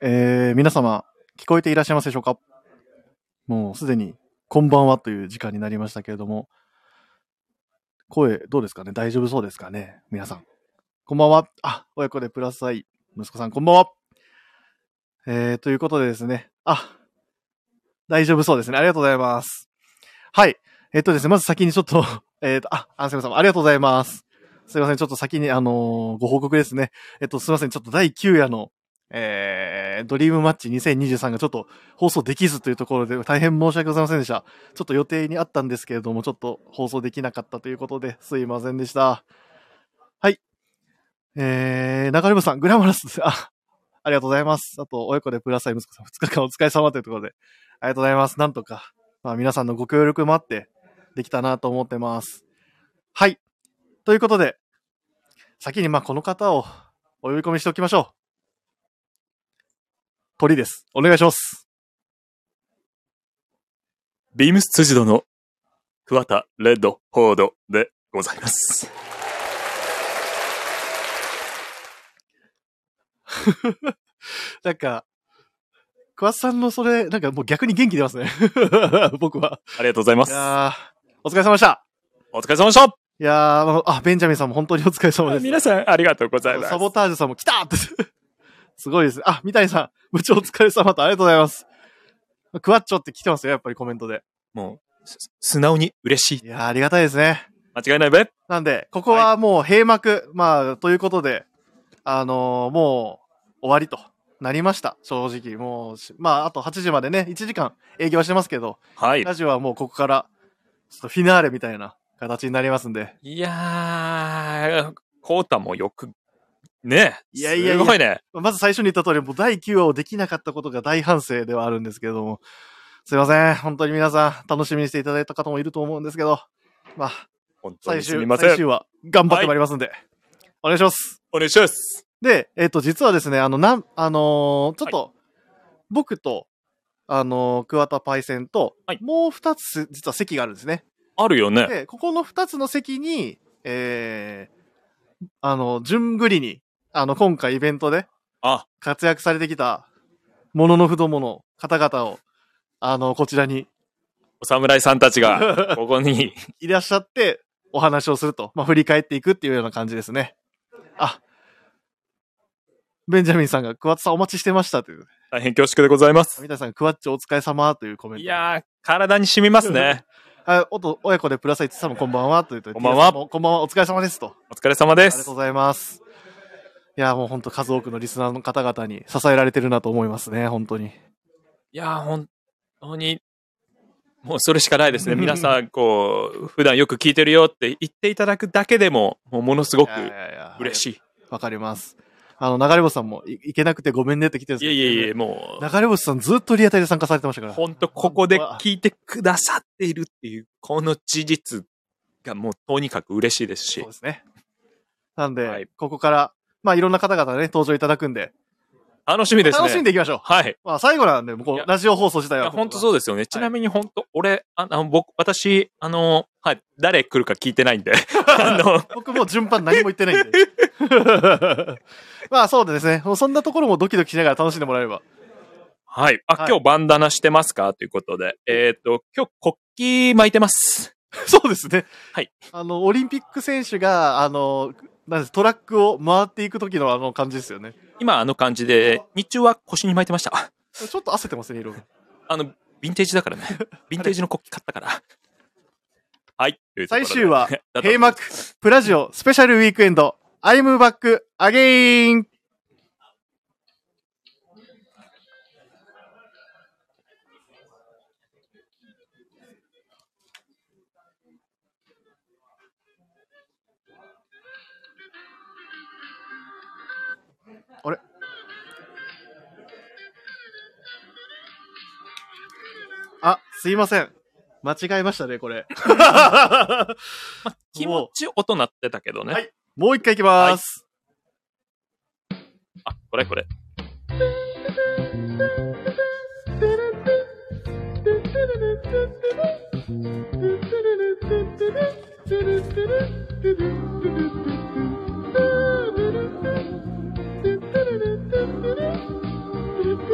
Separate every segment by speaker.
Speaker 1: えー、皆様、聞こえていらっしゃいますでしょうかもうすでに、こんばんはという時間になりましたけれども、声、どうですかね大丈夫そうですかね皆さん。こんばんは。あ、親子でプラス愛、息子さん、こんばんは。えー、ということでですね、あ、大丈夫そうですね。ありがとうございます。はい。えっとですね、まず先にちょっと、 えっと、あ、あすみません、ありがとうございます。すいません、ちょっと先に、あのーご報告ですね。えっと、すいません、ちょっと第9夜の、えー、ドリームマッチ2023がちょっと放送できずというところで大変申し訳ございませんでした。ちょっと予定にあったんですけれども、ちょっと放送できなかったということですいませんでした。はい。えー、中島さん、グラマラスです。あ、ありがとうございます。あと、親子でプラスアイ息子さん、2日間お疲れ様というところで、ありがとうございます。なんとか、まあ皆さんのご協力もあって、できたなと思ってます。はい。ということで、先にまあこの方をお呼び込みしておきましょう。鳥です。お願いします。
Speaker 2: ビームス辻堂の桑田レッドフォードでございます。
Speaker 1: なんか、桑田さんのそれ、なんかもう逆に元気出ますね。 僕は。
Speaker 2: ありがとうございま
Speaker 1: い
Speaker 2: す。
Speaker 1: やーお疲れ様でした。
Speaker 2: お疲れ様でした
Speaker 1: いやーあ、ベンジャミンさんも本当にお疲れ様です。
Speaker 2: 皆さんありがとうございます。
Speaker 1: サボタージュさんも来たって。 すごいですね。あ、三谷さん、部長お疲れ様とありがとうございます。クワッチョって来てますよ、やっぱりコメントで。
Speaker 2: もう、す素直に嬉しい。
Speaker 1: いやーありがたいですね。
Speaker 2: 間違いないべ。
Speaker 1: なんで、ここはもう閉幕、まあ、ということで、あのーもう終わりとなりました、正直。もうし、まあ、あと8時までね、1時間営業してますけど、
Speaker 2: はい。
Speaker 1: ラジオはもうここから、ちょっとフィナーレみたいな形になりますんで。
Speaker 2: いやー、コータもよく、ねえ。
Speaker 1: いやいやいや
Speaker 2: すごいね。
Speaker 1: まず最初に言った通り、もう第9話をできなかったことが大反省ではあるんですけれども、すいません。本当に皆さん、楽しみにしていただいた方もいると思うんですけど、まあ、
Speaker 2: 本当
Speaker 1: 最
Speaker 2: にす
Speaker 1: 終
Speaker 2: み、ませ
Speaker 1: 最終
Speaker 2: ん。
Speaker 1: 話、頑張ってまいりますんで、お願いします。
Speaker 2: お願いします。
Speaker 1: で、えっ、と、実はですね、あの、なん、あのーちょっと、僕と、あのー桑田パイセンと、
Speaker 2: はい
Speaker 1: もう二つ、実は席があるんですね。
Speaker 2: あるよね。
Speaker 1: で、ここの二つの席に、えー、あの、順繰りに、あの、今回イベントで
Speaker 2: あ、
Speaker 1: 活躍されてきた、ものの不もの方々を、あの、こちらに
Speaker 2: お侍さんたち が、ここに、
Speaker 1: いらっしゃって、お話をすると、まあ、振り返っていくっていうような感じですね。あ、ベンジャミンさんが、桑田さんお待ちしてましたという。
Speaker 2: 大変恐縮でございます。
Speaker 1: 三谷さん、クワッチお疲れ様というコメント。
Speaker 2: いやー、体に染みます ね。
Speaker 1: あ、おと、親子でプラスイチさんもこんばんはというと、
Speaker 2: こんばんは
Speaker 1: TS もこんばんは、お疲れ様ですと。
Speaker 2: お疲れ様で
Speaker 1: ありが
Speaker 2: す
Speaker 1: とう。ございます。いや、もう本当数多くのリスナーの方々に支えられてるなと思いますね、本当に。
Speaker 2: いやー、本当に、もうそれしかないですね。
Speaker 1: うん
Speaker 2: 皆さん、こう、普段よく聞いてるよって言っていただくだけでも、もうものすごく嬉
Speaker 1: い
Speaker 2: し
Speaker 1: や。わかります。あの、流れ星さんもい行けなくてごめんねって来てるん
Speaker 2: い。
Speaker 1: で
Speaker 2: い
Speaker 1: す
Speaker 2: え
Speaker 1: け
Speaker 2: い
Speaker 1: ど
Speaker 2: えいえ、もう、
Speaker 1: 流れ星さんずっとリアタイで参加されてましたから。
Speaker 2: 本当ここで聞いてくださっているっていう、この事実がもうとにかく嬉しいです
Speaker 1: そう
Speaker 2: し
Speaker 1: で、すね。なんで、
Speaker 2: はい
Speaker 1: ここから、まあいろんな方々ね、登場いただくんで、
Speaker 2: 楽しみですね。
Speaker 1: 楽しんでいきましょう。
Speaker 2: はい。
Speaker 1: まあ最後なんで、もうこ
Speaker 2: いうや
Speaker 1: ラジオ放送自体
Speaker 2: いや
Speaker 1: は。
Speaker 2: 本当そうですよね。ちなみに本当、俺、ああの、僕、私、あの、はい、誰来るか聞いてないんで、 あの、
Speaker 1: 僕もう順番何も言ってないんで。 まあそうですね。もうそんなところもドキドキしながら楽しんでもらえれば。
Speaker 2: はい。あ、
Speaker 1: はい
Speaker 2: 今日バンダナしてますかということで。えっ、と、今日国旗巻いてます。
Speaker 1: そうですね。
Speaker 2: はい。
Speaker 1: あの、オリンピック選手が、あの、なんですトラックを回っていく時のあの感じですよね。
Speaker 2: 今あの感じで、日中は腰に巻いてました。
Speaker 1: ちょっと焦ってますね、色が。
Speaker 2: あの、ヴィンテージだからね。ヴィンテージの国旗買ったから。はい。というところ
Speaker 1: 最
Speaker 2: で
Speaker 1: 終 話
Speaker 2: だった
Speaker 1: 閉幕、プラジオ、スペシャルウィークエンド、アイムバック、アゲインあれあ、すいません。間違えましたね、これ。
Speaker 2: 気持ち音鳴ってたけどね。
Speaker 1: はいもう一回いきます。
Speaker 2: あ、これこれ。
Speaker 3: Thank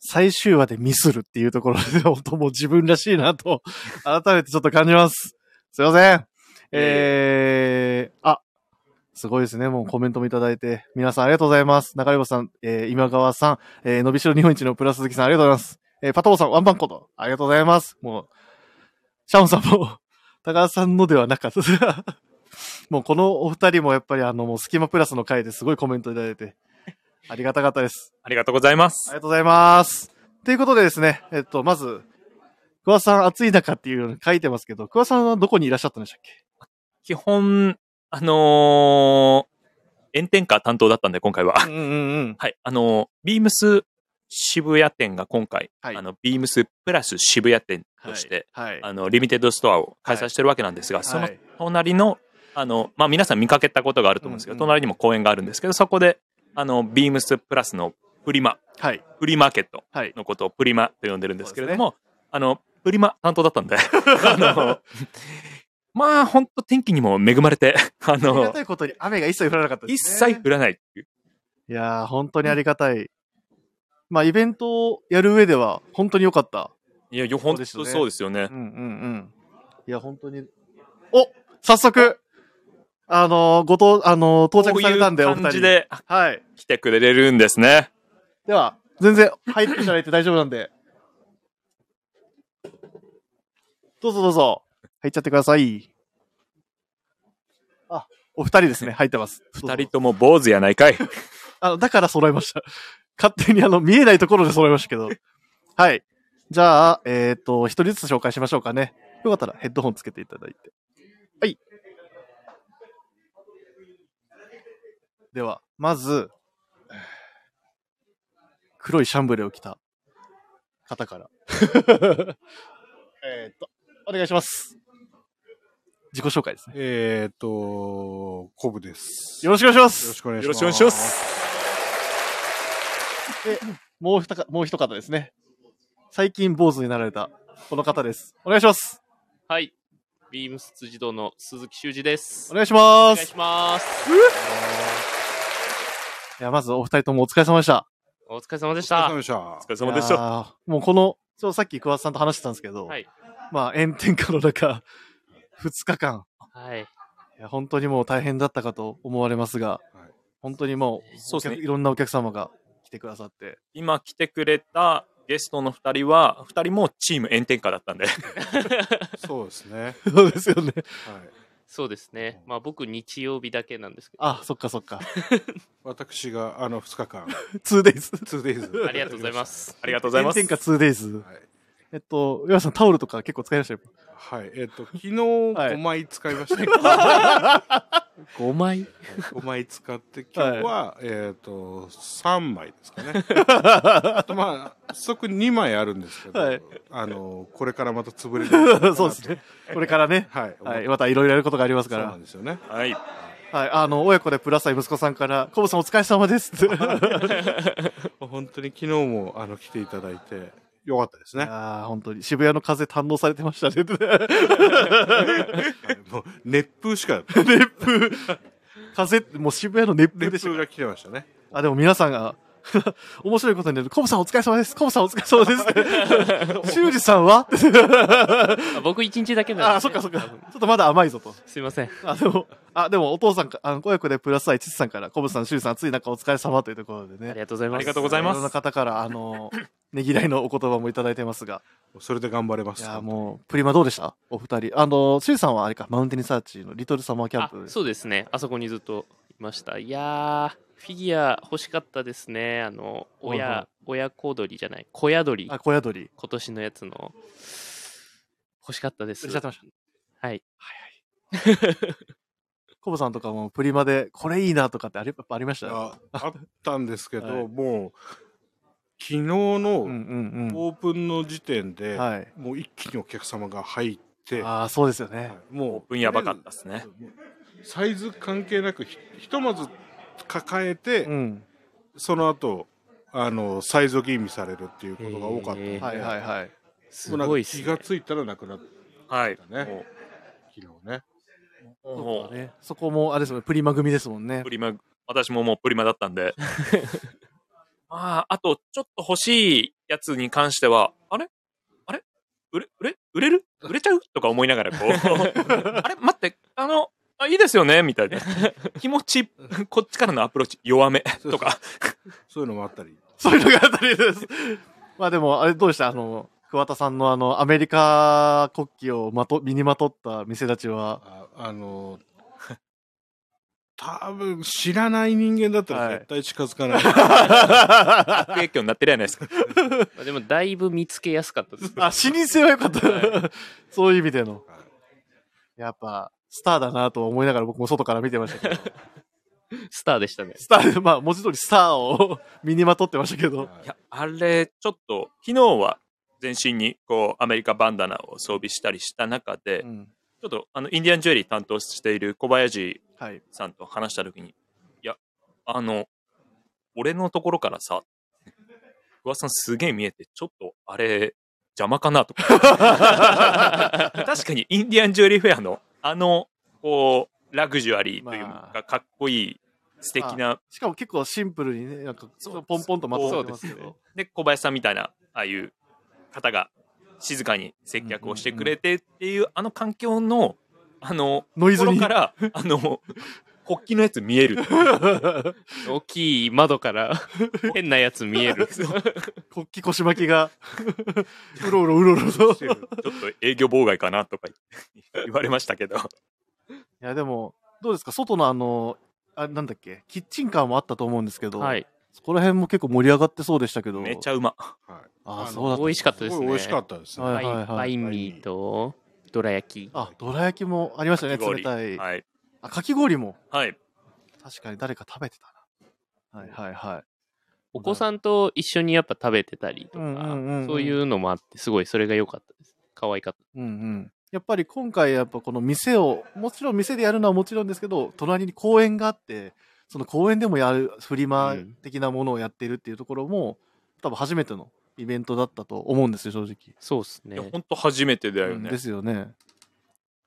Speaker 1: 最終話でミスるっていうところで、本当もう自分らしいな と、改めてちょっと感じます。すいません。えー、あ、すごいですね。もうコメントもいただいて。皆さんありがとうございます。中山さん、えー、今川さん、えー、伸びしろ日本一のプラスズキさんありがとうございます。えー、パトボさん、ワンバンコと、ありがとうございます。もう、シャオンさんも、 高橋さんのではなかった。 もうこのお二人もやっぱりあの、もうスキマプラスの回ですごいコメントいただいて、ありがたかったです。
Speaker 2: ありがとうございま
Speaker 1: あ
Speaker 2: す
Speaker 1: り。がとうございます。ということでですね、えっと、まず、桑さん暑い中っていうのに書いてますけど、桑さんはどこにいらっしゃったんでしたっけ
Speaker 2: 基本、あのー炎天下担当だったんで、今回は。
Speaker 1: うんうんうん。
Speaker 2: はい。あのービームス渋谷店が今回、
Speaker 1: はい
Speaker 2: あの、ビームスプラス渋谷店として、
Speaker 1: はい。
Speaker 2: あの、リミテッドストアを開催してるわけなんですが、その隣の、あの、まあ、皆さん見かけたことがあると思うんですけど、
Speaker 1: うんうん
Speaker 2: 隣にも公園があるんですけど、そこで、あの、ビームスプラスのプリマ、
Speaker 1: はい。
Speaker 2: プリマーケット
Speaker 1: はい。
Speaker 2: のことをプリマと呼んでるんですけれども、あの、プリマ担当だったんで、あ の、まあ、本当天気にも恵まれて、あ
Speaker 1: ありが
Speaker 2: の
Speaker 1: た、いことに雨が一切降らなかったで
Speaker 2: 一
Speaker 1: すね。
Speaker 2: 切降らないっていう。
Speaker 1: いやー、本当にありがたい。まあ、イベントをやる上では、本当に良かった。
Speaker 2: いや、よ本当
Speaker 1: そうですよね
Speaker 2: そうですよね
Speaker 1: う。んうんうん。いや、本当に。お早速あのー、ごと、あのー、到着されたんで、
Speaker 2: こうい
Speaker 1: お
Speaker 2: う
Speaker 1: 二
Speaker 2: 感
Speaker 1: 人
Speaker 2: じ。であ
Speaker 1: はい。
Speaker 2: 来てくれるんですね。
Speaker 1: では、全然入っていただいて大丈夫なんで。どうぞどうぞ。入っちゃってください。あ、お二人ですね。入ってます。どうぞ
Speaker 2: 二人とも坊主やないか い。
Speaker 1: あの、だから揃いました。 勝手にあの、見えないところで揃いましたけど。 はい。じゃあ、えっ、と、一人ずつ紹介しましょうかね。よかったらヘッドホンつけていただいて。はい。では、まず、黒いシャンブレを着た方から。 えっと、お願いします。自己紹介ですね。
Speaker 3: えーっと、コブです。
Speaker 1: よろしくお願いします。
Speaker 3: よろしくお願い
Speaker 2: よ
Speaker 3: し
Speaker 2: ろ
Speaker 3: ま
Speaker 2: しくお願
Speaker 3: す。
Speaker 2: いします。
Speaker 1: もう一か、もう一方ですね。最近坊主になられた、この方です。お願いします。
Speaker 4: はい。ビームス辻堂の鈴木修二です。
Speaker 1: お願いしま
Speaker 4: お願
Speaker 1: す。
Speaker 4: いします。
Speaker 1: いや、まずお二人ともお疲れ様でした。
Speaker 4: お疲れ様でし
Speaker 3: お疲れ
Speaker 4: た
Speaker 3: 様。でした
Speaker 2: お疲。れ様でした。
Speaker 1: た。もうこの、ちょっとさっき桑田さんと話してたんですけど、
Speaker 4: はい
Speaker 1: まあ炎天下の中、二日間、
Speaker 4: はい。
Speaker 1: いや本当にもう大変だったかと思われますが、
Speaker 3: はい
Speaker 1: 本当にもう
Speaker 2: そうですね
Speaker 1: お客いろんなお客様が来てくださって、
Speaker 2: 今来てくれたゲストの二人は、二人もチーム炎天下だったん で。
Speaker 3: そうですね。
Speaker 1: そうですよね。
Speaker 3: はい。
Speaker 4: そうですね。まあ僕日曜日だけなんですけど。
Speaker 1: あ、そっかそっか。
Speaker 3: 私が、あの、2日間、
Speaker 1: 2days。
Speaker 3: 2days。
Speaker 4: ありがとうございま。す。
Speaker 2: ありがとうございま
Speaker 1: 炎
Speaker 2: す。
Speaker 1: 天下 2days。
Speaker 3: はい。
Speaker 1: えっと、岩井さんタオルとか結構使いましたよ。
Speaker 3: はい。えーっと、昨日
Speaker 1: はい
Speaker 3: 5枚使いましたけど、は
Speaker 4: 5枚
Speaker 3: 5枚使って、今日は、えーっと、3枚ですか ね。あと、まあ、即2枚あるんですけど、
Speaker 1: はい
Speaker 3: あの、これからまた潰れる。
Speaker 1: そうです。ね。これからね、
Speaker 3: はい。
Speaker 1: はい、またいろいろやることがあります
Speaker 3: そ
Speaker 1: か
Speaker 3: う
Speaker 1: ら
Speaker 3: な、んですよね。
Speaker 2: はい。
Speaker 1: はい、あの、親子でプラス愛息子さんから、コブさんお疲れ様ですって。
Speaker 3: 本当に昨日も、あの、来ていただいて、よかったですね。
Speaker 1: ああ、本当に渋谷の風堪能されてました ね。
Speaker 3: はいもう熱風しか、
Speaker 1: 熱風。風って、もう渋谷の熱風で
Speaker 3: 熱
Speaker 1: した
Speaker 3: 風が来てましたね。
Speaker 1: あ、でも皆さんが、 面白いことになる。コブさんお疲れ様です。コブさんお疲れ 様です。修二さんは
Speaker 4: あ僕1日だけなん
Speaker 1: あ
Speaker 4: で
Speaker 1: あ、
Speaker 4: す、
Speaker 1: そっ
Speaker 4: ね。
Speaker 1: かそっか。ち
Speaker 4: 多分
Speaker 1: ょっとまだ甘いぞと。
Speaker 4: すいません。
Speaker 1: あ、でも、あ、でもお父さんか、あの、親子でプラス愛父さんから、コブさん、修二さん暑い中お疲れ様というところで
Speaker 4: あ
Speaker 1: ね。
Speaker 4: りがとうございます。
Speaker 2: ありがとうございます
Speaker 1: ろんな方から、あの、 ねぎらいのお言葉もいただいてますが。
Speaker 3: それで頑張れま
Speaker 1: い
Speaker 3: す。
Speaker 1: やもうプリマどうでしたお二人あのシュウさんはあれかマウンテンサーチのリトルサマーキャン
Speaker 4: あ
Speaker 1: プ
Speaker 4: そうですね。あそこにずっといました。いやー、フィギュア欲しかったですね。あの、親、
Speaker 1: はいはい
Speaker 4: 親小鳥じゃない、小宿り
Speaker 1: あ、小宿り
Speaker 4: 今年のやつの、欲しかったです。
Speaker 1: 売れちゃってました
Speaker 4: はい。
Speaker 1: コボさんとかもプリマでこれいいなとかってあれやっぱありましたうん
Speaker 3: あ あったんですけど、
Speaker 1: はい
Speaker 3: もう昨日
Speaker 1: う
Speaker 3: の
Speaker 1: んうん
Speaker 3: オープンの時点で、
Speaker 1: はい
Speaker 3: もう一気にお客様が入って、
Speaker 1: ああそうですよね
Speaker 3: はいもう
Speaker 2: オープンやばかったですね。
Speaker 3: サイズ関係なくひひとまず抱えて、
Speaker 1: うん
Speaker 3: その後あの再度吟味されるっていうことが多かったんで、
Speaker 4: へー
Speaker 1: はいはいはい。
Speaker 4: すごいっ
Speaker 3: もうなんか
Speaker 4: す
Speaker 3: 気
Speaker 4: ね。
Speaker 3: がついたらなくなっ
Speaker 2: はい
Speaker 3: たね昨日ね
Speaker 2: もう
Speaker 1: ね、そこも、あれですもんね、プリマ組ですもんね
Speaker 2: プ。リマ私ももうプリマだったん でまああとちょっと欲しいやつに関してはあれあれ売れ売れ売れ る売れちゃうとか思いながらこうあれ待ってあのあいいですよねみたい な気持ちこっちからのアプローチ弱めとか
Speaker 3: そういうのもあったり
Speaker 1: そういうのがあったり です。まあでも、あれどうでしたあの、桑田さんのあの、アメリカ国旗をまと、身にまとった店立ちは、
Speaker 3: ああの多分知らない人間だったら絶対近づかない、
Speaker 2: 悪影響になってるやないですか
Speaker 4: まあでもだいぶ見つけやすかったです。
Speaker 1: あ、視認性は良かった。
Speaker 4: は
Speaker 1: そういう意味での
Speaker 3: は。
Speaker 1: やっぱ、スターだなとは思いながら僕も外から見てましたけど、
Speaker 4: スターでしたね。
Speaker 1: スターで、まあ文字通りスターを 身にまとってましたけど、
Speaker 2: いやあれちょっと昨日は全身にこうアメリカバンダナを装備したりした中で、
Speaker 1: うん
Speaker 2: ちょっとあのインディアンジュエリー担当している小林
Speaker 1: はい。
Speaker 2: さんと話した時に、いや、あの、俺のところからさ、桑田さんすげえ見えて、ちょっとあれ、邪魔かな とか。確かにインディアンジュエリーフェアの、あの、こう、ラグジュアリーという
Speaker 1: ま
Speaker 2: か、かっこいい、素敵な、
Speaker 1: しかも結構シンプルにね、なんか、
Speaker 2: そう
Speaker 1: ポンポンとまとまってますけ
Speaker 4: そうですね
Speaker 1: ど。
Speaker 2: で、小林さんみたいな、ああいう方が静かに接客をしてくれてっていう、あの環境の、あの、
Speaker 1: ノイズ
Speaker 2: ところ
Speaker 1: に
Speaker 2: か。ら、あの、国旗のやつ見える。
Speaker 4: 大きい窓から変なやつ見 える。
Speaker 1: 国旗腰巻きが、うろうろうろうろと。い
Speaker 2: ちょっと営業妨害かなとか言って言われましたけど。
Speaker 1: や、でも、どうですか外のあの、あなんだっけ、キッチンカーもあったと思うんですけど、
Speaker 4: はい。
Speaker 1: そこら辺も結構盛り上がってそうでしたけど。
Speaker 2: めちゃうま。
Speaker 3: はいあ
Speaker 1: あ
Speaker 3: の
Speaker 1: そうだった
Speaker 4: 美味しかったです
Speaker 3: すご
Speaker 4: ね。
Speaker 3: い美味しかったですね、
Speaker 1: は
Speaker 4: バ
Speaker 1: い
Speaker 4: イバインミーとどら焼き。
Speaker 1: あ、どら焼きもありましたね、
Speaker 2: かき氷
Speaker 1: 冷たい。
Speaker 2: はい。
Speaker 1: あ、かき氷も。
Speaker 2: はい。
Speaker 1: 確かに誰か食べてたな。はいはいはい。
Speaker 4: お子さんと一緒にやっぱ食べてたりと
Speaker 1: うんうんうんう
Speaker 4: か
Speaker 1: ん、
Speaker 4: そういうのもあって、すごいそれが良かったです。可愛かっ
Speaker 1: うんうん。やっぱり今回やっぱこの店を、もちろん店でやるのはもちろんですけど、隣に公園があ って、その公園でもやるフリマ的なものをやってるっていうところも、多分初めてのイベントだったと思うんですよ、正直。
Speaker 4: た。そうです
Speaker 2: いや、
Speaker 4: ね。
Speaker 2: ほんと初めてだよ
Speaker 1: うん
Speaker 2: ね。
Speaker 1: ですよね。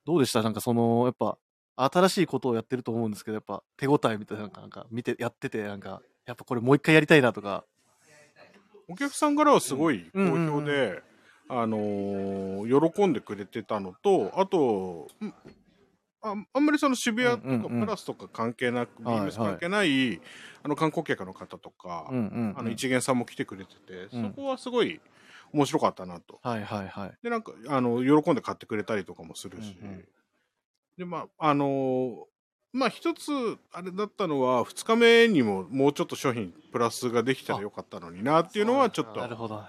Speaker 1: どうでしたなんかその、やっぱ、新しいことをやってると思うんですけど、やっぱ手応えみたいな、なんか、なんか見て、やってて、なんか、やっぱこれもう一回やりたいなとか。
Speaker 3: お客さんからはすごい好評で、
Speaker 1: うん
Speaker 3: あのー喜んでくれてたのとあとうんああんまりその渋谷
Speaker 1: うん
Speaker 3: と
Speaker 1: う
Speaker 3: か
Speaker 1: んうん
Speaker 3: プラスとか関係なく、
Speaker 1: はい
Speaker 3: ビー
Speaker 1: はい
Speaker 3: ムス関係ない、あの観光客の方とか、
Speaker 1: うんうん、
Speaker 3: あの一元さんも来てくれてて、
Speaker 1: うん
Speaker 3: そこはすごい面白かったなと。
Speaker 1: はいはいはい。
Speaker 3: でなんかあの喜んで買ってくれたりとかもするし、
Speaker 1: うんうん
Speaker 3: でまああのーまあ一つあれだったのは2日目にももうちょっと商品プラスができたらよかったのになっていうのはちょっと
Speaker 1: なるほど。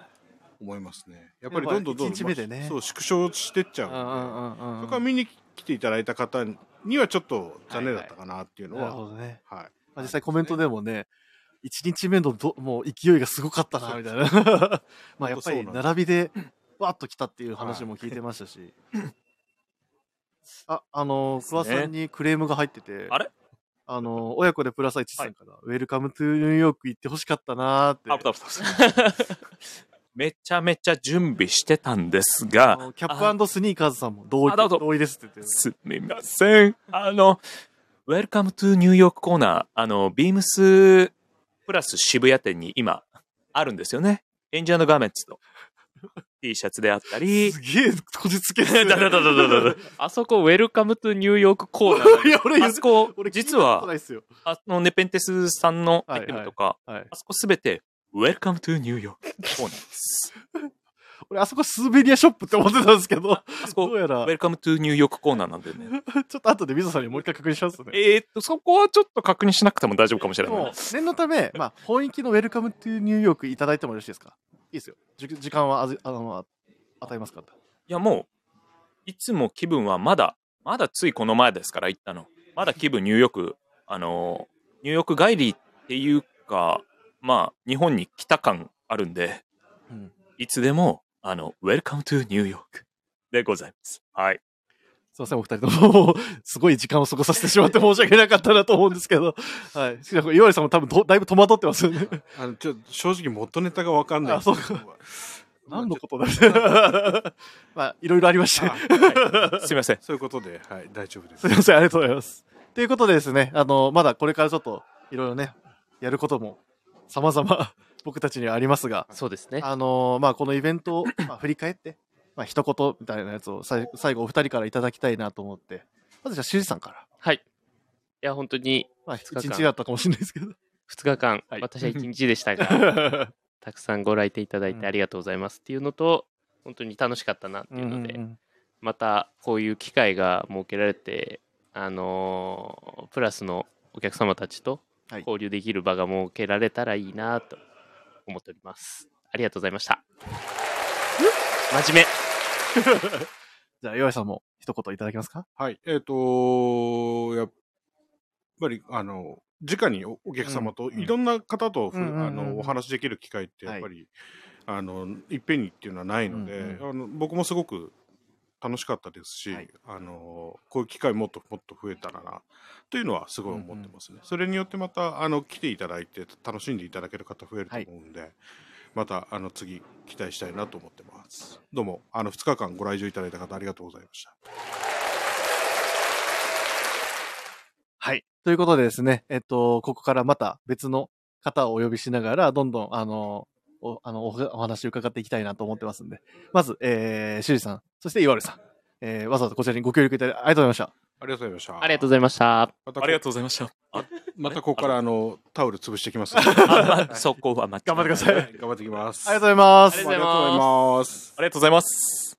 Speaker 3: 思いますね。やっぱりどんどんどんどん、
Speaker 1: 一日目でね
Speaker 3: まあそう縮小してっちゃうんで、
Speaker 1: うん
Speaker 3: そこは見に来ていただいた方にはちょっと残念だったかなっていうの
Speaker 1: なる
Speaker 3: は、
Speaker 1: ほ
Speaker 3: はい
Speaker 1: どね。まあ、実際コメントでもね、一日目のどもう勢いがすごかったな、みたいな。 まあやっぱり並びで、わっと来たっていう話も聞いてました し。あ、あのー、桑さんにクレームが入ってて、
Speaker 2: あれ
Speaker 1: あのー、親子でプラス1さんから、ウェルカムトゥニューヨーク行ってほしかったなーって。
Speaker 2: あぶたぶたぶた めちゃめちゃ準備してたんですが
Speaker 1: あ、のキャップスニーカーズさんも同意
Speaker 2: あどうぞ
Speaker 1: 同意ですって言って。
Speaker 2: すみません。あの、ウェルカムトゥニューヨークコーナー、あの、ビームスプラス渋谷店に今、あるんですよね。エンジャーのガーメンツと T シャツであったり
Speaker 1: す、げえこじつけ
Speaker 2: だ
Speaker 1: てる
Speaker 2: だだだだだだ
Speaker 4: あそこ、ウェルカムトゥニューヨークコーナ
Speaker 1: い
Speaker 4: ー。
Speaker 1: や、俺言
Speaker 2: あ
Speaker 1: う
Speaker 2: そこ、
Speaker 1: 俺聞い
Speaker 2: 実
Speaker 1: たこと
Speaker 2: は
Speaker 1: な、いっすよ
Speaker 2: あのネペンテスさんのアイテムとか、
Speaker 1: はい
Speaker 2: あそこすべて、Welcome to New York コーナーです。
Speaker 1: 俺、あそこスーベニアショップって思ってたんですけど、
Speaker 2: あそ
Speaker 1: どう
Speaker 2: こ、
Speaker 1: やら、
Speaker 2: Welcome to New York コーナーなんでね。
Speaker 1: ちょっと後で水野さんにもう一回確認しますね。
Speaker 2: えーっと、そこはちょっと確認しなくても大丈夫かもし
Speaker 1: で
Speaker 2: れな
Speaker 1: も
Speaker 2: い。、
Speaker 1: 念のため、まあ、本域のウェルカムトゥニューヨークいただいてもよろしいですかいいですよ。じゅ時間はあずあのあ与えますか
Speaker 2: いや、もう、いつも気分はまだ、まだついこの前ですから行ったの。まだ気分ニューヨーク、あの、ニューヨーク帰りっていうか、まあ、日本に来た感あるんで、
Speaker 1: うん
Speaker 2: いつでも、あの、Welcome to New York でございます。はい。
Speaker 1: すいません、お二人とも、 すごい時間を過ごさせてしまって申し訳なかったなと思うんですけど、はい。しかも、岩井さんも多分ど、だいぶ戸惑ってますよね。
Speaker 3: あのちょ正直元ネタがわかんない
Speaker 1: あそうか
Speaker 3: まあ
Speaker 1: 何の
Speaker 3: ちょ
Speaker 1: ことだ ろうまあ、いろいろありまして
Speaker 3: あ。
Speaker 2: すいません。
Speaker 3: そういうことで、はい、大丈夫です
Speaker 1: すい。ません、ありがとうございます。ということでですね、あの、まだこれからちょっと、いろいろね、やることも、様々、 僕たちにはありますが、
Speaker 4: そうですね。
Speaker 1: あのまあ、このイベントを、まあ、振り返って、まあ、一言みたいなやつをさい最後お二人からいただきたいなと思って、まずじゃあ、修二さんから。
Speaker 4: はい。いや、本当に
Speaker 1: まあ、
Speaker 4: 二日間
Speaker 1: 一日だったかもしれないですけど。
Speaker 4: 2日間、
Speaker 1: はい
Speaker 4: 私は1日でしたが、 たくさんご来店いただいうて
Speaker 1: ん
Speaker 4: ありがとうございますっていうのと、本当に楽しかったなっていうので、
Speaker 1: うんうんうん
Speaker 4: またこういう機会が設けられて、あのープラスのお客様たちと
Speaker 1: はい
Speaker 4: 交流できる場が設けられたらいいなと思っております。ありがとうございました。真面
Speaker 1: じゃあ、岩井さんも一言いただけますか
Speaker 3: はい。えっ、とやっぱり、あの、直におお客様と
Speaker 1: うん
Speaker 3: いろんな方とふ、
Speaker 1: うんうんうん
Speaker 3: あのお話しできる機会って、
Speaker 1: はい
Speaker 3: やっぱり、あの、いっぺんにっていうのはないので、
Speaker 1: うん
Speaker 3: あの僕もすごく楽しかったですし、
Speaker 1: はい
Speaker 3: あの、こういう機会もっともっと増えたらな、というのはすごい思ってますね。それによってまた、あの、来ていただいて、楽しんでいただける方増えると思うんで、また、あの、次、期待したいなと思ってます。どうも、あの、2日間ご来場いただいた方ありがとうございました。
Speaker 1: はい。ということでですね、えっと、ここからまた別の方をお呼びしながら、どんどん、あの、おあのおお話を伺っていきたいなと思ってますんで、まず、えー、修二さん、そして岩井さん、えー、わざわざこちらにご協力いただきありがとうございまし
Speaker 3: ありがとうございました。
Speaker 4: 目。ありがとうございました。
Speaker 3: また
Speaker 2: ありがとうございました。あ
Speaker 3: またここからあのタオル潰してきます。
Speaker 2: あまそこは待
Speaker 1: 頑張ってください
Speaker 2: あ
Speaker 3: はい頑張ってきます。
Speaker 1: た。ありがとうございま
Speaker 4: あり
Speaker 1: す
Speaker 4: が。とうござい
Speaker 3: ます。
Speaker 2: りがとうございます。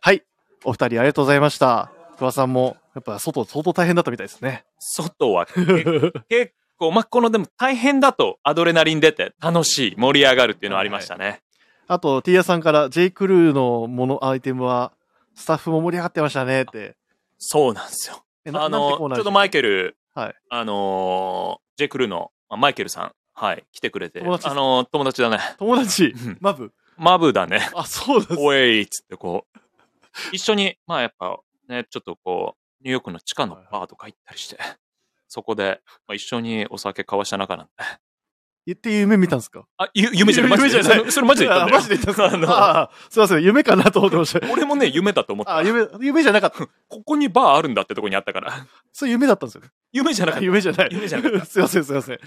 Speaker 1: はい。お二人ありがとうございました。桑さんも、やっぱ外、相当大変だったみたいですね。
Speaker 2: 外は結結構、まあ、このでも大変だとアドレナリン出て楽しい、盛り上がるっていうのはありましたね。
Speaker 1: あと、ティアさんから、J. クルーのもの、アイテムは、スタッフも盛り上がってましたねって。
Speaker 2: そうなんですよ。
Speaker 1: えな
Speaker 2: あ
Speaker 1: なん
Speaker 2: の、
Speaker 1: て
Speaker 2: ち
Speaker 1: コー
Speaker 2: ょ
Speaker 1: ナー
Speaker 2: っ
Speaker 1: で
Speaker 2: とマイケル、
Speaker 1: はい
Speaker 2: あのー、J. クルーの、まあマイケルさん、はい、来てくれて、あ
Speaker 1: 友達です
Speaker 2: のー、友達だね。
Speaker 1: 友達
Speaker 2: うん、
Speaker 1: マブ。
Speaker 2: マブだね。
Speaker 1: あ、そうです。
Speaker 2: おえいっつってこう、一緒に、まあやっぱ、ね、ちょっとこう、ニューヨークの地下のバーとか行ったりして、そこで、まあ、一緒にお酒交わした仲なんで。
Speaker 1: 言って夢見たんですか
Speaker 2: あ、ゆ夢じゃない、マ
Speaker 1: 夢
Speaker 2: ジで
Speaker 1: 夢じゃない
Speaker 2: それそれマジで言ったんだよ。
Speaker 1: あマジで言ったんで す
Speaker 2: あ
Speaker 1: かあーすいません、夢かなと思ってました。
Speaker 2: の俺もね、夢だと思った。
Speaker 1: あ、夢、夢じゃなかった。
Speaker 2: ここにバーあるんだってとこにあったから。
Speaker 1: それ夢だったんですよね。
Speaker 2: 夢じゃなかった。
Speaker 1: 夢じゃない。
Speaker 2: 夢じゃなかっ
Speaker 1: すいません、すいません。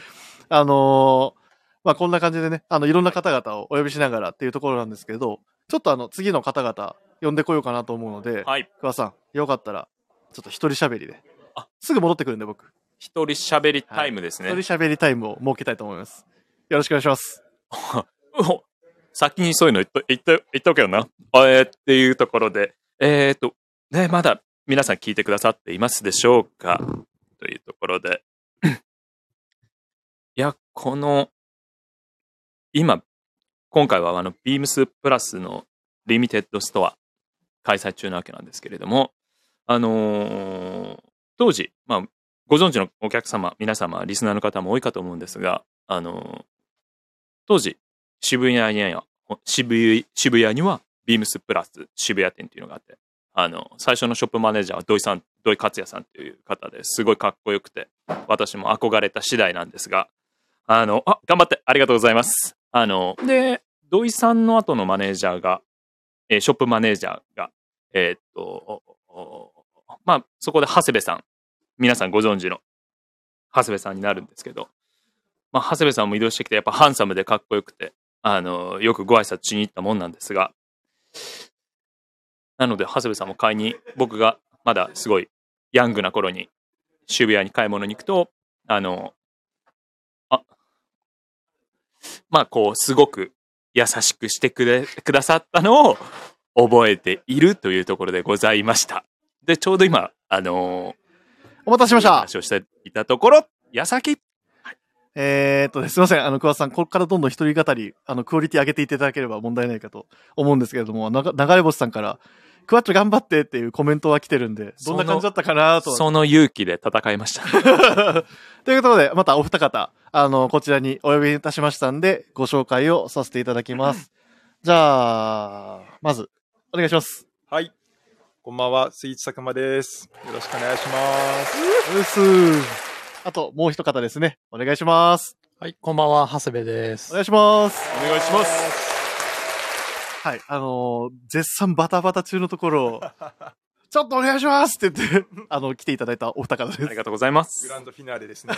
Speaker 1: あのーまあこんな感じでね、あの、いろんな方々をお呼びしながらっていうところなんですけど、ちょっとあの、次の方々呼んでこようかなと思うので、
Speaker 2: はい。
Speaker 1: 桑さん、よかったら、ちょっと一人喋りで
Speaker 2: あ。
Speaker 1: すぐ戻ってくるんで僕、
Speaker 2: 一人喋りタイムです
Speaker 1: 一
Speaker 2: ね。
Speaker 1: 人喋りタイムを設けたいと思います。よろしくお願いします。
Speaker 2: お先にそういうの言っと、言っと、言っとくよな。えー、っていうところで、えー、っと、ね、まだ皆さん聞いてくださっていますでしょうかというところで。いや、この、今、今回はあの、ビームスプラスのリミテッドストア開催中なわけなんですけれども、あのー当時、まあ、ご存知のお客様、皆様、リスナーの方も多いかと思うんですが、あのー当時、渋谷には、渋谷渋谷には、ビームスプラス渋谷店っていうのがあって、あの、最初のショップマネージャーは土井さん、土井克也さんっていう方ですごいかっこよくて、私も憧れた次第なんですが、あの、あ、頑張って、ありがとうございます。あの、で、土井さんの後のマネージャーが、えーショップマネージャーが、えーっと、おおまあ、そこで長谷部さん、皆さんご存知の長谷部さんになるんですけど、まあ、長谷部さんも移動してきて、やっぱハンサムでかっこよくて、あの、よくご挨拶しに行ったもんなんですが、なので、長谷部さんも買いに、僕がまだすごいヤングな頃に渋谷に買い物に行くと、あの、あ、まあ、こう、すごく優しくしてくれ、くださったのを覚えているというところでございました。で、ちょうど今、あの
Speaker 1: お待たせしました。
Speaker 2: 話をしていたところ、矢先、
Speaker 1: えー、っとね、すいません。あの、桑田さん、ここからどんどん一人語り、あの、クオリティ上げていただければ問題ないかと思うんですけれども、なが流れ星さんから、クワッチョ頑張ってっていうコメントは来てるんで、どんな感じだったかなとは。
Speaker 2: その勇気で戦いました。
Speaker 1: ということで、またお 二方、あの、こちらにお呼びいたしましたんで、ご紹介をさせていただきます。じゃあ、まず、お願いします。
Speaker 5: はい。こんばんは、スイーツ佐久間です。よろしくお願いします。
Speaker 1: うっすあと、もう一方ですね。お願いします。
Speaker 6: はい、こんばんは、長谷部です。
Speaker 1: お願いします。
Speaker 3: お願いします。
Speaker 1: はい、あのー絶賛バタバタ中のとこ ろを、ちょっとお願いしますって言って、あの、来ていただいたお二方
Speaker 2: あ
Speaker 1: で
Speaker 2: り
Speaker 1: す。
Speaker 2: がとうございます
Speaker 5: グ。ランドフィナーレです ね。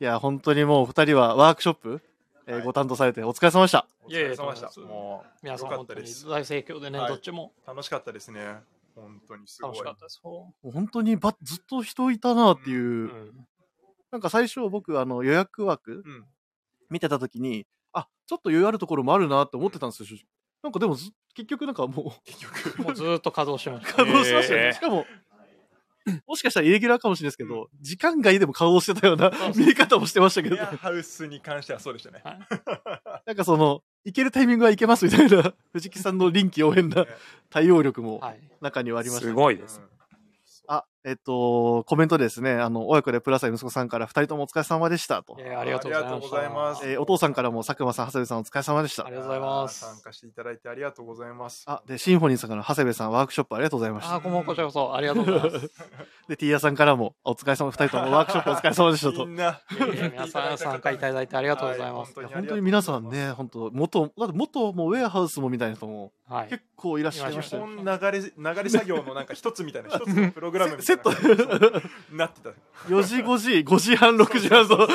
Speaker 1: いや、本当にもう二人はワークショップ、えー
Speaker 5: はい
Speaker 1: ご担当されてお疲れ様でした。
Speaker 5: お
Speaker 6: いやい
Speaker 5: 疲
Speaker 6: や
Speaker 5: れ様でし
Speaker 6: とんでもない
Speaker 5: たもう、
Speaker 6: です。皆さ
Speaker 5: よ
Speaker 6: ん、
Speaker 5: かっ
Speaker 6: 本
Speaker 5: た
Speaker 6: 当
Speaker 5: で
Speaker 6: に
Speaker 5: す
Speaker 6: 大盛況でね、
Speaker 5: はい
Speaker 6: どっちも
Speaker 5: 楽しかったですね。本当にすごい。
Speaker 6: 楽しかったです。ほ
Speaker 1: 本当にばずっと人いたなっていう、
Speaker 6: ううん
Speaker 1: なんか最初僕あの予約枠
Speaker 5: うん。
Speaker 1: 見てた時に、あ、ちょっと余裕あるところもあるなって思ってたんですよ、正直なんかでもず結局なんかもう
Speaker 5: 結局、
Speaker 6: もうずーっと稼働してました。
Speaker 1: 稼働しましたよね。
Speaker 2: えー
Speaker 1: しかも、もしかしたらイレギュラーかもしれないですけど、時間外でも稼働してたような
Speaker 6: そうそう
Speaker 1: 見え方もしてましたけ
Speaker 5: レ
Speaker 1: ど、
Speaker 5: アハウスに関してはそうでしたね。
Speaker 1: なんかその、行けるタイミングは行けますみた いな、藤木さんの臨機応変な対応力も
Speaker 6: はい。
Speaker 1: 中にはありましたけ
Speaker 2: す
Speaker 1: ど
Speaker 2: ごいです。
Speaker 1: あ、えっと、コメントでですね、あの、親子でプラスアイ息子さんから二人ともお疲れ様でしたと
Speaker 6: い。やいやありがとうござい
Speaker 5: あ
Speaker 6: ま
Speaker 5: りがとう
Speaker 6: し
Speaker 5: ございます
Speaker 6: た。
Speaker 1: えーお父さんからも佐久間さん、長谷部さんお疲れ様でし
Speaker 6: あ
Speaker 1: た
Speaker 6: り。がとうございます
Speaker 5: やー参加していただいてありがとうございます。
Speaker 1: あ、で、シンフォニーさんから長谷部さんワークショップありがとうございまし
Speaker 6: あ
Speaker 1: た
Speaker 6: ー、。こんばんは、こちらこそ。ありがとうございます。
Speaker 1: で、ティーヤさんからもお疲れ様、二人ともワークショップお疲れ様でした
Speaker 5: み
Speaker 1: と。い
Speaker 5: んな、
Speaker 6: いやいや皆さん、参加いただいてありがとうございます。
Speaker 5: は
Speaker 1: や本当に皆さんね、本当元、だって元もウェアハウスもみたいな人も
Speaker 6: はい。
Speaker 1: 結構いらっしゃいまし
Speaker 5: 基
Speaker 1: たよ。
Speaker 5: 本流れ、流れ作業のなんか一つみたいな、一つのプログラムみた
Speaker 1: セ
Speaker 5: い
Speaker 1: ット
Speaker 5: な。なってた。
Speaker 1: 4時、5時、5時半、6時半と。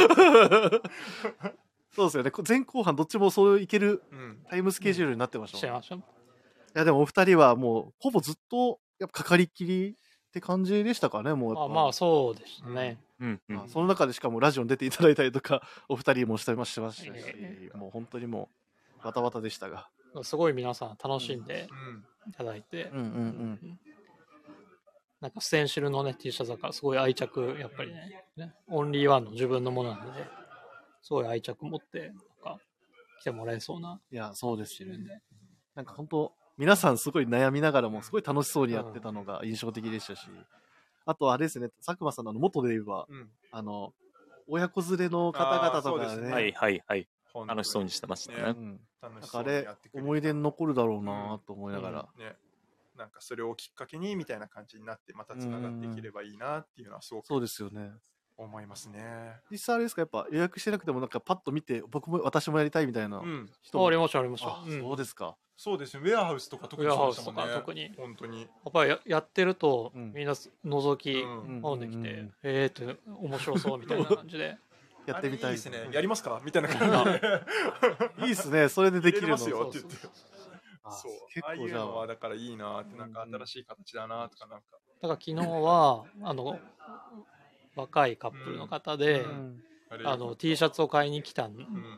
Speaker 1: そうですよね。こ前後半どっちもそういける
Speaker 5: うん。
Speaker 1: タイムスケジュールになってまし
Speaker 6: したて
Speaker 1: もんね
Speaker 6: ました。
Speaker 1: いやでもお二人はもうほぼずっとやっぱかかりっきりって感じでしたかねもうやっ
Speaker 6: ま
Speaker 1: ぱ
Speaker 6: あまあ、そうでしたね。
Speaker 2: うんうん
Speaker 1: まあその中でしかもラジオに出ていただいたりとか お二人もしてましてましたし、
Speaker 6: え
Speaker 1: もう本当にもうバタバタでしたが、
Speaker 6: すごい皆さん楽しんで
Speaker 5: うん。
Speaker 6: いただいて
Speaker 1: うん、うんうん、
Speaker 6: なんかステンシルのね、T シャツだからすごい愛着、やっぱりね、ねオンリーワンの自分のものなんで、すごい愛着持って、なんか来てもらえそうない
Speaker 1: やそうです
Speaker 6: して
Speaker 1: よ
Speaker 6: るんで、
Speaker 1: なんか本当皆さんすごい悩みながらもすごい楽しそうにやってたのが印象的でしたし、あとあれですね佐久間さんのあの元で言えば
Speaker 5: うん。
Speaker 1: あの親子連れの方々と
Speaker 5: あー
Speaker 1: か
Speaker 5: そう
Speaker 1: ね
Speaker 5: ですね
Speaker 2: はいはいはい。
Speaker 5: 本当に
Speaker 2: 楽しそうにしてました
Speaker 1: う
Speaker 2: ね。
Speaker 1: ん、
Speaker 5: 楽
Speaker 1: な
Speaker 5: し
Speaker 1: んか
Speaker 5: そ
Speaker 1: あ
Speaker 5: うに
Speaker 1: れ
Speaker 5: やってくれた
Speaker 1: 思い出に残るだろうなと思いながら、
Speaker 5: ね、なんかそれをきっかけにみたいな感じになってまたつながっていければいいなっていうのはすごく
Speaker 1: そうですよね
Speaker 5: 思いますね。
Speaker 1: 実際あれですかやっぱ予約してなくてもなんかパッと見て僕も私もやりたいみたいな
Speaker 5: うん、
Speaker 1: 人
Speaker 6: あ
Speaker 1: も、
Speaker 6: ありました、ありました。
Speaker 1: あそうですか、
Speaker 5: そうですね。ウェアハウスとか特
Speaker 6: ウ
Speaker 5: に
Speaker 6: ェアハ
Speaker 5: そう
Speaker 6: ウ
Speaker 5: で
Speaker 6: ス
Speaker 5: した
Speaker 6: と
Speaker 5: もん
Speaker 6: か
Speaker 5: ね。
Speaker 6: 特に。や
Speaker 5: 本当に。
Speaker 6: っぱりややってると、
Speaker 1: うん
Speaker 6: みんな覗き
Speaker 5: うん
Speaker 6: 込んでき
Speaker 1: うん
Speaker 6: て、
Speaker 1: うんうん
Speaker 6: えーって面白そうみたいな感じで。
Speaker 1: やってみ
Speaker 5: あ
Speaker 1: たい
Speaker 5: れいいですね。やりますかみたいな感じで。
Speaker 1: いいっすねそれででき
Speaker 5: 入
Speaker 1: る
Speaker 5: れま
Speaker 1: の
Speaker 5: すよって言って。
Speaker 1: あ
Speaker 5: そう。
Speaker 1: 結
Speaker 5: ああい
Speaker 1: 構
Speaker 5: う
Speaker 1: じゃ
Speaker 5: のは
Speaker 1: あ
Speaker 5: だからいいなって、なんか新しい形だなとか、なんか。
Speaker 6: だから昨日は、あの、若いカップルの方で、
Speaker 1: うん
Speaker 5: あれ
Speaker 6: あの T シャツを買いに来たん、
Speaker 5: ん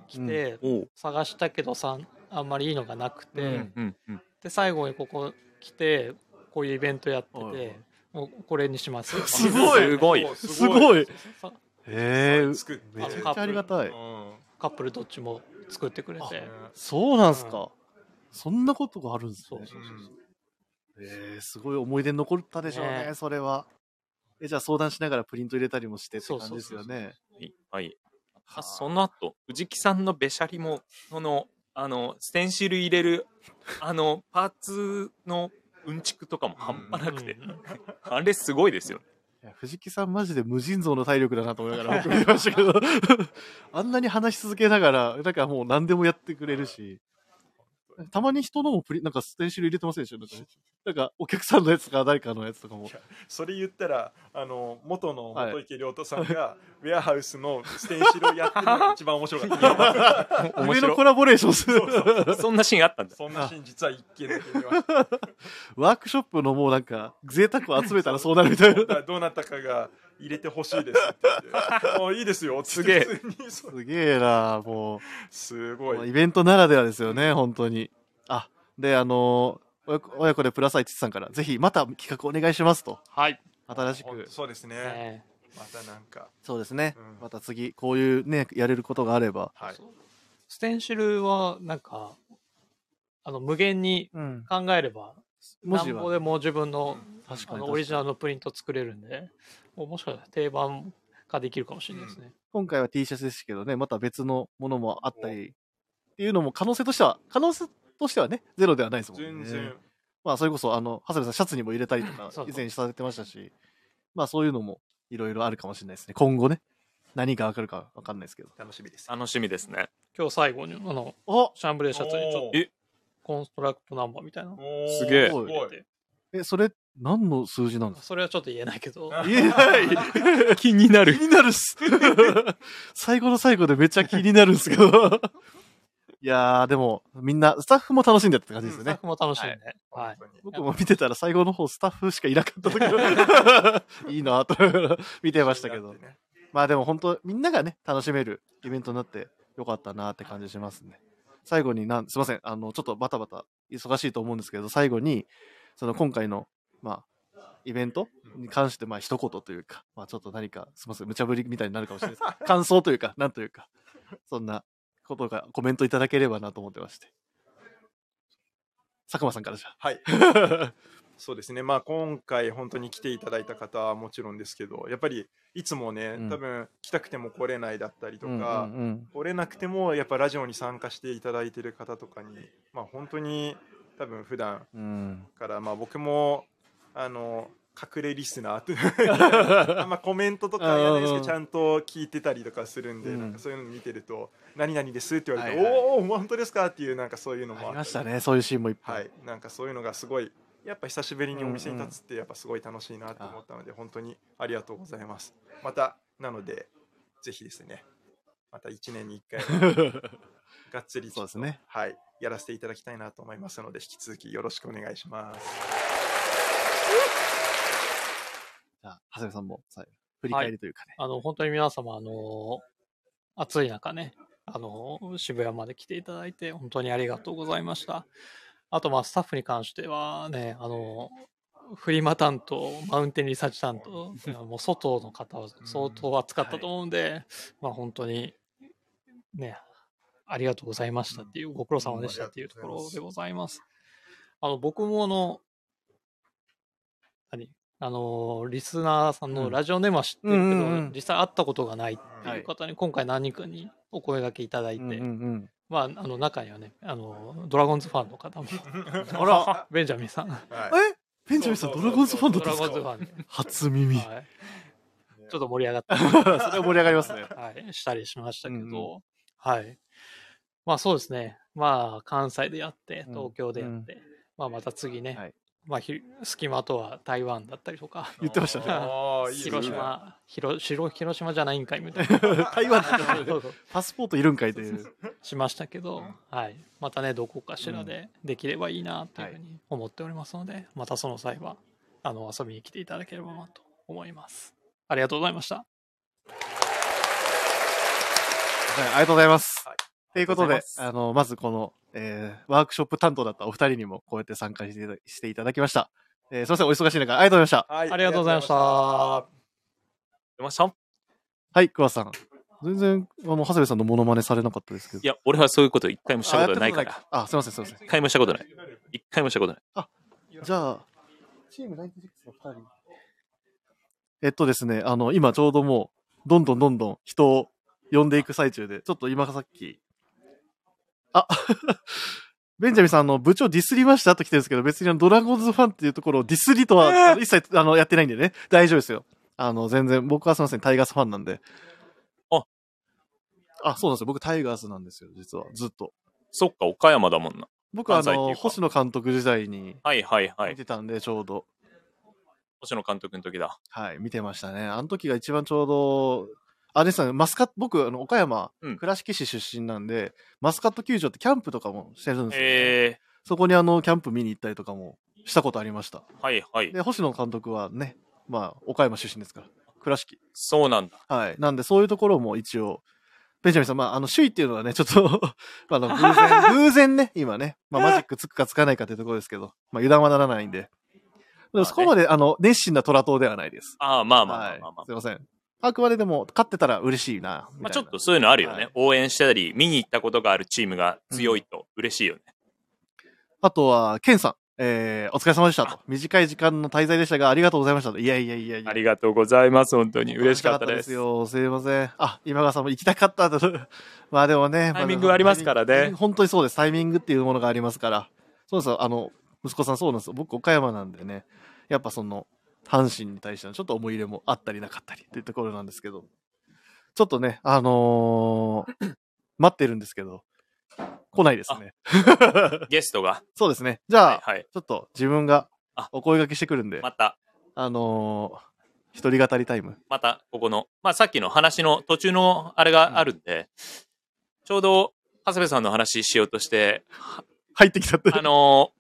Speaker 6: 来て、
Speaker 2: おう
Speaker 6: 探したけどさんあんまりいいのがなくて、
Speaker 1: うん
Speaker 2: うんうん。
Speaker 6: で最後にここ来てこういうイベントやって
Speaker 1: はいはい
Speaker 6: てもうこれにします
Speaker 1: すごい
Speaker 2: すごい。
Speaker 5: そう
Speaker 1: すごい
Speaker 6: さ
Speaker 1: へえ
Speaker 5: そう
Speaker 1: め
Speaker 5: 作って。
Speaker 1: ちゃくちゃありがた
Speaker 5: う
Speaker 1: い
Speaker 5: ん。
Speaker 6: カップルどっちも作ってくれて
Speaker 5: ね
Speaker 1: そうなんすか、そんなことがあるんです
Speaker 6: そ
Speaker 1: ね
Speaker 6: うそうそうそう
Speaker 1: えー、すごい思い出に残ったでしょうね
Speaker 6: ね
Speaker 1: それはえじゃあ相談しながらプリント入れたりもしてって
Speaker 6: そう
Speaker 1: 感
Speaker 6: そう
Speaker 1: じですよね
Speaker 2: はいはい。
Speaker 1: はあ
Speaker 2: あその後、藤木さんのべしゃりも、その、あの、ステンシル入れる、あの、パーツのうんちくとかも半端なくて、
Speaker 6: うん
Speaker 2: あれすごいですよ。
Speaker 1: いや藤木さんマジで無尽蔵の体力だなと思い ながら僕見ましたけど あんなに話し続けながらなんかもう何でもやってくれるしたまに人のもプリなんかステンシル入れてませんでしょなんかなんかお客さんのやつとか誰かのやつとかも
Speaker 5: それ言ったらあの元の
Speaker 1: はい
Speaker 5: 元池亮太さんが、 ウェアハウスのステンシルをやってるのが一番面白かった
Speaker 2: 面
Speaker 1: 上の
Speaker 2: 白
Speaker 1: コラボレーションする
Speaker 2: い。そんなシーンあったんだ。
Speaker 5: そんなシーン実は一見だけ見ました
Speaker 1: ワークショップのもうなんか贅沢を集めたらそうなるみたいな
Speaker 5: だからどうなったかが入れてほしいですって言 ってもういいですよす
Speaker 2: げえ
Speaker 1: すげえなもう
Speaker 5: すご
Speaker 1: もう
Speaker 5: い
Speaker 1: イベントならではですよね本当にあであのー親子親子でプラスアイチさんからぜひまた企画お願いしますと
Speaker 6: はい、
Speaker 1: 新し
Speaker 5: ほん
Speaker 1: く
Speaker 5: とそうですね
Speaker 6: ね
Speaker 5: またなんか
Speaker 1: そうですね、
Speaker 5: うん
Speaker 1: また次こういうねやれることがあれば、
Speaker 5: はい
Speaker 6: ステンシルはなんかあの無限に
Speaker 1: うん、
Speaker 6: 考えれば
Speaker 1: 文
Speaker 6: 何
Speaker 1: 字
Speaker 6: ぼ
Speaker 1: は
Speaker 6: でも自分の
Speaker 1: 確
Speaker 6: あ
Speaker 1: かに
Speaker 6: のオリ
Speaker 1: 確
Speaker 6: ジ
Speaker 1: か
Speaker 6: ナ
Speaker 1: に
Speaker 6: ルのプリント作れるんでもうもしかしたら定番化できるかもしれないですね、
Speaker 1: 今回は T シャツですけどねまた別のものもあったりっていうのも可能性としては、可能性としてはね、ゼロではないですもんね。
Speaker 5: 全然、
Speaker 1: まあ、それこそ、あの、長谷部さん、シャツにも入れたりと か
Speaker 6: そう、そ
Speaker 1: 以
Speaker 6: う
Speaker 1: 前されてましたし、まあ、そういうのも、いろいろあるかもしれないですね。今後ね、何がわかるかわかんないですけど。
Speaker 5: 楽しみです。
Speaker 2: 楽しみですね。
Speaker 6: 今日最後に、あの、
Speaker 1: あ
Speaker 6: シャンブレーシャツにちょっ
Speaker 5: お
Speaker 6: と
Speaker 5: ー
Speaker 2: え
Speaker 6: コンストラクトナンバーみたいなの
Speaker 5: おー
Speaker 2: すげえ
Speaker 5: すご
Speaker 6: 入れ
Speaker 5: い
Speaker 6: て。
Speaker 1: え、それ、何の数字なんですか
Speaker 6: それはちょっと言えないけど、
Speaker 5: あ
Speaker 1: い えい
Speaker 2: 気になる。
Speaker 1: 気になるっす。 最後の最後でめっちゃ気になるんですけど。いやー、でも、みんな、スタッフも楽しんでたって感じですよ
Speaker 6: スタッ
Speaker 1: ね。
Speaker 6: フも楽しんで。は
Speaker 5: 本
Speaker 6: い。
Speaker 5: 当に
Speaker 1: 僕も見てたら最後の方スタッフしかいなかった時は いいなぁと 思いながら見てましたけ
Speaker 5: だ
Speaker 1: ど
Speaker 5: っ。てね
Speaker 1: まあでも本当、みんながね、楽しめるイベントになってよかったなって感じしますね。最後になん、すいません、あの、ちょっとバタバタ忙しいと思うんですけど、最後に、その今回の、まあ、イベントに関して、まあ一言というか、まあちょっと何か、すいません、無茶ぶりみたいになるかもしれないです。感想というか、なんというか、そんなことがコメントいただければなと思ってまして。佐久間さんからじゃあ。
Speaker 5: はい。そうですね、まあ、今回本当に来ていただいた方はもちろんですけどやっぱりいつもね、
Speaker 1: うん
Speaker 5: 多分来たくても来れないだったりとか、
Speaker 1: うんうんうん
Speaker 5: 来れなくてもやっぱラジオに参加していただいてる方とかに、まあ、本当に多分普段
Speaker 1: うん
Speaker 5: から、まあ、僕もあの隠れリスナーって あんまコメントとかはやらないですけ
Speaker 1: うん
Speaker 5: どちゃんと聞いてたりとかするんで、
Speaker 1: うん
Speaker 5: なんかそういうの見てると「何々です」って言われて「
Speaker 1: はいはい
Speaker 5: おお本当ですか?」っていうなんかそういうのも
Speaker 1: あり
Speaker 5: あ
Speaker 1: ま
Speaker 5: っ
Speaker 1: したた
Speaker 5: り
Speaker 1: ね、そういうシーンもいっぱ。
Speaker 5: はいい、なんかそういうのがすごいやっぱ久しぶりにお店に立つってやっぱすごい楽しいなと思ったので、本当にありがとうございますまたなのでぜひですねまた1年に1回 はがっつりちょっと
Speaker 1: そうですね
Speaker 5: はい、やらせていただきたいなと思いますので引き続きよろしくお願いします
Speaker 1: じゃあ、長谷部さんも最後振り返りというかね。
Speaker 6: あの、本当に皆様、あの、暑い中ね、あの、渋谷まで来ていただいて、本当にありがとうございました。あと、まあ、スタッフに関してはね、あの、フリマ担当、マウンテンリサーチ担当、いやもう外の方は相当暑かったと思うんで、まあ、本当に、ね、ありがとうございましたっていう、ご苦労様でしたっていうところでございます。あの、僕もあの、何あの、リスナーさん
Speaker 1: う
Speaker 6: の
Speaker 1: ん
Speaker 6: ラジオネームは知ってるけど、
Speaker 1: うんうんうん
Speaker 6: 実際会ったことがないっていう方に、今回何人かにお声掛けいただいて、
Speaker 1: うんうんうん
Speaker 6: まあ、あの、中にはね、あの、ドラゴンズファンの 方も、
Speaker 1: あら
Speaker 6: ベンジャミンさん、ド
Speaker 5: はい
Speaker 1: えベンジャミンさん、
Speaker 5: そうそ
Speaker 1: ドラ
Speaker 5: うそう
Speaker 1: ゴンズファンだったん
Speaker 6: ラ
Speaker 1: です
Speaker 6: ゴンズ
Speaker 1: か
Speaker 6: ファンで、
Speaker 1: 初耳。そ
Speaker 6: はい、ちょっと盛り上が った。
Speaker 1: れは盛り上がりますね。
Speaker 6: はい、したりしましたけど、
Speaker 1: うんう
Speaker 6: はい。まあそうですね。まあ関西でやって、
Speaker 1: うん
Speaker 6: 東京でやって、まあまた次ね、
Speaker 1: はい
Speaker 6: まあひ隙間とは台湾だったりとか、
Speaker 1: 言って ましたね
Speaker 5: あーいいですね
Speaker 6: 広島、広白広島じゃないんかいみたいな
Speaker 1: 台湾だから ね
Speaker 6: そうそう
Speaker 1: パスポートいるんかいという。
Speaker 6: しましたけど、はい。またね、どこかしらでできればいいなっていうふうに思っておりますので、またその際は、あの、遊びに来ていただければなと思います。ありがとうございました。
Speaker 1: はい、ありがとうございます
Speaker 5: はい。
Speaker 1: ということ
Speaker 2: あり
Speaker 1: で
Speaker 2: がとうござい、ます
Speaker 1: あの、まずこの、えーワークショップ担当だったお二人にもこうやって参加していたしていただきました。えーすいません、お忙しい中、ありがとうございました。
Speaker 5: はい
Speaker 6: ありがとうございました。
Speaker 2: 出ました
Speaker 1: はい、桑田さん。全然、あの、長谷部さんのモノマネされなかったですけど。
Speaker 2: いや、俺はそういうこと一回もしたことないか
Speaker 1: あやった
Speaker 2: ら。
Speaker 1: ことないあ、すいません、すいません。
Speaker 2: 一回もしたことない。一回もしたことない。
Speaker 1: じゃあ、チーム96の2人。えっとですね、あの、今ちょうどもう、どんどんどんどん人を呼んでいく最中で、ちょっと今さっき、あ ベンジャミンさん、あの、部長ディスりましたと来てるんですけど、別にあのドラゴンズファンっていうところをディスりとは、あの一切あのやってないんでね、大丈夫ですよ。あの、全然、僕はすいません、タイガースファンなんで。
Speaker 2: あ
Speaker 1: あ、そうなんですよ。僕タイガースなんですよ、実は、ずっと。
Speaker 2: そっか、岡山だもんな。
Speaker 1: 僕はあ
Speaker 2: 関西ってい
Speaker 1: の、
Speaker 2: うか
Speaker 1: 星野監督時代に
Speaker 2: はいはいは
Speaker 1: 見
Speaker 2: い。
Speaker 1: てたんで、ちょうど。
Speaker 2: 星野監督の時だ。
Speaker 1: はい、見てましたね。あの時が一番ちょうど、あれですよね、マスカット、僕、あの岡山
Speaker 2: うん、
Speaker 1: 倉敷市出身なんで、マスカット球場ってキャンプとかもしてるんですよ、
Speaker 2: え
Speaker 1: そこにあの、キャンプ見に行ったりとかもしたことありました。
Speaker 2: ー、はいはい。
Speaker 1: で、星野監督はね、まあ、岡山出身ですから、倉敷。
Speaker 2: そうなんだ。
Speaker 1: はい。なんで、そういうところも一応、ベンジャミンさん、まあ、あの、首位っていうのはね、ちょっと、 あの、偶 然、偶然ね、今ね、まあ、マジックつくかつかないかというところですけど、まあ、油断はならないんで。でもそこまで、あの、熱心な虎党ではないです。
Speaker 2: ああ、まあまあま
Speaker 1: は
Speaker 2: あ
Speaker 1: い
Speaker 2: まあまあ。
Speaker 1: すいません。あくまででも、勝ってたら嬉しいな。み
Speaker 2: まあ、ち
Speaker 1: た
Speaker 2: ょ
Speaker 1: い
Speaker 2: っ
Speaker 1: な
Speaker 2: とそういうのあるよね。
Speaker 1: はい
Speaker 2: 応援したり、見に行ったことがあるチームが強いと嬉しいよね。
Speaker 1: あとは、ケンさん。えーお疲れ様でしたと。短い時間の滞在でしたが、ありがとうございましたと。いやいやいやいや。
Speaker 2: ありがとうございます。本当に嬉しかった
Speaker 1: 楽
Speaker 2: です。
Speaker 1: よ。すいません。あ、今川さんも行きたかったと。 まあでもね。
Speaker 2: タイミングありますからね
Speaker 1: 本当にそうです。タイミングっていうものがありますから。そうですよ。あの、息子さんそうなんですよ。僕、岡山なんでね。やっぱその、阪神に対してのちょっと思い入れもあったりなかったりっていうところなんですけど。ちょっとね、あのー待ってるんですけど、来ないですね。
Speaker 2: ゲスト が。
Speaker 1: そうですね。じゃあ、
Speaker 2: はいはい。
Speaker 1: ちょっと自分が
Speaker 2: あ
Speaker 1: お声掛けしてくるんで、
Speaker 2: また、
Speaker 1: あのー、一人語りタイム。
Speaker 2: また、ここの、まあ、さっきの話の途中のあれがあるんで、ちょうど、長谷部さんの話しようとして、
Speaker 1: 入ってきちゃって。
Speaker 2: あの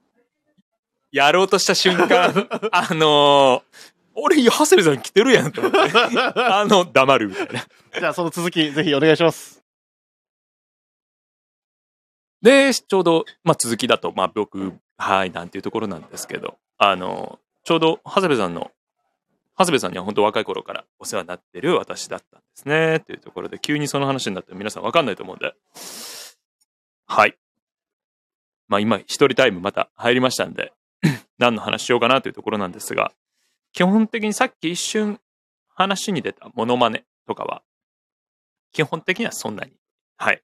Speaker 2: ーやろうとした瞬 間、あのー俺、長谷部さん来てるやんと思 って、あの、黙るみたいな。
Speaker 1: じゃあその続き、ぜひお願いします。
Speaker 2: で、ちょうど、まあ、続きだと、まあ、僕、はい、なんていうところなんですけど、あの、ちょうど、長谷部さんの、長谷部さんには本当若い頃からお世話になってる私だったんですね、というところで、急にその話になっても皆さんわかんないと思うんで、はい。まあ、今、一人タイムまた入りましたんで、 何の話しようかなというところなんですが、基本的にさっき一瞬話に出たモノマネとかは、基本的にはそんなに、はい、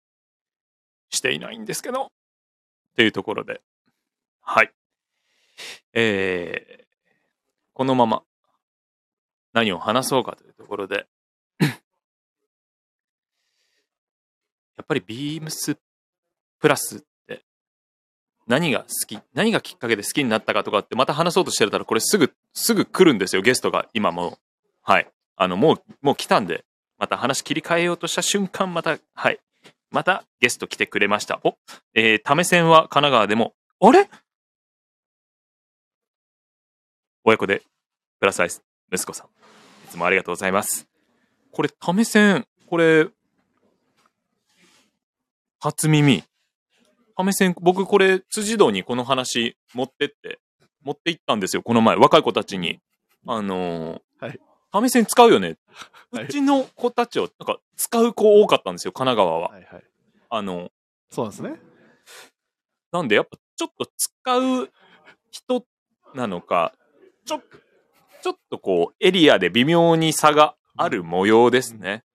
Speaker 2: していないんですけど、っていうところで、はい。えー、このまま何を話そうかというところで、 やっぱりビームスプラスって何が好き、何がきっかけで好きになったかとかってまた話そうとしてたらこれすぐ、すぐ来るんですよ、ゲストが今もう。はい。あの、もう、もう来たんで、また話切り替えようとした瞬間、また、はい。またゲスト来てくれました。お、えー、ため線は神奈川でも、あれ親子で、プラスアイス、息子さん。いつもありがとうございます。これ、ため線、これ、初耳。ため線、僕これ、辻堂にこの話持ってって、持って行ったんですよ、この前。若い子たちに。あのー
Speaker 1: はい
Speaker 2: ため線使うよね。
Speaker 1: はいう
Speaker 2: ちの子たちを、なんか、使う子多かったんですよ、神奈川は。
Speaker 1: はいはい。
Speaker 2: あの、
Speaker 1: そうなんですね。
Speaker 2: なんでやっぱちょっと使う人なのか、ちょ、ちょっとこう、エリアで微妙に差がある模様ですね。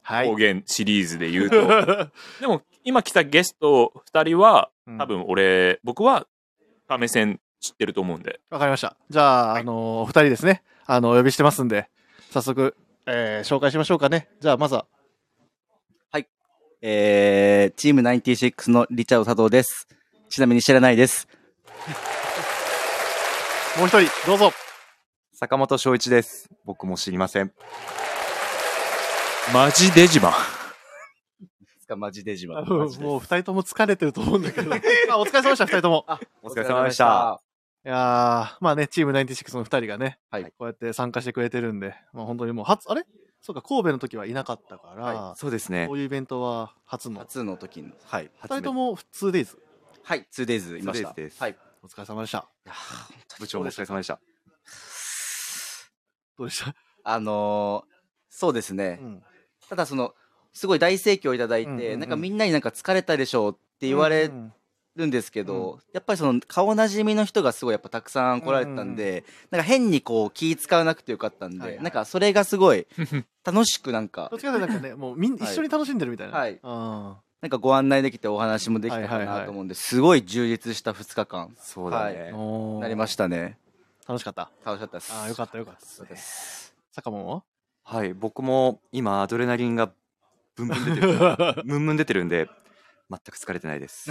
Speaker 1: は
Speaker 2: 方
Speaker 1: い。
Speaker 2: 言シリーズで言うと。 でも、今来たゲスト2人は、多
Speaker 1: うん
Speaker 2: 分俺、僕は、亀線知ってると思うんで。
Speaker 1: わかりました。じゃあ、あのーお二人ですね。あの、お呼びしてますんで、早速、えー紹介しましょうかね。じゃあ、まずは、
Speaker 7: えー、チーム96のリチャード佐藤です。ちなみに知らないです。
Speaker 1: もう一人、どうぞ。
Speaker 8: 坂本翔一です。僕も知りません。
Speaker 2: マジデジマン。
Speaker 7: つかマジデジマ
Speaker 1: あ
Speaker 7: ン。
Speaker 1: の
Speaker 7: マジです
Speaker 1: もう二人とも疲れてると思うん だけど。あ、お疲れ様でした、二人とも。
Speaker 8: お疲れ様でした。
Speaker 1: いやー、まあね、チーム96の2人がね、
Speaker 7: はい
Speaker 1: こうやって参加してくれてるんで、まあ、本当にもう初、あれそうか、神戸の時はいなかったから、
Speaker 8: そうですね
Speaker 1: こ。ういうイベントは初の。
Speaker 7: 初の時の。
Speaker 8: はい。
Speaker 1: 2人とも普通でいいです。
Speaker 7: はい、2days いました。
Speaker 8: 2days です
Speaker 7: はい。
Speaker 1: お疲れ様でした。
Speaker 8: 部長もお疲れ様でした。
Speaker 1: どうでした、
Speaker 7: あのー、そうですね。
Speaker 1: うん、
Speaker 7: ただその、すごい大盛況いただいて、
Speaker 1: うんうんうん
Speaker 7: なんかみんなになんか疲れたでしょうって言われ
Speaker 1: うん
Speaker 7: るんですけど、やっぱりその顔なじみの人がすごいやっぱたくさん来られてたんで、なんか変にこう気使わなくてよかったんで、
Speaker 1: はいはい
Speaker 7: なんかそれがすご い楽しくなんか
Speaker 1: どっちかという となんかね、もうみん、
Speaker 7: はい
Speaker 1: 一緒に楽しんでるみたいな。
Speaker 7: はい
Speaker 1: あ
Speaker 7: なんかご案内できてお話もできた
Speaker 1: は
Speaker 7: か
Speaker 1: いはいは
Speaker 7: ないと思うんで、すごい充実した2日間
Speaker 8: そうだ
Speaker 1: ー
Speaker 8: ね。
Speaker 1: おー
Speaker 7: なりましたね。
Speaker 1: 楽しかった。
Speaker 7: 楽しかったです。
Speaker 1: ああ、よかったよかったですね。坂本は
Speaker 8: はい。僕も今、アドレナリンがブンブン出てる。 ムンムン出てるんで、全く疲れてないです。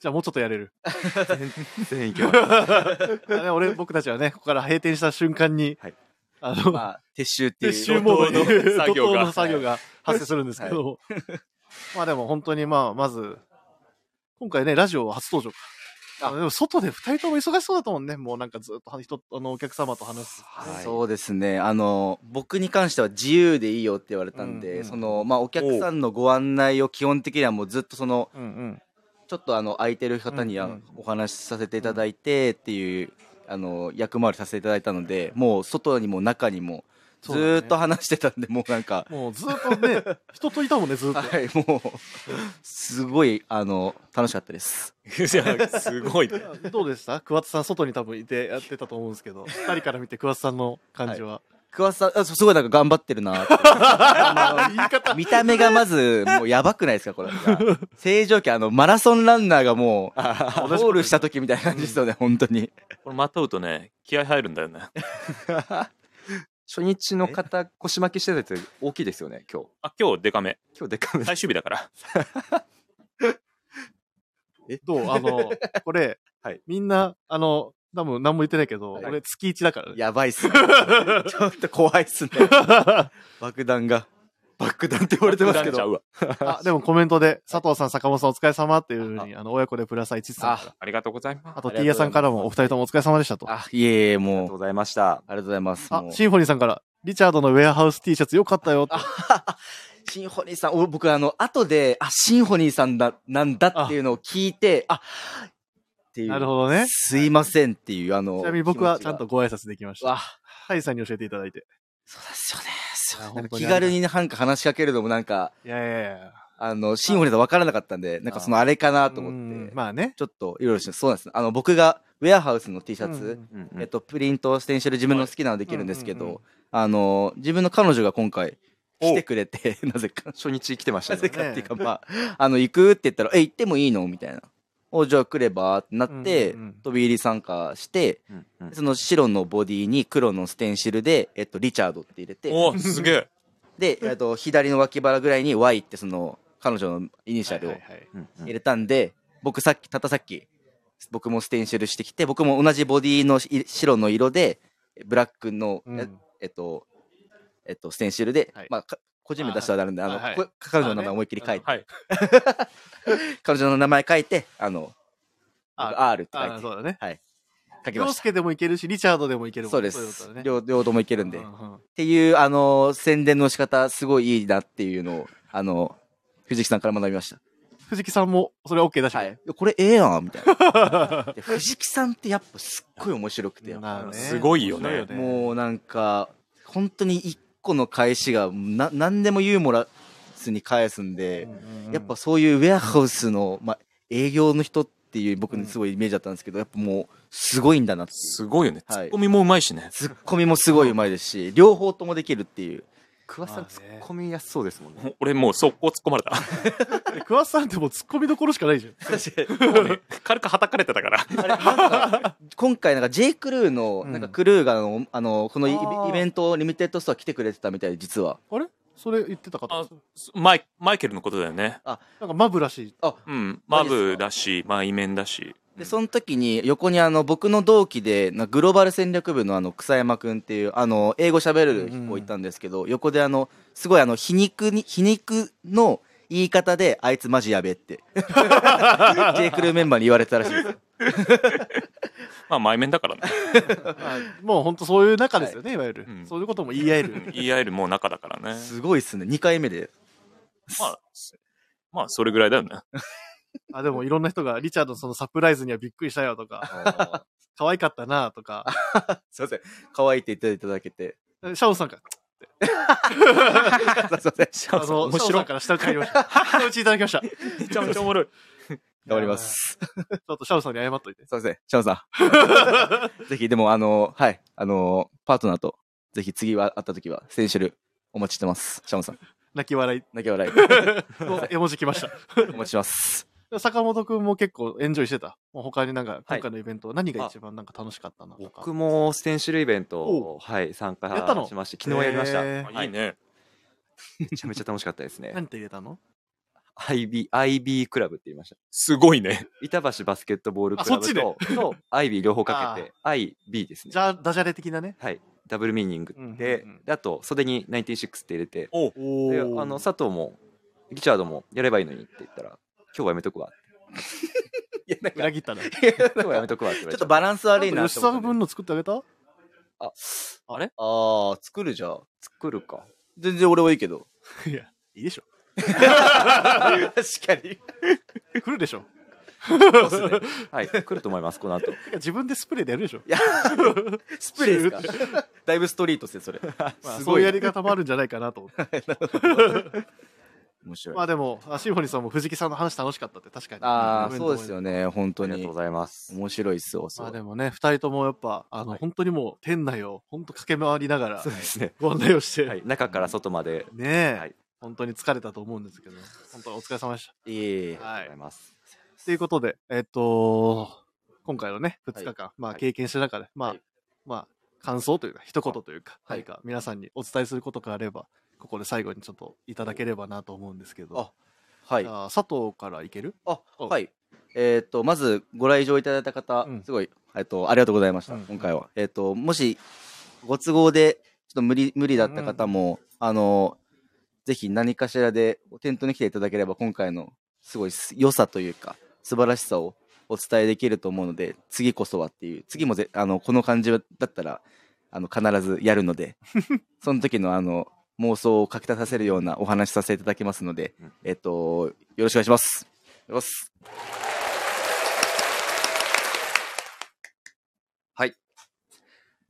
Speaker 1: じゃあもうちょっとやれる。
Speaker 8: 全員いけます。
Speaker 1: あね俺、僕たちはね、ここから閉店した瞬間に、
Speaker 8: はい
Speaker 1: あの、
Speaker 7: まあ、撤収ってい
Speaker 1: 撤
Speaker 7: う。
Speaker 1: 収モード
Speaker 2: 怒涛の作業が
Speaker 1: に怒涛の作業が発生するんですけども、 まあでも本当にまあまず今回ねラジオは初登場あでも外で2人とも忙しそうだったもんねもうなんかずっと人あのお客様と話す
Speaker 8: はい
Speaker 7: そうですね。あの、僕に関しては自由でいいよって言われたんで、
Speaker 1: うんうん
Speaker 7: その、まあ、お客さんのご案内を基本的にはもうずっとその、
Speaker 1: うんうん
Speaker 7: ちょっとあの、空いてる方に
Speaker 1: うん
Speaker 7: は
Speaker 1: うん
Speaker 7: お話しさせていただいてっていう、あの、役回りさせていただいたので、もう外にも中にもずーっと話してたんで、もうなんか、
Speaker 1: もうずっとね、人といたもんね、ずっ と。
Speaker 7: はい、もう、すごい、あの、楽しかった です。
Speaker 2: いやすごいね。
Speaker 1: どうでした桑田さん、外に多分いてやってたと思うんですけど、二人から見て桑田さんの感じは。
Speaker 7: 桑田さんあ、すごいなんか頑張ってる なってあの
Speaker 1: 言い方
Speaker 7: 見た目がまず、もうやばくないですか、これ。正常期、あの、マラソンランナーがもう、ゴールした時みたいな感じですよね、本当に。
Speaker 2: これまとうとね、気合入るんだよね。
Speaker 8: 初日の方腰巻きしてたやつ大きいですよね今日
Speaker 2: あ、今日デカめ。
Speaker 8: 今日でかめ
Speaker 2: 最終日だから。
Speaker 1: どう あの、これ、
Speaker 8: はい
Speaker 1: みんな、あの、多分何も言ってないけど、
Speaker 7: はい
Speaker 1: 俺月1だからね。
Speaker 7: やばいっ すね。ちょっと怖いっすね。爆弾が。爆弾って言われてますけ
Speaker 2: 普段ちゃ
Speaker 7: ど。
Speaker 2: う わ
Speaker 1: あ、でもコメントで、佐藤さん、坂本さんお疲れ様っていうふうに、あの、親子でプラス1さんから、
Speaker 2: ありがとうございます。
Speaker 1: あと T 屋さんからもお二人ともお疲れ様でしたと。あ、
Speaker 7: あ、いえいえ、
Speaker 8: ありがと
Speaker 7: もう、
Speaker 8: うございました
Speaker 7: ありがとうございます。もう
Speaker 1: シンフォニーさんから、リチャードのウェアハウス T シャツよかったよって。
Speaker 7: シンフォニーさん、お僕、あの、後で、あ、シンフォニーさんだ、なんだっていうのを聞いて、あ、っていう。
Speaker 1: なるほどね。
Speaker 7: すいませんっていう、あの、
Speaker 1: ちなみに僕はちゃんと
Speaker 7: 気持
Speaker 1: ご挨拶できまし
Speaker 7: ちが。
Speaker 1: た。
Speaker 7: わ、
Speaker 1: ハイさんに教えていただいて。
Speaker 7: そうですよねそうですよね。
Speaker 1: い
Speaker 7: な
Speaker 1: や
Speaker 7: ん
Speaker 1: 本
Speaker 7: か
Speaker 1: 当に
Speaker 7: 気軽になんか話しかけるのもなんか、
Speaker 1: いやいやいや。
Speaker 7: あの、シンフォニーさん分からなかったんで、なんかそのあれかなと思
Speaker 1: うん
Speaker 7: って、
Speaker 1: まあね。
Speaker 7: ちょっといろいろして、そうなんですね。あの、僕がウェアハウスの T シャツ、
Speaker 1: うん
Speaker 8: うんうん
Speaker 7: えっと、プリント、ステンシル自分の好きなのできるんですけど、
Speaker 1: うんうんうん
Speaker 7: あの、自分の彼女が今回来てくれて、 なぜか、
Speaker 8: 初日来てました
Speaker 7: なぜ
Speaker 8: ね
Speaker 7: かっていうか、まあ、あの、行くって言ったら、え、行ってもいいのみたいな。お、じゃあ来ればってなって、
Speaker 1: うんうんうん
Speaker 7: 飛び入り参加して、
Speaker 8: うんうん
Speaker 7: その白のボディに黒のステンシルで、えっと、リチャードって入れて、
Speaker 2: おすげえ。
Speaker 7: で、えっと、左の脇腹ぐらいに Y ってその、彼女のイニシャルを
Speaker 1: はいはいはい
Speaker 8: うんうん
Speaker 7: 入れたんで、僕さっき、たったさっき、僕もステンシルしてきて、僕も同じボディのい白の色で、ブラックの、
Speaker 1: うん
Speaker 7: ええっと、えっと、ステンシルで、
Speaker 1: はい
Speaker 7: まあ、か個人名出したらなるんで、あの、
Speaker 1: はい
Speaker 7: こ彼女の名前思いっきり書いて、
Speaker 2: はい。
Speaker 7: 彼女の名前書いて、あの、
Speaker 1: あ
Speaker 7: R って書い
Speaker 1: あ
Speaker 7: て
Speaker 1: そうだね。
Speaker 7: 書きま
Speaker 1: 洋
Speaker 7: した。
Speaker 1: 介でもいけるし、リチャードでもいけるもん
Speaker 7: そうで
Speaker 1: いこ
Speaker 7: す
Speaker 1: と。だね
Speaker 7: 両両方ともいけるんで。
Speaker 1: うん
Speaker 7: っ
Speaker 1: うん
Speaker 7: ていう、あの、宣伝の仕方、すごいいいなっていうのを、あの、藤木さんから学びました。
Speaker 1: 藤木さんも、それ OK 出してく
Speaker 7: は
Speaker 1: れ
Speaker 7: い。これええやん、みたいな。 で藤木さんってやっぱすっごい面白くて、
Speaker 1: なるね
Speaker 2: すごいよね
Speaker 1: 面白
Speaker 7: もうなんか、本当に一個の返しがな、何でもユーモラスに返すんで、やっぱそういうウェアハウスの、まあ、営業の人っていう僕にすごいイメージだったんですけど、やっぱもう、すごいんだなっていう。
Speaker 2: すごいよね。ツ
Speaker 7: はい
Speaker 2: ッコミもうまいしね。
Speaker 7: ツッコミもすごい上手いですし、両方ともできるっていう。
Speaker 8: 桑田さん
Speaker 1: ま
Speaker 8: ツ
Speaker 1: あね
Speaker 8: ッコミやすそうですもんね
Speaker 2: 俺もう速攻突っ込まれた。
Speaker 1: え桑田さんってもうツッコミどころしかないじゃん。
Speaker 2: 軽く叩かれてたから。
Speaker 7: あれなんか今回なんか J. クルーの
Speaker 1: うん
Speaker 7: なんかクルーがあの、あのこのイ
Speaker 1: あー
Speaker 7: イベントリミテッドストア来てくれてたみたいで実は
Speaker 1: あれそれ言ってたかと。
Speaker 2: マイマイケルのことだよね。
Speaker 1: なんかマブらしい。
Speaker 2: うん。マブだし、まあ、イメンだし。
Speaker 7: でその時に横にあの僕の同期でなグローバル戦略部のあの草山くんっていうあの英語喋る子いたんですけど、横であのすごいあの皮肉に皮肉の言い方であいつマジやべえって J. クルーメンバーに言われてたらしいです
Speaker 2: まあ、マイメンだからね。
Speaker 1: もう本当そういう中ですよね、いわゆる
Speaker 2: う。ん
Speaker 1: そういうことも言い合える。
Speaker 2: 言い合えるもう中だからね。
Speaker 7: すごいっすね2回目で
Speaker 2: まあ、まあ、それぐらいだよね。
Speaker 1: あ、でもいろんな人が、リチャードのそのサプライズにはびっくりしたよとか、可愛かったなとか、
Speaker 7: すいません可愛いって言っていただけて
Speaker 1: シャオさんから、
Speaker 7: すいません
Speaker 1: あの、シャオさんから下打ち入りました。下打ちいただきました。ち
Speaker 2: めちゃめちゃおもろい。
Speaker 7: 頑張ります
Speaker 1: ょっとシャオさんに謝っといて。
Speaker 7: すいません、シャンさ ん。ぜひ、でも、あの、はい、あの、パートナーと、ぜひ次は会った時は、センシェル、お待ちしてます。シャンさん、
Speaker 1: 泣き笑い
Speaker 7: 泣き笑い、
Speaker 1: の絵文字来ました。
Speaker 7: お待ちし ます。
Speaker 1: 坂本くんも結構エンジョイしてた。もう他になんか、今回のイベント、何が一番なんか楽しかったなとか。
Speaker 8: 僕もステンシルイベント
Speaker 1: お
Speaker 8: を、はい、参加
Speaker 1: やったの
Speaker 8: しまして昨日やりました、
Speaker 1: へー
Speaker 8: はい
Speaker 2: いね。
Speaker 8: めちゃめちゃ楽しかったですね
Speaker 1: 何て入れたの
Speaker 8: IB, IB クラブって言いました
Speaker 2: すごいね。
Speaker 8: 板橋バスケットボールク
Speaker 1: あそ
Speaker 8: ラ
Speaker 1: っ
Speaker 8: ブ
Speaker 1: ちね
Speaker 8: と,、と IB 両方か けて IB ですね
Speaker 1: じゃあ、ダジャレ的なね。
Speaker 8: はい、ダブルミーニングで,、
Speaker 1: うんうんうん
Speaker 8: であと袖に96って入れて
Speaker 2: お
Speaker 1: お
Speaker 8: であの佐藤もリチャードもやればいいのにって言ったら今日はやめとくわ
Speaker 1: 裏切ったな。ち
Speaker 8: 今日はやめとくわって言わ
Speaker 7: ちょっと
Speaker 8: れちゃった
Speaker 7: バランス悪い
Speaker 1: ょっと
Speaker 7: な
Speaker 1: 吉
Speaker 7: と思っ
Speaker 1: 沢
Speaker 7: て
Speaker 1: 分の作ってあげた
Speaker 7: あー、作るじゃん。
Speaker 8: 作るか
Speaker 7: 全然俺はいいけ ど。
Speaker 1: いや、いいでしょ。
Speaker 7: 確かに。
Speaker 1: 来るでしょ。
Speaker 8: そうですねはい、来ると思います、この後。
Speaker 1: 自分でスプレーでやるでしょ。
Speaker 7: スプレーです かだいぶストリートですね、それ。
Speaker 1: すごいやり方もあるんじゃないかなと思って。
Speaker 8: 面白い。
Speaker 1: まあでも、あシンフォニーさんも藤木さんの話楽しかったって確かに。
Speaker 7: ああ、
Speaker 1: イベント
Speaker 7: そ
Speaker 1: も
Speaker 7: うですよ。ね、本
Speaker 8: あ
Speaker 7: 当
Speaker 8: りがとう
Speaker 7: に
Speaker 8: ご。ざいます。
Speaker 7: 面白いっす、おそ
Speaker 1: まあで
Speaker 7: う。
Speaker 1: もね、二人ともやっぱ、あの、本当にもう店内を本当駆け回りながら
Speaker 8: そうですね。
Speaker 1: ご案内をして、
Speaker 8: はい、中から外まで。
Speaker 1: ねえ、
Speaker 8: はい
Speaker 1: 本当に疲れたと思うんですけど、本当にお疲れ様でし
Speaker 7: いえいえ
Speaker 1: た。。は
Speaker 8: ありがとうご
Speaker 1: い
Speaker 8: ざい。ます。
Speaker 1: ということで、えっと、今回のね、2日間、まあ
Speaker 8: はい
Speaker 1: 経験した中で、まあ
Speaker 8: はい、
Speaker 1: まあ、感想というか、一言というか、
Speaker 7: はい
Speaker 1: 何か皆さんにお伝えすることがあれば、ここで最後にちょっといただければなと思うんですけど、
Speaker 7: あはい
Speaker 1: じ。ゃあ佐藤からいける
Speaker 7: あ、
Speaker 1: お
Speaker 7: はい。えっ、と、まずご来場いただいた方、
Speaker 1: うん
Speaker 7: すごい、えっ、と、ありがとうございました、
Speaker 1: うん
Speaker 7: 今回は。えっ、と、もし、ご都合で、ちょっと無理、無理だった方も、あの、ぜひ何かしらで、店頭に来ていただければ、今回の、すごいす良さというか、素晴らしさをお伝えできると思うので、次こそはっていう、次もぜ、あの、この感じだったら、あの、必ずやるので、その時の、あの、妄想をかき立たせるようなお話しさせていただきますので、
Speaker 8: うん
Speaker 7: えっ、と、よろしくお願いします。お願いします。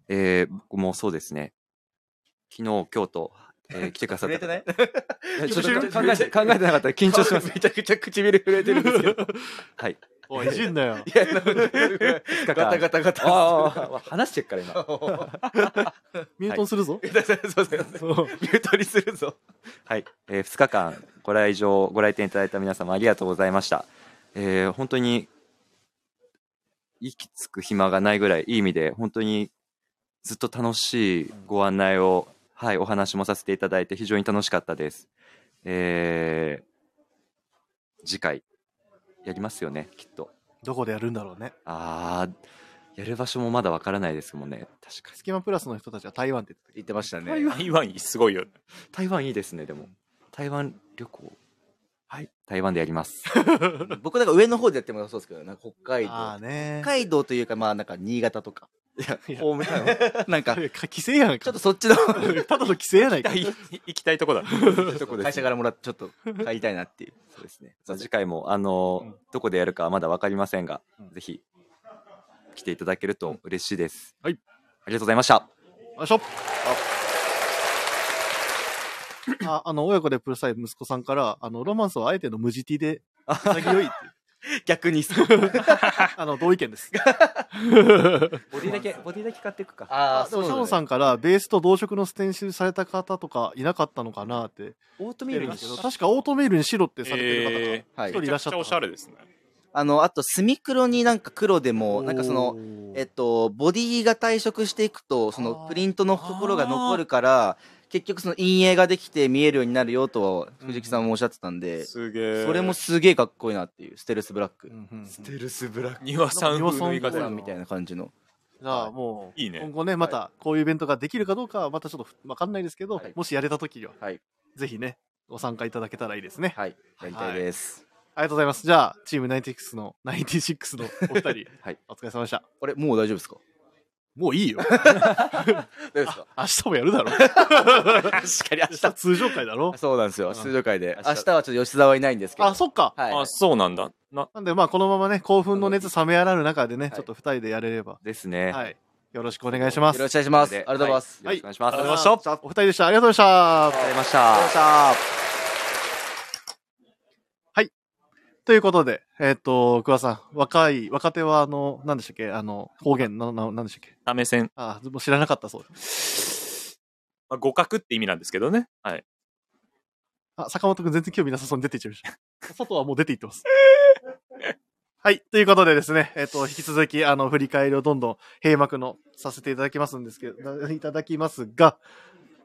Speaker 8: えー、僕もそうですね。昨日、今日と、えー来てくださ
Speaker 7: 震
Speaker 8: った
Speaker 7: えてない
Speaker 8: いやちょっ
Speaker 7: ちょっ
Speaker 8: と
Speaker 7: と
Speaker 8: 考えて考えてなかったら緊張します。
Speaker 7: めちゃくちゃ唇震えてるんですけど。
Speaker 8: はい。
Speaker 1: おい、いじんなよ。
Speaker 7: いや、なんでガタガタガタ。
Speaker 8: あーあーあー話してっから今。
Speaker 1: ミュートンするぞ。
Speaker 7: えだそうそうそう
Speaker 1: そう
Speaker 7: ミュートにするぞ。
Speaker 8: はい、えー、2日間ご来場ご来店いただいた皆様ありがとうございました、えー、本当に息つく暇がないぐらいいい意味で本当にずっと楽しいご案内を、はい、お話もさせていただいて非常に楽しかったです、えー、次回やりますよねきっと
Speaker 1: どこでやるんだろうね。
Speaker 8: あーやる場所もまだわからないですもんね確かに
Speaker 1: スキマプラスの人たちは台湾って言ってたけ
Speaker 7: 言ってましたね。
Speaker 2: 台湾すごいよ。
Speaker 8: 台湾いいですねでも台湾旅行はい台湾でやります
Speaker 7: 僕なんか上の方でやっても良さそうですけどね、北海
Speaker 1: ど。ああ
Speaker 7: 道。
Speaker 1: ね
Speaker 7: 北。海道というか、まあなんか新潟とか。いや、大村の。なんか、ち
Speaker 1: いや規制やん
Speaker 7: ょ
Speaker 1: か。
Speaker 7: っとそっちの
Speaker 1: ただの規制やな いか。
Speaker 2: 行きたいとこ だ。
Speaker 7: 会社からもらってちょっと買いたいなっていう。
Speaker 8: そうですね。まあ次回も、あのーどこでやるかはまだ分かりませんが、
Speaker 1: うん
Speaker 8: ぜひ来ていただけると嬉しいです。
Speaker 1: うんはい。
Speaker 8: ありがとうございました。
Speaker 1: よいしょ。あ、あの、親子でプルサイ息子さんから、あの、ロマンスはあえての無事 T で、潔 いって、
Speaker 7: 逆に。
Speaker 1: あの、同意見です。
Speaker 8: ボディだけ、ボディだけ買っていくか。
Speaker 7: あ
Speaker 1: でも、シャオンさんから、ベースと同色のステンシルされた方とかいなかったのかなって
Speaker 8: オートミ
Speaker 1: 言
Speaker 8: ール
Speaker 1: ってる
Speaker 8: に
Speaker 1: んです
Speaker 8: し
Speaker 1: けど、確かオートメールに白ってされてる方が、
Speaker 2: え
Speaker 7: はい
Speaker 1: 一
Speaker 2: ー、
Speaker 1: 人い
Speaker 2: めち
Speaker 1: らっ
Speaker 2: ゃ
Speaker 1: しゃ
Speaker 2: くち
Speaker 1: った
Speaker 2: ゃおしゃれですね。
Speaker 7: あの、あと、墨黒になんか黒でも、なんかその、、えっと、ボディが退色していくと、そ
Speaker 1: あ
Speaker 7: の
Speaker 1: ー
Speaker 7: プリントのところが残るから、結局その陰影ができて見えるようになるよと、藤木さんもおっしゃってたんで、
Speaker 2: すげえ。
Speaker 7: それもすげえかっこいいなっていう、ステルスブラック。
Speaker 1: ステ
Speaker 8: ルスブラック。
Speaker 2: 庭さん風の言い
Speaker 1: 庭
Speaker 2: 方
Speaker 1: さ
Speaker 2: や
Speaker 1: ん
Speaker 7: みたいな感じの。
Speaker 1: じゃあもう、
Speaker 2: いいね
Speaker 1: 今後ね、またこういうイベントができるかどうかは、またちょっとわかんないですけど、
Speaker 7: はい
Speaker 1: もしやれた時は、
Speaker 7: はい
Speaker 1: ぜひね、ご参加いただけたらいいですね。
Speaker 7: はい。やりたいです。
Speaker 1: ありがとうございます。じゃあ、チーム96の、96のお 二人、
Speaker 8: はい
Speaker 1: お疲れ様でした。
Speaker 7: あれ、もう大丈夫ですか
Speaker 1: もういいよ。
Speaker 7: 大丈夫ですか
Speaker 1: 明日もや るだろ。
Speaker 7: 確かに明。
Speaker 1: 明日通常会だろ
Speaker 7: そうなんですよ。
Speaker 1: ん
Speaker 7: 出場会で
Speaker 8: 明。日
Speaker 7: 明日はちょっと吉沢いないんですけど。
Speaker 1: あ、そっか。
Speaker 7: はい。
Speaker 2: あ、そうなんだ。な、
Speaker 1: なんで、まあ、このままね、興奮の熱冷めやらぬ中でね、ちょっと二人でやれれば、
Speaker 8: ですね。。
Speaker 1: はいい。よろしくお願いします。。
Speaker 7: よろしくお願いします。ありがとうございます。
Speaker 8: よろしくお願いします。あ
Speaker 2: はい
Speaker 8: りがとうございま
Speaker 2: ま
Speaker 8: し
Speaker 2: した
Speaker 1: お二人でした。ありがとうございました。
Speaker 8: ました。
Speaker 7: あ
Speaker 1: ということで、えっ、と、桑さん、若い、若手は、あの、何でしたっけあの、方言、な、な、なんでしたっけ
Speaker 2: ダメ線。
Speaker 1: あ、もう知らなかったそうです。
Speaker 2: まあ、互角って意味なんですけどね。はい。
Speaker 1: あ、坂本くん全然興味なさそうに出ていっちゃいました。 外はもう出ていってます。はい。ということでですね、えっ、と、引き続き、あの、振り返りをどんどん閉幕のさせていただきますんですけど、いただきますが、